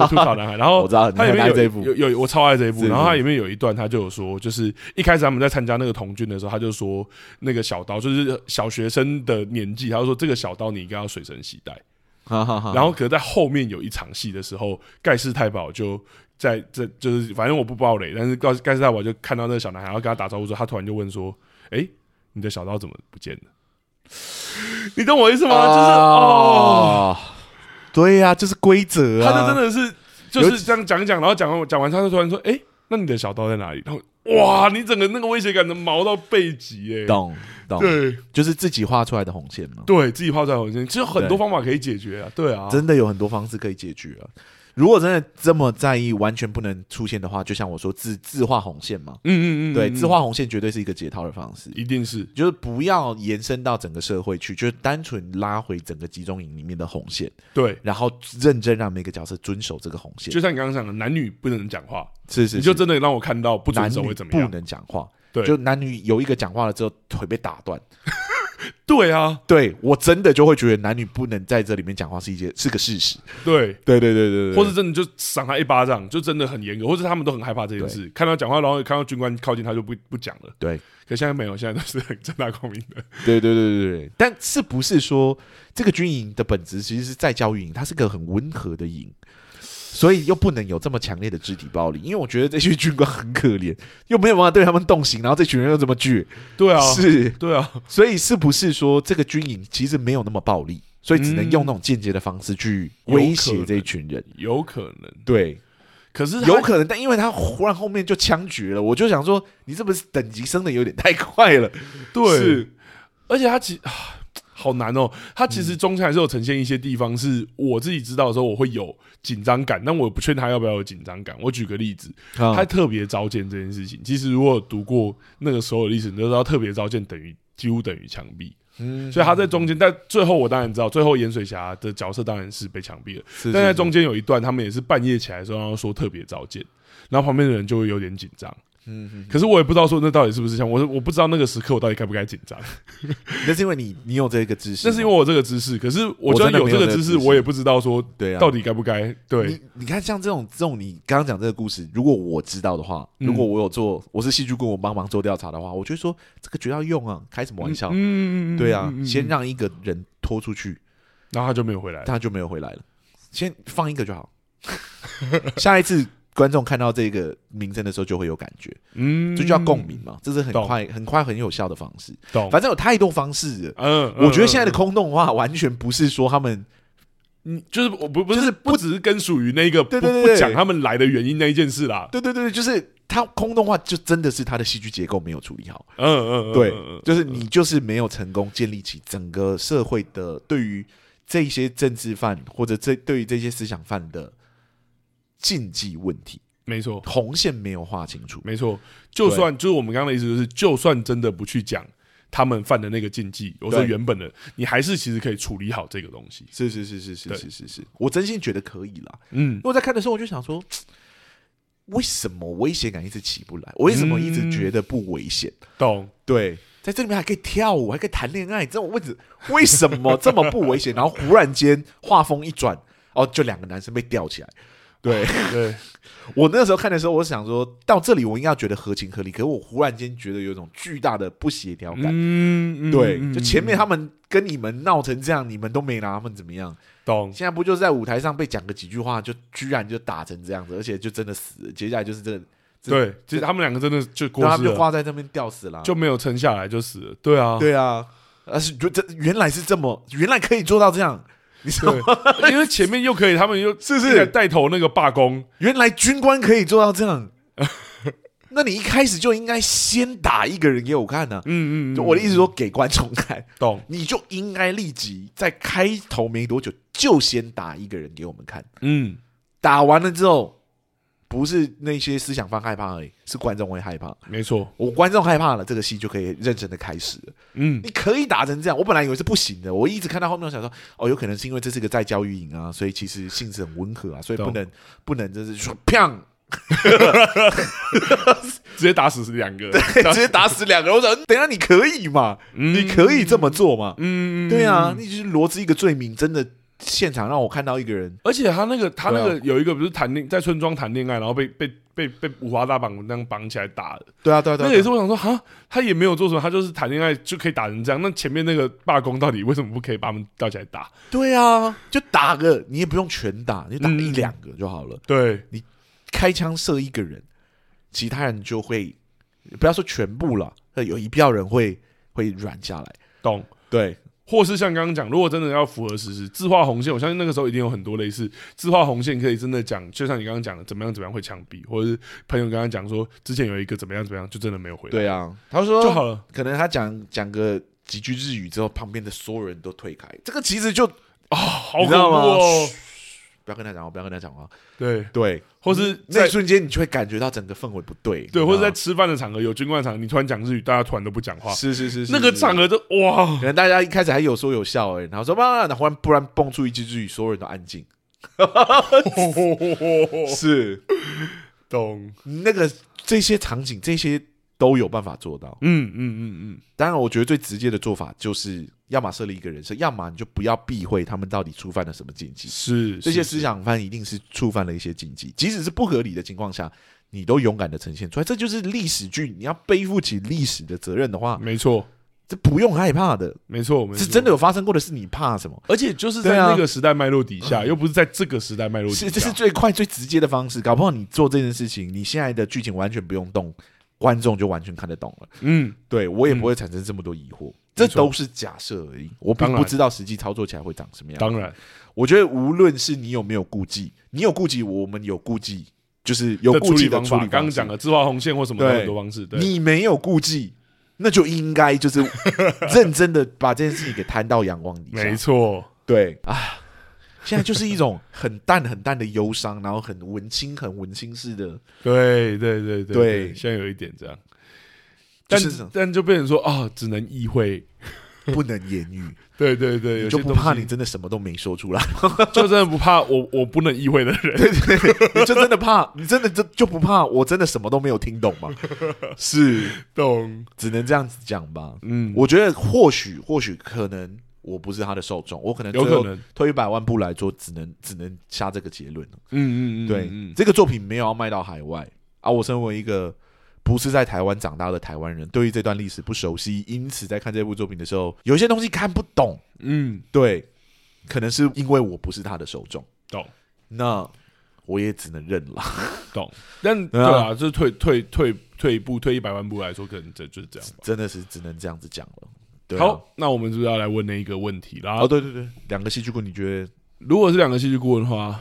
[SPEAKER 1] 就吐槽男孩，然后
[SPEAKER 2] 我知道
[SPEAKER 1] 它里
[SPEAKER 2] 你很
[SPEAKER 1] 面
[SPEAKER 2] 爱
[SPEAKER 1] 有
[SPEAKER 2] 这一部
[SPEAKER 1] 有有有我超爱这一部，
[SPEAKER 2] 是
[SPEAKER 1] 然后它里面有一段，他就有说，就是一开始他们在参加那个童军的时候，他就说那个小刀就是小学生的年纪，他就说这个小刀你应该要随身携带。
[SPEAKER 2] 哈哈哈。
[SPEAKER 1] 然后可在后面有一场戏的时候，盖世太保就在这就是反正我不爆雷，但是盖盖世太保就看到那个小男孩，然后跟他打招呼之后，他突然就问说：“哎、你的小刀怎么不见了？”你懂我意思
[SPEAKER 2] 啊
[SPEAKER 1] 吗？啊就是哦，
[SPEAKER 2] 哦，对呀、就是规则啊，
[SPEAKER 1] 他就真的是就
[SPEAKER 2] 尤
[SPEAKER 1] 是这样讲一讲，然后讲完讲完，他就突然说：“哎、那你的小刀在哪里？”然后哇，你整个那个威胁感能毛到背脊耶、
[SPEAKER 2] 懂懂，
[SPEAKER 1] 对
[SPEAKER 2] 就是自己画出来的红线嘛，
[SPEAKER 1] 对，自己泡在火箭，其实很
[SPEAKER 2] 对
[SPEAKER 1] 多方法可以解决啊，对啊，
[SPEAKER 2] 真的有很多方式可以解决啊。如果真的这么在意，完全不能出现的话，就像我说自自画红线嘛，
[SPEAKER 1] 嗯嗯嗯，
[SPEAKER 2] 对，
[SPEAKER 1] 嗯
[SPEAKER 2] 自画红线绝对是一个解套的方式。
[SPEAKER 1] 一定是
[SPEAKER 2] 就是不要延伸到整个社会去，就是单纯拉回整个集中营里面的红线，
[SPEAKER 1] 对。
[SPEAKER 2] 然后认真让每个角色遵守这个红线。
[SPEAKER 1] 就像你刚刚讲的，男女不能讲话，
[SPEAKER 2] 是是，
[SPEAKER 1] 你就是真的让我看到不
[SPEAKER 2] 男
[SPEAKER 1] 遵守
[SPEAKER 2] 女
[SPEAKER 1] 会怎么
[SPEAKER 2] 不
[SPEAKER 1] 样？
[SPEAKER 2] 能讲话，
[SPEAKER 1] 对
[SPEAKER 2] 就男女有一个讲话了之后腿被打断。
[SPEAKER 1] 对啊，
[SPEAKER 2] 对我真的就会觉得男女不能在这里面讲话是一件是个事实。
[SPEAKER 1] 对，
[SPEAKER 2] 对对对对
[SPEAKER 1] 或是真的就赏他一巴掌，就真的很严格，或者他们都很害怕这件事。看到讲话，然后看到军官靠近他就不不讲了。
[SPEAKER 2] 对
[SPEAKER 1] 可现在没有，现在都是 很正大光明 的。
[SPEAKER 2] 对对对对对对。但是不是说这个军营的本质其实是在教育营，它是个很温和的营。所以又不能有这么强烈的肢体暴力，因为我觉得这些军官很可怜，又没有办法对他们动刑，然后这群人又这么倔，
[SPEAKER 1] 对啊，
[SPEAKER 2] 是
[SPEAKER 1] 对啊，
[SPEAKER 2] 所以是不是说这个军营其实没有那么暴力，所以只能用那种间接的方式去威胁这一群人？
[SPEAKER 1] 嗯有可能。
[SPEAKER 2] 对，
[SPEAKER 1] 可是他
[SPEAKER 2] 有可能，但因为他忽然后面就枪决了，我就想说，你是不是等级升的有点太快了？
[SPEAKER 1] 对
[SPEAKER 2] 是，
[SPEAKER 1] 而且他其啊好难哦。他其
[SPEAKER 2] 嗯
[SPEAKER 1] 实中间还是有呈现一些地方是我自己知道的时候，我会有紧张感，但我不确定他要不要有紧张感。我举个例子，他
[SPEAKER 2] 他
[SPEAKER 1] 特别召见这件事情，其实如果有读过那个时候的历史，你就知道特别召见等于几乎等于枪毙。
[SPEAKER 2] 嗯，
[SPEAKER 1] 所以他在中间，但最后我当然知道，最后盐水侠的角色当然是被枪毙了。
[SPEAKER 2] 是
[SPEAKER 1] 但在
[SPEAKER 2] 是
[SPEAKER 1] 中间有一段，他们也是半夜起来的时候，然后说特别召见，然后旁边的人就会有点紧张。
[SPEAKER 2] 嗯嗯，
[SPEAKER 1] 可是我也不知道说那到底是不是像我，我不知道那个时刻我到底该不该紧张。
[SPEAKER 2] 那是因为你你有这个知识，
[SPEAKER 1] 那是因为我这个知识，可是我
[SPEAKER 2] 我
[SPEAKER 1] 就
[SPEAKER 2] 真
[SPEAKER 1] 算
[SPEAKER 2] 的
[SPEAKER 1] 有
[SPEAKER 2] 没
[SPEAKER 1] 这
[SPEAKER 2] 有
[SPEAKER 1] 个
[SPEAKER 2] 那个
[SPEAKER 1] 知识，
[SPEAKER 2] 知识
[SPEAKER 1] 我也不知道说
[SPEAKER 2] 对啊，
[SPEAKER 1] 到底该不该对。
[SPEAKER 2] 你你看，像这种这种你刚刚讲这个故事，如果我知道的话，
[SPEAKER 1] 嗯
[SPEAKER 2] 如果我有做，我是戏剧顾问，我帮忙做调查的话，我就会说这个绝要用啊，开什么玩笑？
[SPEAKER 1] 嗯
[SPEAKER 2] 对啊，
[SPEAKER 1] 嗯嗯
[SPEAKER 2] 先，
[SPEAKER 1] 嗯嗯嗯
[SPEAKER 2] 让一个人拖出去，
[SPEAKER 1] 然后他就没有回来。
[SPEAKER 2] 他就没有回来了。先放一个就好，下一次观众看到这个名称的时候就会有感觉，
[SPEAKER 1] 嗯，
[SPEAKER 2] 这就叫共鸣嘛，这是很
[SPEAKER 1] 懂
[SPEAKER 2] 快、很快、很有效的方式。
[SPEAKER 1] 懂。
[SPEAKER 2] 反正有太多方式了。
[SPEAKER 1] 嗯，嗯
[SPEAKER 2] 我觉得现在的
[SPEAKER 1] 嗯
[SPEAKER 2] 空洞化完全不是说他们
[SPEAKER 1] 嗯就是我不不
[SPEAKER 2] 就是是
[SPEAKER 1] 不只是跟属于那个不
[SPEAKER 2] 对对对
[SPEAKER 1] 不
[SPEAKER 2] 对
[SPEAKER 1] 讲他们来的原因那一件事啦。
[SPEAKER 2] 对对对，就是它空洞化，就真的是它的戏剧结构没有处理好。
[SPEAKER 1] 嗯嗯，嗯
[SPEAKER 2] 对
[SPEAKER 1] 嗯嗯，
[SPEAKER 2] 就是你就是没有成功建立起整个社会的对于这些政治犯或者这对于这些思想犯的禁忌问题，
[SPEAKER 1] 没错。
[SPEAKER 2] 红线没有画清楚。
[SPEAKER 1] 没错，就
[SPEAKER 2] 对
[SPEAKER 1] 算就是我们刚刚的意思，就是就算真的不去讲他们犯的那个禁忌，我说
[SPEAKER 2] 对
[SPEAKER 1] 原本的，你还是其实可以处理好这个东西。
[SPEAKER 2] 是是是是是
[SPEAKER 1] 对
[SPEAKER 2] 是是是，我真心觉得可以啦。
[SPEAKER 1] 嗯
[SPEAKER 2] 因为我在看的时候，我就想说，为什么危险感一直起不来？我为什么一直觉得不危险？
[SPEAKER 1] 懂。
[SPEAKER 2] 对，在这里面还可以跳舞，还可以谈恋爱，这种位置为什么这么不危险？然后忽然间画风一转，哦，就两个男生被吊起来。对
[SPEAKER 1] 对，
[SPEAKER 2] 我那时候看的时候，我想说到这里我应该要觉得合情合理，可是我忽然间觉得有一种巨大的不协调感。
[SPEAKER 1] 嗯，嗯
[SPEAKER 2] 对，
[SPEAKER 1] 嗯
[SPEAKER 2] 就前面他们跟你们闹成这样，你们都没拿他们怎么样，
[SPEAKER 1] 懂。
[SPEAKER 2] 现在不就是在舞台上被讲个几句话，就居然就打成这样子，而且就真的死了。接下来就是这个，这
[SPEAKER 1] 对，其实他们两个真的就过
[SPEAKER 2] 然后
[SPEAKER 1] 世
[SPEAKER 2] 他们就
[SPEAKER 1] 了，
[SPEAKER 2] 挂在那边吊死了啊。
[SPEAKER 1] 就没有撑下来就死了。对啊，
[SPEAKER 2] 对啊，而是就这原来是这么，原来可以做到这样，你知道吗？
[SPEAKER 1] 对， 因为前面又可以，他们又
[SPEAKER 2] 是不
[SPEAKER 1] 竟然
[SPEAKER 2] 是？
[SPEAKER 1] 带头那个罢工。
[SPEAKER 2] 原来军官可以做到这样， 那你一开始就应该先打一个人给我看呢、
[SPEAKER 1] 嗯嗯，
[SPEAKER 2] 就我的意思
[SPEAKER 1] 思，
[SPEAKER 2] 说，给观众看，
[SPEAKER 1] 懂。
[SPEAKER 2] 你就应该立即在开头没多久就先打一个人给我们看。
[SPEAKER 1] 嗯，
[SPEAKER 2] 打完了之后，不是那些思想犯害怕而已，是观众会害怕。
[SPEAKER 1] 没错。
[SPEAKER 2] 我观众害怕了，这个戏就可以认真的开始了。
[SPEAKER 1] 嗯
[SPEAKER 2] 你可以打成这样，我本来以为是不行的，我一直看到后面，我想说，哦，有可能是因为这是个在教育营啊，所以其实性质很温 和啊，所以
[SPEAKER 1] 懂
[SPEAKER 2] 不能不能就是说 砰，
[SPEAKER 1] 直接打死两个。
[SPEAKER 2] 直接打死两个人。我想，等一下你可以嘛？
[SPEAKER 1] 嗯
[SPEAKER 2] 你可以这么做嘛？
[SPEAKER 1] 嗯，
[SPEAKER 2] 对啊，你就是罗织一个罪名，真的现场让我看到一个人，
[SPEAKER 1] 而且他那个他那
[SPEAKER 2] 对啊
[SPEAKER 1] 个有一个不是谈恋在村庄谈恋爱，然后被被被被五花大绑那样绑起来打的，
[SPEAKER 2] 对啊，对啊，对
[SPEAKER 1] 那
[SPEAKER 2] 啊，
[SPEAKER 1] 个也
[SPEAKER 2] 对啊
[SPEAKER 1] 是我想说哈，他也没有做什么，他就是谈恋爱就可以打成这样。那前面那个罢工到底为什么不可以把他们吊起来打？
[SPEAKER 2] 对啊，就打个，你也不用全打，你就打
[SPEAKER 1] 嗯
[SPEAKER 2] 一两个就好了，
[SPEAKER 1] 对，
[SPEAKER 2] 开枪射一个人，其他人就会，不要说全部了，有一票人会会软下来，
[SPEAKER 1] 懂。
[SPEAKER 2] 对。
[SPEAKER 1] 或是像刚刚讲，如果真的要符合实施自画红线，我相信那个时候一定有很多类似自画红线，可以真的讲，就像你刚刚讲的，怎么样怎么样会枪毙，或者是朋友刚刚讲说，之前有一个怎么样怎么样，就真的没有回来，
[SPEAKER 2] 对啊，他说
[SPEAKER 1] 就好了。
[SPEAKER 2] 可能他讲讲个几句日语之后，旁边的所有人都退开。这个其实就不
[SPEAKER 1] 好
[SPEAKER 2] 你
[SPEAKER 1] 恐
[SPEAKER 2] 知
[SPEAKER 1] 怖
[SPEAKER 2] 道吗
[SPEAKER 1] 哦！
[SPEAKER 2] 要跟他讲话，不要跟他讲哦话。
[SPEAKER 1] 对，
[SPEAKER 2] 对，嗯
[SPEAKER 1] 或是
[SPEAKER 2] 那
[SPEAKER 1] 在
[SPEAKER 2] 一瞬间你就会感觉到整个氛围不对，
[SPEAKER 1] 对，
[SPEAKER 2] 你
[SPEAKER 1] 或
[SPEAKER 2] 知
[SPEAKER 1] 者
[SPEAKER 2] 道
[SPEAKER 1] 在
[SPEAKER 2] 吗
[SPEAKER 1] 吃饭的场合有军官场合，你突然讲日语，大家突然都不讲话，
[SPEAKER 2] 是是是是
[SPEAKER 1] 那个
[SPEAKER 2] 是
[SPEAKER 1] 场合就 哇
[SPEAKER 2] 可能大家一开始还有说有笑哎、然后说嘛，然后忽然不然蹦出一句日语，所有人都安静。是
[SPEAKER 1] 懂，
[SPEAKER 2] 那个这些场景，这些都有办法做到。
[SPEAKER 1] 嗯嗯嗯嗯，
[SPEAKER 2] 当然，我觉得最直接的做法就是，要么设立一个人设，要么你就不要避讳他们到底触犯了什么禁忌。
[SPEAKER 1] 是
[SPEAKER 2] 这些
[SPEAKER 1] 是
[SPEAKER 2] 思想犯一定是触犯了一些禁忌，即使是不合理的情况下，你都勇敢的呈现出来，这就是历史剧，你要背负起历史的责任的话，
[SPEAKER 1] 没错
[SPEAKER 2] 这不用害怕的，
[SPEAKER 1] 没错，没错
[SPEAKER 2] 是真的。有发生过的事，你怕什么？
[SPEAKER 1] 而且就是在
[SPEAKER 2] 对啊
[SPEAKER 1] 那个时代脉络底 下，又不是在这个时代脉络底下，
[SPEAKER 2] 是这是最快最直接的方式，搞不好你做这件事情，你现在的剧情完全不用动，观众就完全看得懂了。
[SPEAKER 1] 嗯，
[SPEAKER 2] 对我也不会产生这么多疑惑，这都是假设而已，我并
[SPEAKER 1] 当然
[SPEAKER 2] 不知道实际操作起来会长什么样。
[SPEAKER 1] 当然
[SPEAKER 2] 我觉得无论是你有没有顾忌，你有顾忌，我们有顾忌，就是有
[SPEAKER 1] 的
[SPEAKER 2] 顾
[SPEAKER 1] 处
[SPEAKER 2] 忌
[SPEAKER 1] 理
[SPEAKER 2] 的
[SPEAKER 1] 方法，
[SPEAKER 2] 处理方式。
[SPEAKER 1] 刚刚讲的自画红线或什么
[SPEAKER 2] 对
[SPEAKER 1] 有很多方式，对，
[SPEAKER 2] 你没有顾忌，那就应 该就是认真的把这件事情给摊到阳光底
[SPEAKER 1] 没
[SPEAKER 2] 下。
[SPEAKER 1] 错，
[SPEAKER 2] 对啊，现在就是一种很淡很淡的忧伤，然后很文青、很文青式的，
[SPEAKER 1] 对对对
[SPEAKER 2] 对
[SPEAKER 1] 对，现在有一点这样，但
[SPEAKER 2] 就是
[SPEAKER 1] 哦但就变成说啊，只能意会，
[SPEAKER 2] 不能言语，
[SPEAKER 1] 对对 对，
[SPEAKER 2] 你
[SPEAKER 1] 有
[SPEAKER 2] 就
[SPEAKER 1] 些
[SPEAKER 2] 不
[SPEAKER 1] 东西
[SPEAKER 2] 怕你真的什么都没说出来，
[SPEAKER 1] 就真的不怕我我不能意会的人，
[SPEAKER 2] 你就真的怕，你真的就就不怕我真的什么都没有听懂吗？ 是，
[SPEAKER 1] 懂？
[SPEAKER 2] 只能这样子讲吧。
[SPEAKER 1] 嗯，
[SPEAKER 2] 我觉得或许或许可能我不是他的受众，我可能
[SPEAKER 1] 有
[SPEAKER 2] 最后
[SPEAKER 1] 可能
[SPEAKER 2] 退一百万步来说，只能只能下这个结论了。
[SPEAKER 1] 嗯嗯嗯，
[SPEAKER 2] 对，
[SPEAKER 1] 嗯
[SPEAKER 2] 这个作品没有要卖到海外啊。我身为一个不是在台湾长大的台湾人，对于这段历史不熟悉，因此在看这部作品的时候，有一些东西看不懂。
[SPEAKER 1] 嗯，
[SPEAKER 2] 对，可能是因为我不是他的受众，
[SPEAKER 1] 懂
[SPEAKER 2] 那我也只能认了。
[SPEAKER 1] 懂。但对
[SPEAKER 2] 对啊
[SPEAKER 1] 啊，就是退退退退一步，退一百万步来说，可能这就是这样吧。
[SPEAKER 2] 真的是只能这样子讲了。对啊、
[SPEAKER 1] 好，那我们是不是要来问那一个问题啦？
[SPEAKER 2] 哦，对对对，两个戏剧顾，你觉得
[SPEAKER 1] 如果是两个戏剧顾问的话，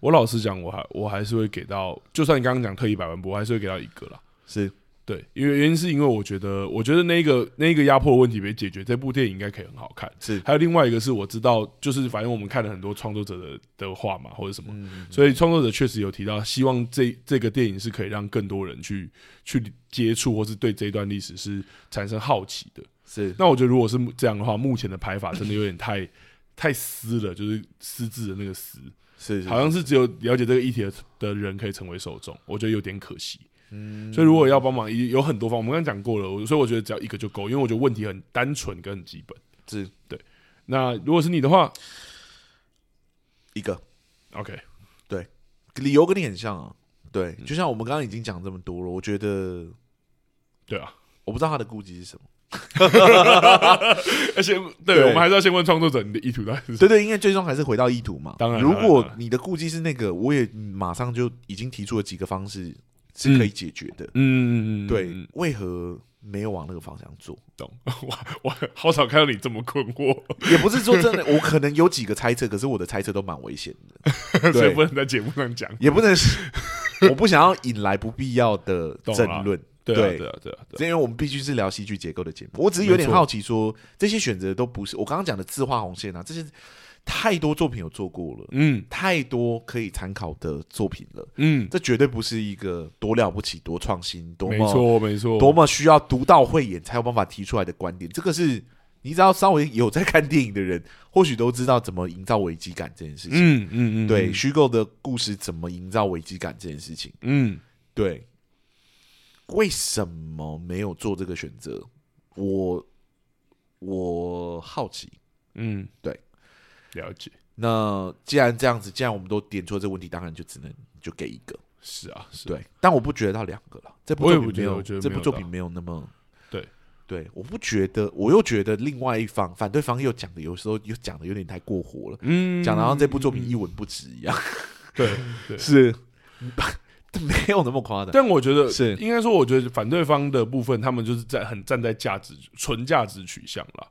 [SPEAKER 1] 我老实讲，我还我还是会给到，就算你刚刚讲退一百万步，我还是会给到一个啦。
[SPEAKER 2] 是
[SPEAKER 1] 对，因为原因是因为我觉得，我觉得那个那个压迫的问题被解决，这部电影应该可以很好看。
[SPEAKER 2] 是
[SPEAKER 1] 还有另外一个是我知道，就是反正我们看了很多创作者的的话嘛，或者什么，
[SPEAKER 2] 嗯
[SPEAKER 1] 所以创作者确实有提到，希望这这个电影是可以让更多人去去接触，或是对这一段历史是产生好奇的。
[SPEAKER 2] 是
[SPEAKER 1] 那我觉得如果是这样的话，目前的拍法真的有点太太私了，就是私自的那个私，
[SPEAKER 2] 是是
[SPEAKER 1] 好像是只有了解这个议题的的人可以成为受众，我觉得有点可惜。
[SPEAKER 2] 嗯
[SPEAKER 1] 所以如果要帮忙，有很多方，我们刚刚讲过了，我所以我觉得只要一个就够，因为我觉得问题很单纯跟很基本。
[SPEAKER 2] 是
[SPEAKER 1] 那如果是你的话
[SPEAKER 2] 一个
[SPEAKER 1] ，OK，
[SPEAKER 2] 理由跟你很像啊。对，
[SPEAKER 1] 嗯
[SPEAKER 2] 就像我们刚刚已经讲这么多了，我觉得
[SPEAKER 1] 对啊，
[SPEAKER 2] 我不知道他的顾忌是什么。
[SPEAKER 1] 而且对
[SPEAKER 2] 对
[SPEAKER 1] 我们还是要先问创作者你的意图到底是什么。
[SPEAKER 2] 对对，因为最终还是回到意图嘛。
[SPEAKER 1] 当然
[SPEAKER 2] 如
[SPEAKER 1] 当然当
[SPEAKER 2] 果
[SPEAKER 1] 然
[SPEAKER 2] 你的顾忌是那个，我也马上就已经提出了几个方式是可以解决的。
[SPEAKER 1] 嗯，
[SPEAKER 2] 对
[SPEAKER 1] 嗯，
[SPEAKER 2] 为何没有往那个方向做？
[SPEAKER 1] 懂。我我好少看到你这么困 惑，
[SPEAKER 2] 也不是说真的，我可能有几个猜测，可是我的猜测都蛮危险的，
[SPEAKER 1] 所以不能在节目上讲。
[SPEAKER 2] 也不 能是，我不想要引来不必要的
[SPEAKER 1] 懂了
[SPEAKER 2] 争论。
[SPEAKER 1] 对啊，
[SPEAKER 2] 对
[SPEAKER 1] 对啊，对啊，对啊，
[SPEAKER 2] 因为我们必须是聊戏剧结构的节目，我只是有点
[SPEAKER 1] 没错
[SPEAKER 2] 好奇说，这些选择都不是我刚刚讲的自画红线啊，这些太多作品有做过了，
[SPEAKER 1] 嗯
[SPEAKER 2] 太多可以参考的作品了，
[SPEAKER 1] 嗯，
[SPEAKER 2] 这绝对不是一个多了不起、多创新、多
[SPEAKER 1] 没
[SPEAKER 2] 么
[SPEAKER 1] 错没错，
[SPEAKER 2] 多么需要独到慧眼才有办法提出来的观点。这个是你只要稍微有在看电影的人， 或许都知道怎么营造危机感这件事情。
[SPEAKER 1] 嗯嗯嗯，
[SPEAKER 2] 对，虚构的故事怎么营造危机感这件事情，
[SPEAKER 1] 嗯，
[SPEAKER 2] 对，为什么没有做这个选择？我我好奇。
[SPEAKER 1] 嗯，
[SPEAKER 2] 对，
[SPEAKER 1] 了解，
[SPEAKER 2] 那既然这样子，既然我们都点出了这个问题，当然就只能就给一个。
[SPEAKER 1] 是啊，是啊，
[SPEAKER 2] 对，但我不觉得到两个了。这部
[SPEAKER 1] 我也
[SPEAKER 2] 作品
[SPEAKER 1] 不觉
[SPEAKER 2] 没
[SPEAKER 1] 得
[SPEAKER 2] 有，
[SPEAKER 1] 我觉得
[SPEAKER 2] 这
[SPEAKER 1] 没
[SPEAKER 2] 部
[SPEAKER 1] 有
[SPEAKER 2] 作
[SPEAKER 1] 到
[SPEAKER 2] 品没有那么
[SPEAKER 1] 对。
[SPEAKER 2] 对，我不觉得，我又觉得另外一方反对方又讲的，有时候又讲的有点太过火了，
[SPEAKER 1] 嗯，
[SPEAKER 2] 讲的好像这部作品一文不值一样。
[SPEAKER 1] 对对。
[SPEAKER 2] 是， 没有那么夸张。
[SPEAKER 1] 但我觉得
[SPEAKER 2] 是
[SPEAKER 1] 应该说，我觉得反对方的部分，他们就是在很站在价值纯价值取向啦，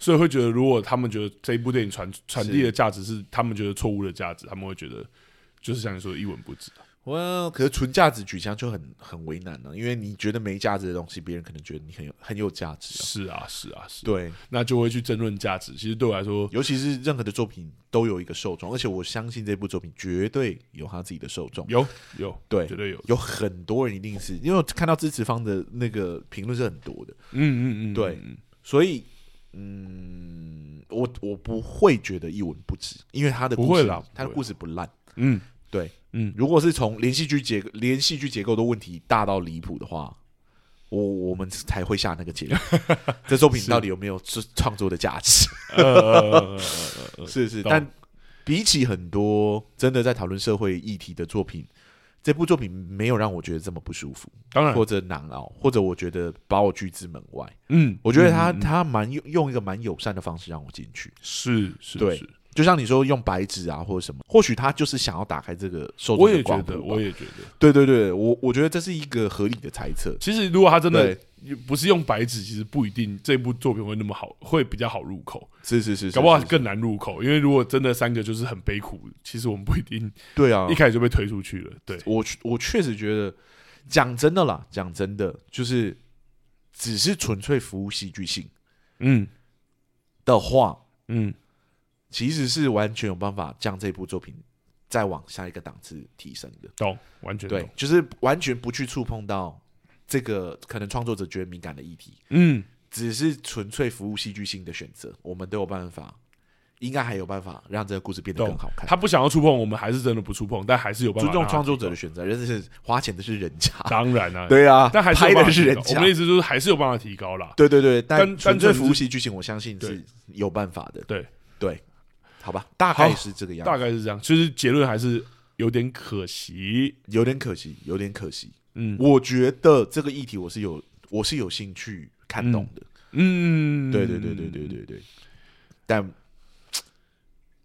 [SPEAKER 1] 所以会觉得，如果他们觉得这一部电影传传递的价值是他们觉得错误的价值，他们会觉得就是像你说的一文不值。
[SPEAKER 2] 哇，可是纯价值取向就很很为难啊了、因为你觉得没价值的东西，别人可能觉得你很有很有价值、啊。
[SPEAKER 1] 是啊，是啊，是啊。
[SPEAKER 2] 对，
[SPEAKER 1] 那就会去争论价值。其实对我来说，
[SPEAKER 2] 尤其是任何的作品都有一个受众，而且我相信这部作品绝对有他自己的受众。
[SPEAKER 1] 有有
[SPEAKER 2] 对
[SPEAKER 1] 绝，对有。
[SPEAKER 2] 有很多人一定是因为我看到支持方的那个评论是很多的，
[SPEAKER 1] 嗯嗯嗯，
[SPEAKER 2] 对
[SPEAKER 1] 嗯，嗯
[SPEAKER 2] 所以嗯，我我不会觉得一文不值，因为他的故事
[SPEAKER 1] 不会啦
[SPEAKER 2] 他的
[SPEAKER 1] 不会
[SPEAKER 2] 故事不烂。
[SPEAKER 1] 嗯，
[SPEAKER 2] 对，
[SPEAKER 1] 嗯，
[SPEAKER 2] 如果是从连戏剧结连戏剧结构的问题大到离谱的话，我我们才会下那 个结论，这作品到底有没有创创作的价值？
[SPEAKER 1] 呃呃呃呃呃呃呃
[SPEAKER 2] 是是，
[SPEAKER 1] 懂
[SPEAKER 2] 但比起很多真的在讨论社会议题的作品，这部作品没有让我觉得这么不舒服，
[SPEAKER 1] 当然
[SPEAKER 2] 或，者难熬，或者我觉得把我拒之门外。
[SPEAKER 1] 嗯，
[SPEAKER 2] 我觉得他
[SPEAKER 1] 嗯嗯嗯
[SPEAKER 2] 他蛮用用一个蛮友善的方式让我进去，
[SPEAKER 1] 是是，
[SPEAKER 2] 对
[SPEAKER 1] 是
[SPEAKER 2] 就像你说用白纸啊或者什么，或许他就是想要打开这个受众
[SPEAKER 1] 我也
[SPEAKER 2] 的
[SPEAKER 1] 觉
[SPEAKER 2] 光
[SPEAKER 1] 得，
[SPEAKER 2] 谱吧
[SPEAKER 1] 我也觉得，
[SPEAKER 2] 对对对，我我觉得这是一个合理的猜测。
[SPEAKER 1] 其实如果他真的
[SPEAKER 2] 对
[SPEAKER 1] 不是用白纸，其实不一定这部作品会那么好，会比较好入口，
[SPEAKER 2] 是是是是
[SPEAKER 1] 搞不好
[SPEAKER 2] 是是
[SPEAKER 1] 更难入口。因为如果真的三个就是很悲苦，其实我们不一定
[SPEAKER 2] 对啊
[SPEAKER 1] 一。开始就被推出去了。对，
[SPEAKER 2] 我我确实觉得，讲真的啦，讲真的，就是只是纯粹服务戏剧性
[SPEAKER 1] 嗯
[SPEAKER 2] 的话，
[SPEAKER 1] 嗯，
[SPEAKER 2] 其实是完全有办法将这部作品再往下一个档次提升的。
[SPEAKER 1] 懂，完全
[SPEAKER 2] 对
[SPEAKER 1] 懂。，
[SPEAKER 2] 就是完全不去触碰到这个可能创作者觉得敏感的议题，
[SPEAKER 1] 嗯，
[SPEAKER 2] 只是纯粹服务戏剧性的选择，我们都有办法，应该还有办法让这个故事变得更好看。
[SPEAKER 1] 他不想要触碰，我们还是真的不触碰，但还是有办法
[SPEAKER 2] 尊重
[SPEAKER 1] 让他
[SPEAKER 2] 创作者的选择，但是花钱的是人家，
[SPEAKER 1] 当然啊，
[SPEAKER 2] 对啊，
[SPEAKER 1] 但还是有
[SPEAKER 2] 拍
[SPEAKER 1] 办法
[SPEAKER 2] 的是
[SPEAKER 1] 提
[SPEAKER 2] 人
[SPEAKER 1] 高
[SPEAKER 2] 家
[SPEAKER 1] 我们的。意思就是还是有办法提高啦。
[SPEAKER 2] 对对对，
[SPEAKER 1] 单
[SPEAKER 2] 但纯
[SPEAKER 1] 单纯
[SPEAKER 2] 粹
[SPEAKER 1] 是
[SPEAKER 2] 服务戏剧性，我相信是
[SPEAKER 1] 对
[SPEAKER 2] 有办法的。
[SPEAKER 1] 对，
[SPEAKER 2] 对，好吧，大概是这个样
[SPEAKER 1] 大
[SPEAKER 2] 子，
[SPEAKER 1] 概是这样。其实结论还是有点可惜。
[SPEAKER 2] 有点可惜，有点可惜。
[SPEAKER 1] 嗯
[SPEAKER 2] 我觉得这个议题我是有，我是有兴趣看懂的。
[SPEAKER 1] 嗯，
[SPEAKER 2] 对对对对对对对，但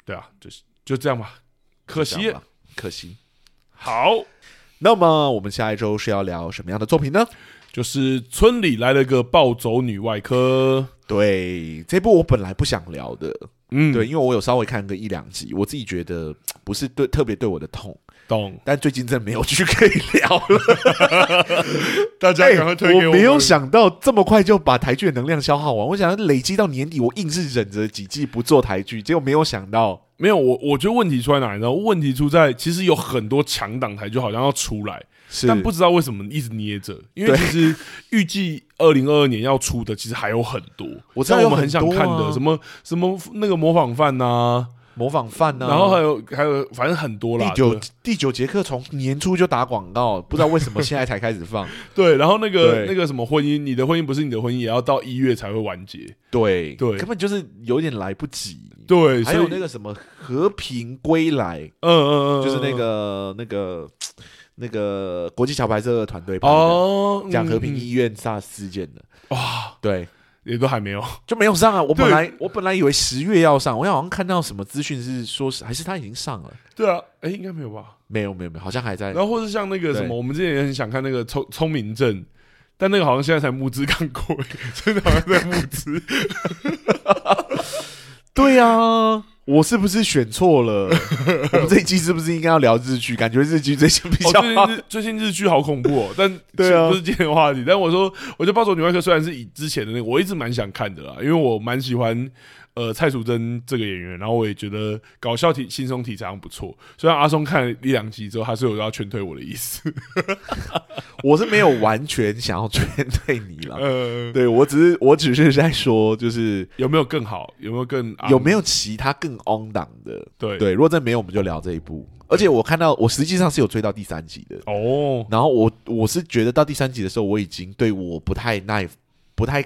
[SPEAKER 1] 对啊，就是就这样吧。可
[SPEAKER 2] 可
[SPEAKER 1] 惜，
[SPEAKER 2] 可惜。
[SPEAKER 1] 好，
[SPEAKER 2] 那么我们下一周是要聊什么样的作品呢？
[SPEAKER 1] 就是村里来了个暴走女外科。
[SPEAKER 2] 对，这部我本来不想聊的，
[SPEAKER 1] 嗯，
[SPEAKER 2] 对，，因为我有稍微看个一两集，我自己觉得不是对特别对我的痛，
[SPEAKER 1] 懂。
[SPEAKER 2] 但最近真的没有剧可以聊 了。
[SPEAKER 1] 大
[SPEAKER 2] 哎
[SPEAKER 1] 我
[SPEAKER 2] 我没有想到这么快就把台剧的能量消耗完，我想要累积到年底，我硬是忍着几季不做台剧，结果没有想到，
[SPEAKER 1] 没有我，我觉得问题出在哪里呢？问题出在其实有很多强档台就好像要出来，
[SPEAKER 2] 是
[SPEAKER 1] 但不知道为什么一直捏着，因为
[SPEAKER 2] 对
[SPEAKER 1] 其实预计二零二二年要出的其实还有很多，
[SPEAKER 2] 我知道
[SPEAKER 1] 像
[SPEAKER 2] 有
[SPEAKER 1] 我们很想看
[SPEAKER 2] 很多
[SPEAKER 1] 的
[SPEAKER 2] 啊
[SPEAKER 1] 什么什么那个模仿犯呐、
[SPEAKER 2] 模仿犯呢、
[SPEAKER 1] 然后还有还有反正很多啦，
[SPEAKER 2] 第九
[SPEAKER 1] 对
[SPEAKER 2] 第九节课从年初就打广告，不知道为什么现在才开始放。
[SPEAKER 1] 对，然后那个
[SPEAKER 2] 对
[SPEAKER 1] 那个什么婚姻，你的婚姻不是你的婚姻，也要到一月才会完结，
[SPEAKER 2] 对
[SPEAKER 1] 对
[SPEAKER 2] 根本就是有点来不及。
[SPEAKER 1] 对，
[SPEAKER 2] 还有
[SPEAKER 1] 所以
[SPEAKER 2] 那个什么和平归来，
[SPEAKER 1] 嗯嗯嗯，
[SPEAKER 2] 就是那个那个那个国际桥牌社团队拍的，
[SPEAKER 1] 哦，
[SPEAKER 2] 讲和平
[SPEAKER 1] 嗯嗯
[SPEAKER 2] 医院杀事件的，
[SPEAKER 1] 哇，
[SPEAKER 2] 对，
[SPEAKER 1] 也都还没有，
[SPEAKER 2] 就没有上啊。我本
[SPEAKER 1] 对
[SPEAKER 2] 来我本来以为十月要上，我好像看到什么资讯是说是还是他已经上了，
[SPEAKER 1] 对啊，哎，应该没有吧？
[SPEAKER 2] 没有没有没有，好像还在
[SPEAKER 1] 然。后或是像那个什么，
[SPEAKER 2] 对
[SPEAKER 1] 我们之前也很想看那个聪聪明症。但那个好像现在才募资刚过， 真的好像在募资。
[SPEAKER 2] 对啊。我是不是选错 了？我们这一期是不是应该要聊日剧？感觉日剧最近比
[SPEAKER 1] 哦，
[SPEAKER 2] 较
[SPEAKER 1] 最
[SPEAKER 2] 好
[SPEAKER 1] 近日 最近日剧好恐怖哦，但
[SPEAKER 2] 对啊
[SPEAKER 1] 不是今天的话题。但我说，我觉得《暴走女外科》虽然是以之前的那个，我一直蛮想看的啦，因为我蛮喜欢呃蔡淑珍这个演员，然后我也觉得搞笑题、轻松题材好像不错。虽然阿松看了一两集之后，他是有要劝退我的意思。
[SPEAKER 2] 我是没有完全想要劝退你了，
[SPEAKER 1] 呃，
[SPEAKER 2] 对我只是我只是在说，就是
[SPEAKER 1] 有没有更好？有没有更
[SPEAKER 2] 有没
[SPEAKER 1] 有？
[SPEAKER 2] 有其他更 on 档的？
[SPEAKER 1] 对
[SPEAKER 2] 对，如果真的没有，我们就聊这一部。而且我看到我实际上是有追到第三集的，
[SPEAKER 1] 哦，
[SPEAKER 2] 然后我我是觉得到第三集的时候，我已经对我不太耐不太。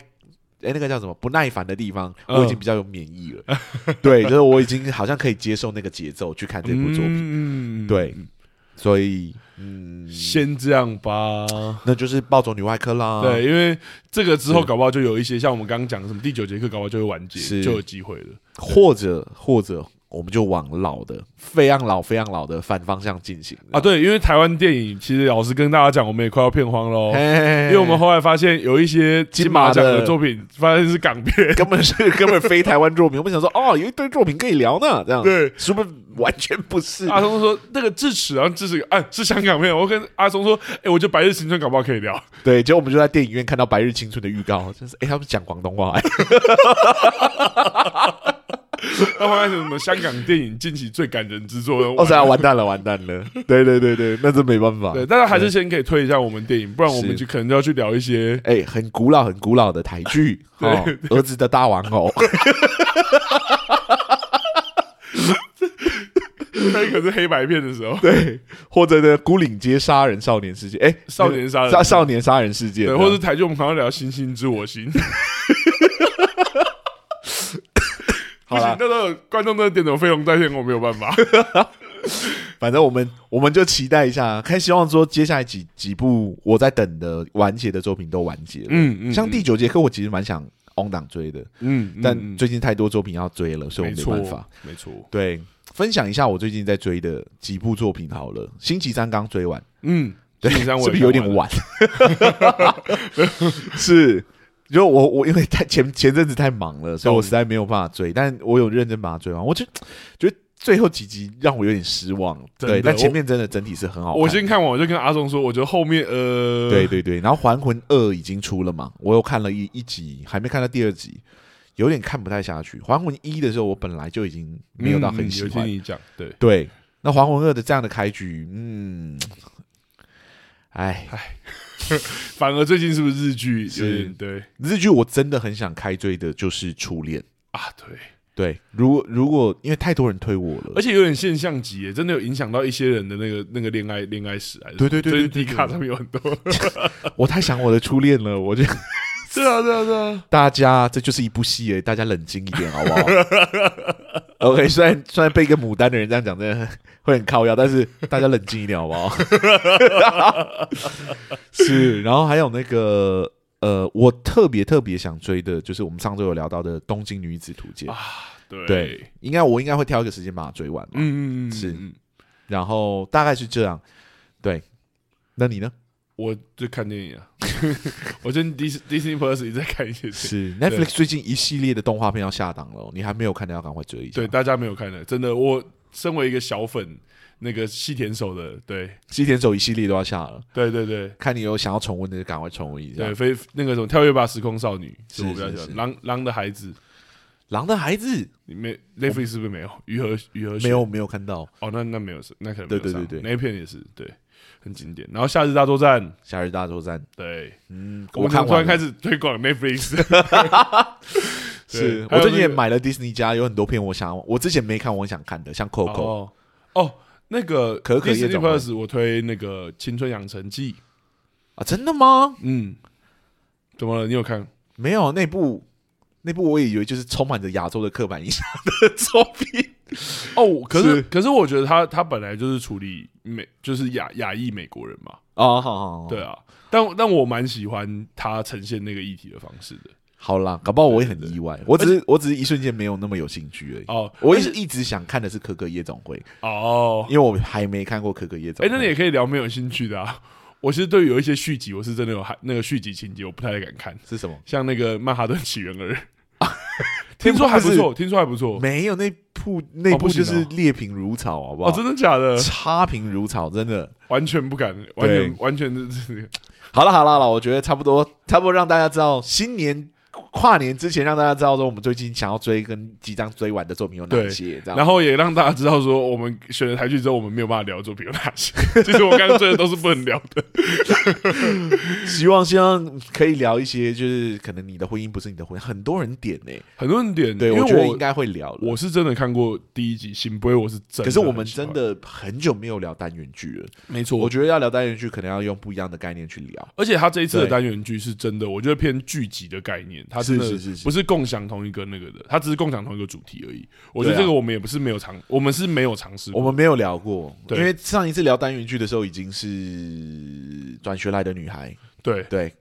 [SPEAKER 2] 哎，那个叫什么不耐烦的地方，
[SPEAKER 1] 嗯
[SPEAKER 2] 我已经比较有免疫了。对，就是我已经好像可以接受那个节奏去看这部作品。
[SPEAKER 1] 嗯
[SPEAKER 2] 对，所以嗯，
[SPEAKER 1] 先这样吧。
[SPEAKER 2] 那就是《暴走女外科》啦。
[SPEAKER 1] 对，因为这个之后
[SPEAKER 2] 是
[SPEAKER 1] 搞不好就有一些像我们刚刚讲的什么第九节课，搞不好就会完结，
[SPEAKER 2] 是
[SPEAKER 1] 就有机会了。
[SPEAKER 2] 或者或者我们就往老的非常老非常老的反方向进行
[SPEAKER 1] 啊，，对，因为台湾电影其实老实跟大家讲，我们也快要片荒喽
[SPEAKER 2] 嘿，嘿嘿
[SPEAKER 1] 哦因为我们后来发现有一些金马奖
[SPEAKER 2] 金马
[SPEAKER 1] 的
[SPEAKER 2] 的
[SPEAKER 1] 作品，发现是港片，
[SPEAKER 2] 根本是根本非台湾作品，我们想说哦，有一堆作品可以聊呢，这样
[SPEAKER 1] 对。啊
[SPEAKER 2] 是不是完全不是？
[SPEAKER 1] 阿松说：“那个智齿，然后智齿，哎、是香港片。”我跟阿松说：“哎、我觉得《白日青春》搞不好可以聊。
[SPEAKER 2] 对，结果我们就在电影院看到《白日青春》的预告，就是哎，他们讲广东话，哎
[SPEAKER 1] 那后来是什么香港电影近期最感人之作？
[SPEAKER 2] 哦，塞，完蛋了，完蛋了，对对对对，那真没办法。
[SPEAKER 1] 对，大家还是先可以推一下我们电影，不然我们
[SPEAKER 2] 是
[SPEAKER 1] 就可能就要去聊一些
[SPEAKER 2] 哎，很古老很古老的台剧， 哦，儿子的大玩偶，
[SPEAKER 1] 那可是黑白片的时候，
[SPEAKER 2] 对，或者呢，孤岭街杀人少年事件，哎，
[SPEAKER 1] 少年杀人
[SPEAKER 2] 少少年杀人事件，
[SPEAKER 1] 对，
[SPEAKER 2] 这样
[SPEAKER 1] 或是台剧，我们常常聊《星星知我心》。不
[SPEAKER 2] 好啦
[SPEAKER 1] 行，那个观众的点头飞龙在天，我没有办 法。
[SPEAKER 2] 反正我们我们就期待一下，看希望说接下来几几部我在等的完结的作品都完结了。
[SPEAKER 1] 嗯
[SPEAKER 2] 像第九节课，我其实蛮想 on 档追的，
[SPEAKER 1] 嗯，嗯
[SPEAKER 2] 但
[SPEAKER 1] 嗯
[SPEAKER 2] 最近太多作品要追了，所以我
[SPEAKER 1] 没
[SPEAKER 2] 没
[SPEAKER 1] 错
[SPEAKER 2] 办法。，
[SPEAKER 1] 没错，
[SPEAKER 2] 对，分享一下我最近在追的几部作品好了。星期三刚追完，
[SPEAKER 1] 嗯，
[SPEAKER 2] 对，
[SPEAKER 1] 星期三我
[SPEAKER 2] 是
[SPEAKER 1] 也
[SPEAKER 2] 不是有点
[SPEAKER 1] 看完了？
[SPEAKER 2] 晚？ 是，就我我因为太前前阵子太忙了，所以我实在没有办法
[SPEAKER 1] 嗯
[SPEAKER 2] 追，但我有认真把它追完。我就觉得最后几集让我有点失望，
[SPEAKER 1] 真的
[SPEAKER 2] 对，但
[SPEAKER 1] 我
[SPEAKER 2] 前面真的整体是很好看。
[SPEAKER 1] 我先看完，我就跟阿松说，我觉得后面呃，
[SPEAKER 2] 对，对对，然后《还魂二》已经出了嘛，我有看了一一集，还没看到第二集，有点看不太下去。《还魂一》的时候，我本来就已经没有到很
[SPEAKER 1] 嗯
[SPEAKER 2] 喜
[SPEAKER 1] 有
[SPEAKER 2] 欢，
[SPEAKER 1] 听你讲，对，
[SPEAKER 2] 对。那《还魂二》的这样的开局，嗯，哎，
[SPEAKER 1] 反而最近是不是日剧有
[SPEAKER 2] 是
[SPEAKER 1] 点对
[SPEAKER 2] 日剧我真的很想开追的，就是《初恋》。
[SPEAKER 1] 啊？对，
[SPEAKER 2] 对，如果如果因为太多人推我了，
[SPEAKER 1] 而且有点现象级耶，真的有影响到一些人的那个那个恋爱恋爱史还是什么
[SPEAKER 2] 对对对对
[SPEAKER 1] 最近
[SPEAKER 2] 对
[SPEAKER 1] 迪卡上面有很多，
[SPEAKER 2] 我太想我的初恋了，我就
[SPEAKER 1] 对啊对啊对啊，
[SPEAKER 2] 大家这就是一部戏诶，大家冷静一点好不 好？OK，虽然虽然被一个牡丹的人这样讲，真的会很靠腰，但是大家冷静一点好不 好？是，然后还有那个呃，我特别特别想追的，就是我们上周有聊到的《东京女子图鉴》
[SPEAKER 1] 啊对
[SPEAKER 2] 对，应该我应该会挑一个时间把它追完嘛。
[SPEAKER 1] 嗯嗯嗯
[SPEAKER 2] 是
[SPEAKER 1] 嗯
[SPEAKER 2] 然后大概是这样，对。那你呢？
[SPEAKER 1] 我就看电 影啊，我最近 Dis Disney Plus 一直在看一些电影。
[SPEAKER 2] 是啊 Netflix 最近一系列的动画片要下档了哦，你还没有看的要赶快追一下。
[SPEAKER 1] 对，大家没有看的，真的，我身为一个小粉，那个细田守的， 对，
[SPEAKER 2] 西田守一系列都要下了，
[SPEAKER 1] 对对对
[SPEAKER 2] 看你有想要重温的就赶快重温一下
[SPEAKER 1] 对，。非那个什么跳跃吧时空少女是
[SPEAKER 2] 是
[SPEAKER 1] 我比较喜
[SPEAKER 2] 是
[SPEAKER 1] 欢，
[SPEAKER 2] 是
[SPEAKER 1] 狼狼的孩子，
[SPEAKER 2] 狼的孩子
[SPEAKER 1] 你没 n e t f 是不是没有？鱼和鱼和
[SPEAKER 2] 没
[SPEAKER 1] 雪
[SPEAKER 2] 有没有看到《
[SPEAKER 1] 哦，那那没有是那可能没有
[SPEAKER 2] 对对对
[SPEAKER 1] 上
[SPEAKER 2] 对
[SPEAKER 1] 那一片也是对，很经典。然后夏日大作战，
[SPEAKER 2] 夏日大作战》。
[SPEAKER 1] 对，
[SPEAKER 2] 嗯，
[SPEAKER 1] 们怎么
[SPEAKER 2] 看
[SPEAKER 1] 突然
[SPEAKER 2] 完
[SPEAKER 1] 开
[SPEAKER 2] 了
[SPEAKER 1] 始推广 Netflix，对
[SPEAKER 2] 是
[SPEAKER 1] 还有
[SPEAKER 2] 我最近也
[SPEAKER 1] 那个
[SPEAKER 2] 买了 Disney 家，有很多片我想我之前没看，我想看的，像 Coco。
[SPEAKER 1] 哦哦，那个
[SPEAKER 2] 可可夜
[SPEAKER 1] Disney
[SPEAKER 2] 总会
[SPEAKER 1] Plus 我推那个《青春养成记》，
[SPEAKER 2] 啊，真的吗？
[SPEAKER 1] 嗯，怎么了？你有看？
[SPEAKER 2] 没有那部那部我也以为就是充满着亚洲的刻板印 象的作品。
[SPEAKER 1] 哦，可是
[SPEAKER 2] 是
[SPEAKER 1] 可是我觉得他他本来就是处理美，就是亚亚裔美国人嘛，
[SPEAKER 2] 哦，好好好，
[SPEAKER 1] 对啊，但但我蛮喜欢他呈现那个议题的方式的
[SPEAKER 2] 好啦，搞不好我也很意外，我只是我只是一瞬间没有那么有兴趣而已。
[SPEAKER 1] 哦，
[SPEAKER 2] 我
[SPEAKER 1] 而
[SPEAKER 2] 一
[SPEAKER 1] 且
[SPEAKER 2] 直一直想看的是《可可夜总会》，
[SPEAKER 1] 哦，
[SPEAKER 2] 因为我还没看过《可可夜总
[SPEAKER 1] 哎、
[SPEAKER 2] 会》。
[SPEAKER 1] 那你也可以聊没有兴趣的啊。 我其实对于有一些续集，我是真的有害那个续集情节，我不太敢看，
[SPEAKER 2] 是什么？
[SPEAKER 1] 像那个《曼哈顿起源二》 听说还不错，听说还不错
[SPEAKER 2] 没有那部那
[SPEAKER 1] 哦不
[SPEAKER 2] 部
[SPEAKER 1] 行
[SPEAKER 2] 就
[SPEAKER 1] 哦
[SPEAKER 2] 是劣评如草，好不好？
[SPEAKER 1] 哦，真的假的？
[SPEAKER 2] 差评如潮，真的。
[SPEAKER 1] 完全不敢，完全完全是
[SPEAKER 2] 好了好了好了，我觉得差不多，差不多让大家知道新年跨年之前让大家知道说我们最近想要追跟即将追完的作品有哪
[SPEAKER 1] 对
[SPEAKER 2] 些，这样。
[SPEAKER 1] 然后也让大家知道说，我们选了台剧之后，我们没有办法聊作品有哪些。 其实我刚刚追的都是不能聊 的。
[SPEAKER 2] 希望希望可以聊一些，就是可能你的婚姻不是你的婚姻，很多人点呢、
[SPEAKER 1] 很多人点，嗯
[SPEAKER 2] 对，
[SPEAKER 1] 因为
[SPEAKER 2] 我觉得应
[SPEAKER 1] 我
[SPEAKER 2] 该会聊了。
[SPEAKER 1] 我是真的看过第一集《醒杯》，我是真的很喜欢。
[SPEAKER 2] 可是我们真的很久没有聊单元剧了，
[SPEAKER 1] 没错
[SPEAKER 2] 我觉得要聊单元剧，可能要用不一样的概念去聊。
[SPEAKER 1] 而且他这一次的
[SPEAKER 2] 对
[SPEAKER 1] 单元剧是真的，我觉得偏剧集的概念，它真的
[SPEAKER 2] 是是是是
[SPEAKER 1] 不是共享同一个那个的，它只是共享同一个主题而已。我觉得
[SPEAKER 2] 对啊
[SPEAKER 1] 这个我们也不是没有尝，我们是没有尝试
[SPEAKER 2] 我
[SPEAKER 1] 过。
[SPEAKER 2] 们没有聊过，因
[SPEAKER 1] 对
[SPEAKER 2] 为上一次聊单元剧的时候已经是转学来的女孩，
[SPEAKER 1] 对，
[SPEAKER 2] 对，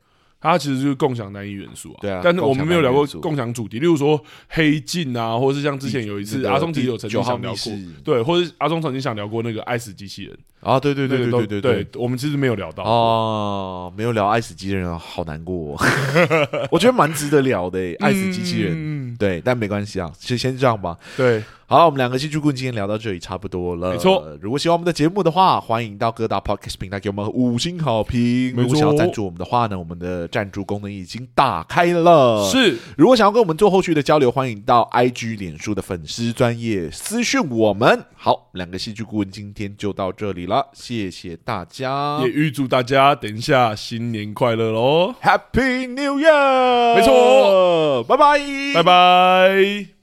[SPEAKER 1] 它其实就是共享单一元素啊。
[SPEAKER 2] 对啊
[SPEAKER 1] 但是我
[SPEAKER 2] 共
[SPEAKER 1] 们
[SPEAKER 2] 享
[SPEAKER 1] 没有聊过
[SPEAKER 2] 单一元素
[SPEAKER 1] 共享主题，例如说黑镜啊，或者是像之前有一
[SPEAKER 2] 那
[SPEAKER 1] 次
[SPEAKER 2] 个
[SPEAKER 1] 阿松
[SPEAKER 2] 第
[SPEAKER 1] 其实有曾经
[SPEAKER 2] 九号
[SPEAKER 1] 想聊过
[SPEAKER 2] 密室，
[SPEAKER 1] 对，或者是阿松曾经想聊过那个爱死机器人，
[SPEAKER 2] 啊，对对对
[SPEAKER 1] 那
[SPEAKER 2] 对
[SPEAKER 1] 个都
[SPEAKER 2] 对对，
[SPEAKER 1] 对，我们其实没有聊到。
[SPEAKER 2] 哦，没有聊爱死机器人哦，好难过、 哦，我觉得蛮值得聊的欸诶，爱死机器人，
[SPEAKER 1] 嗯，
[SPEAKER 2] 对，但没关系啊，就先这样吧。
[SPEAKER 1] 对，
[SPEAKER 2] 好了，我们两个戏剧棍今天聊到这里差不多了。
[SPEAKER 1] 没错，
[SPEAKER 2] 如果喜欢我们的节目的话，欢迎到各大 podcast 平台给我们五星好评。
[SPEAKER 1] 没错
[SPEAKER 2] 如果想要赞助我们的话呢，我们的赞助功能已经打开了。，
[SPEAKER 1] 是
[SPEAKER 2] 如果想要跟我们做后续的交流，欢迎到 IG、脸书的粉丝专业私讯我们。好，两个戏剧顾问今天就到这里了，谢谢大家
[SPEAKER 1] 也预祝大家等一下新年快乐喽。
[SPEAKER 2] 呃，Happy New Year！
[SPEAKER 1] 没错，
[SPEAKER 2] 拜拜，
[SPEAKER 1] 拜。拜。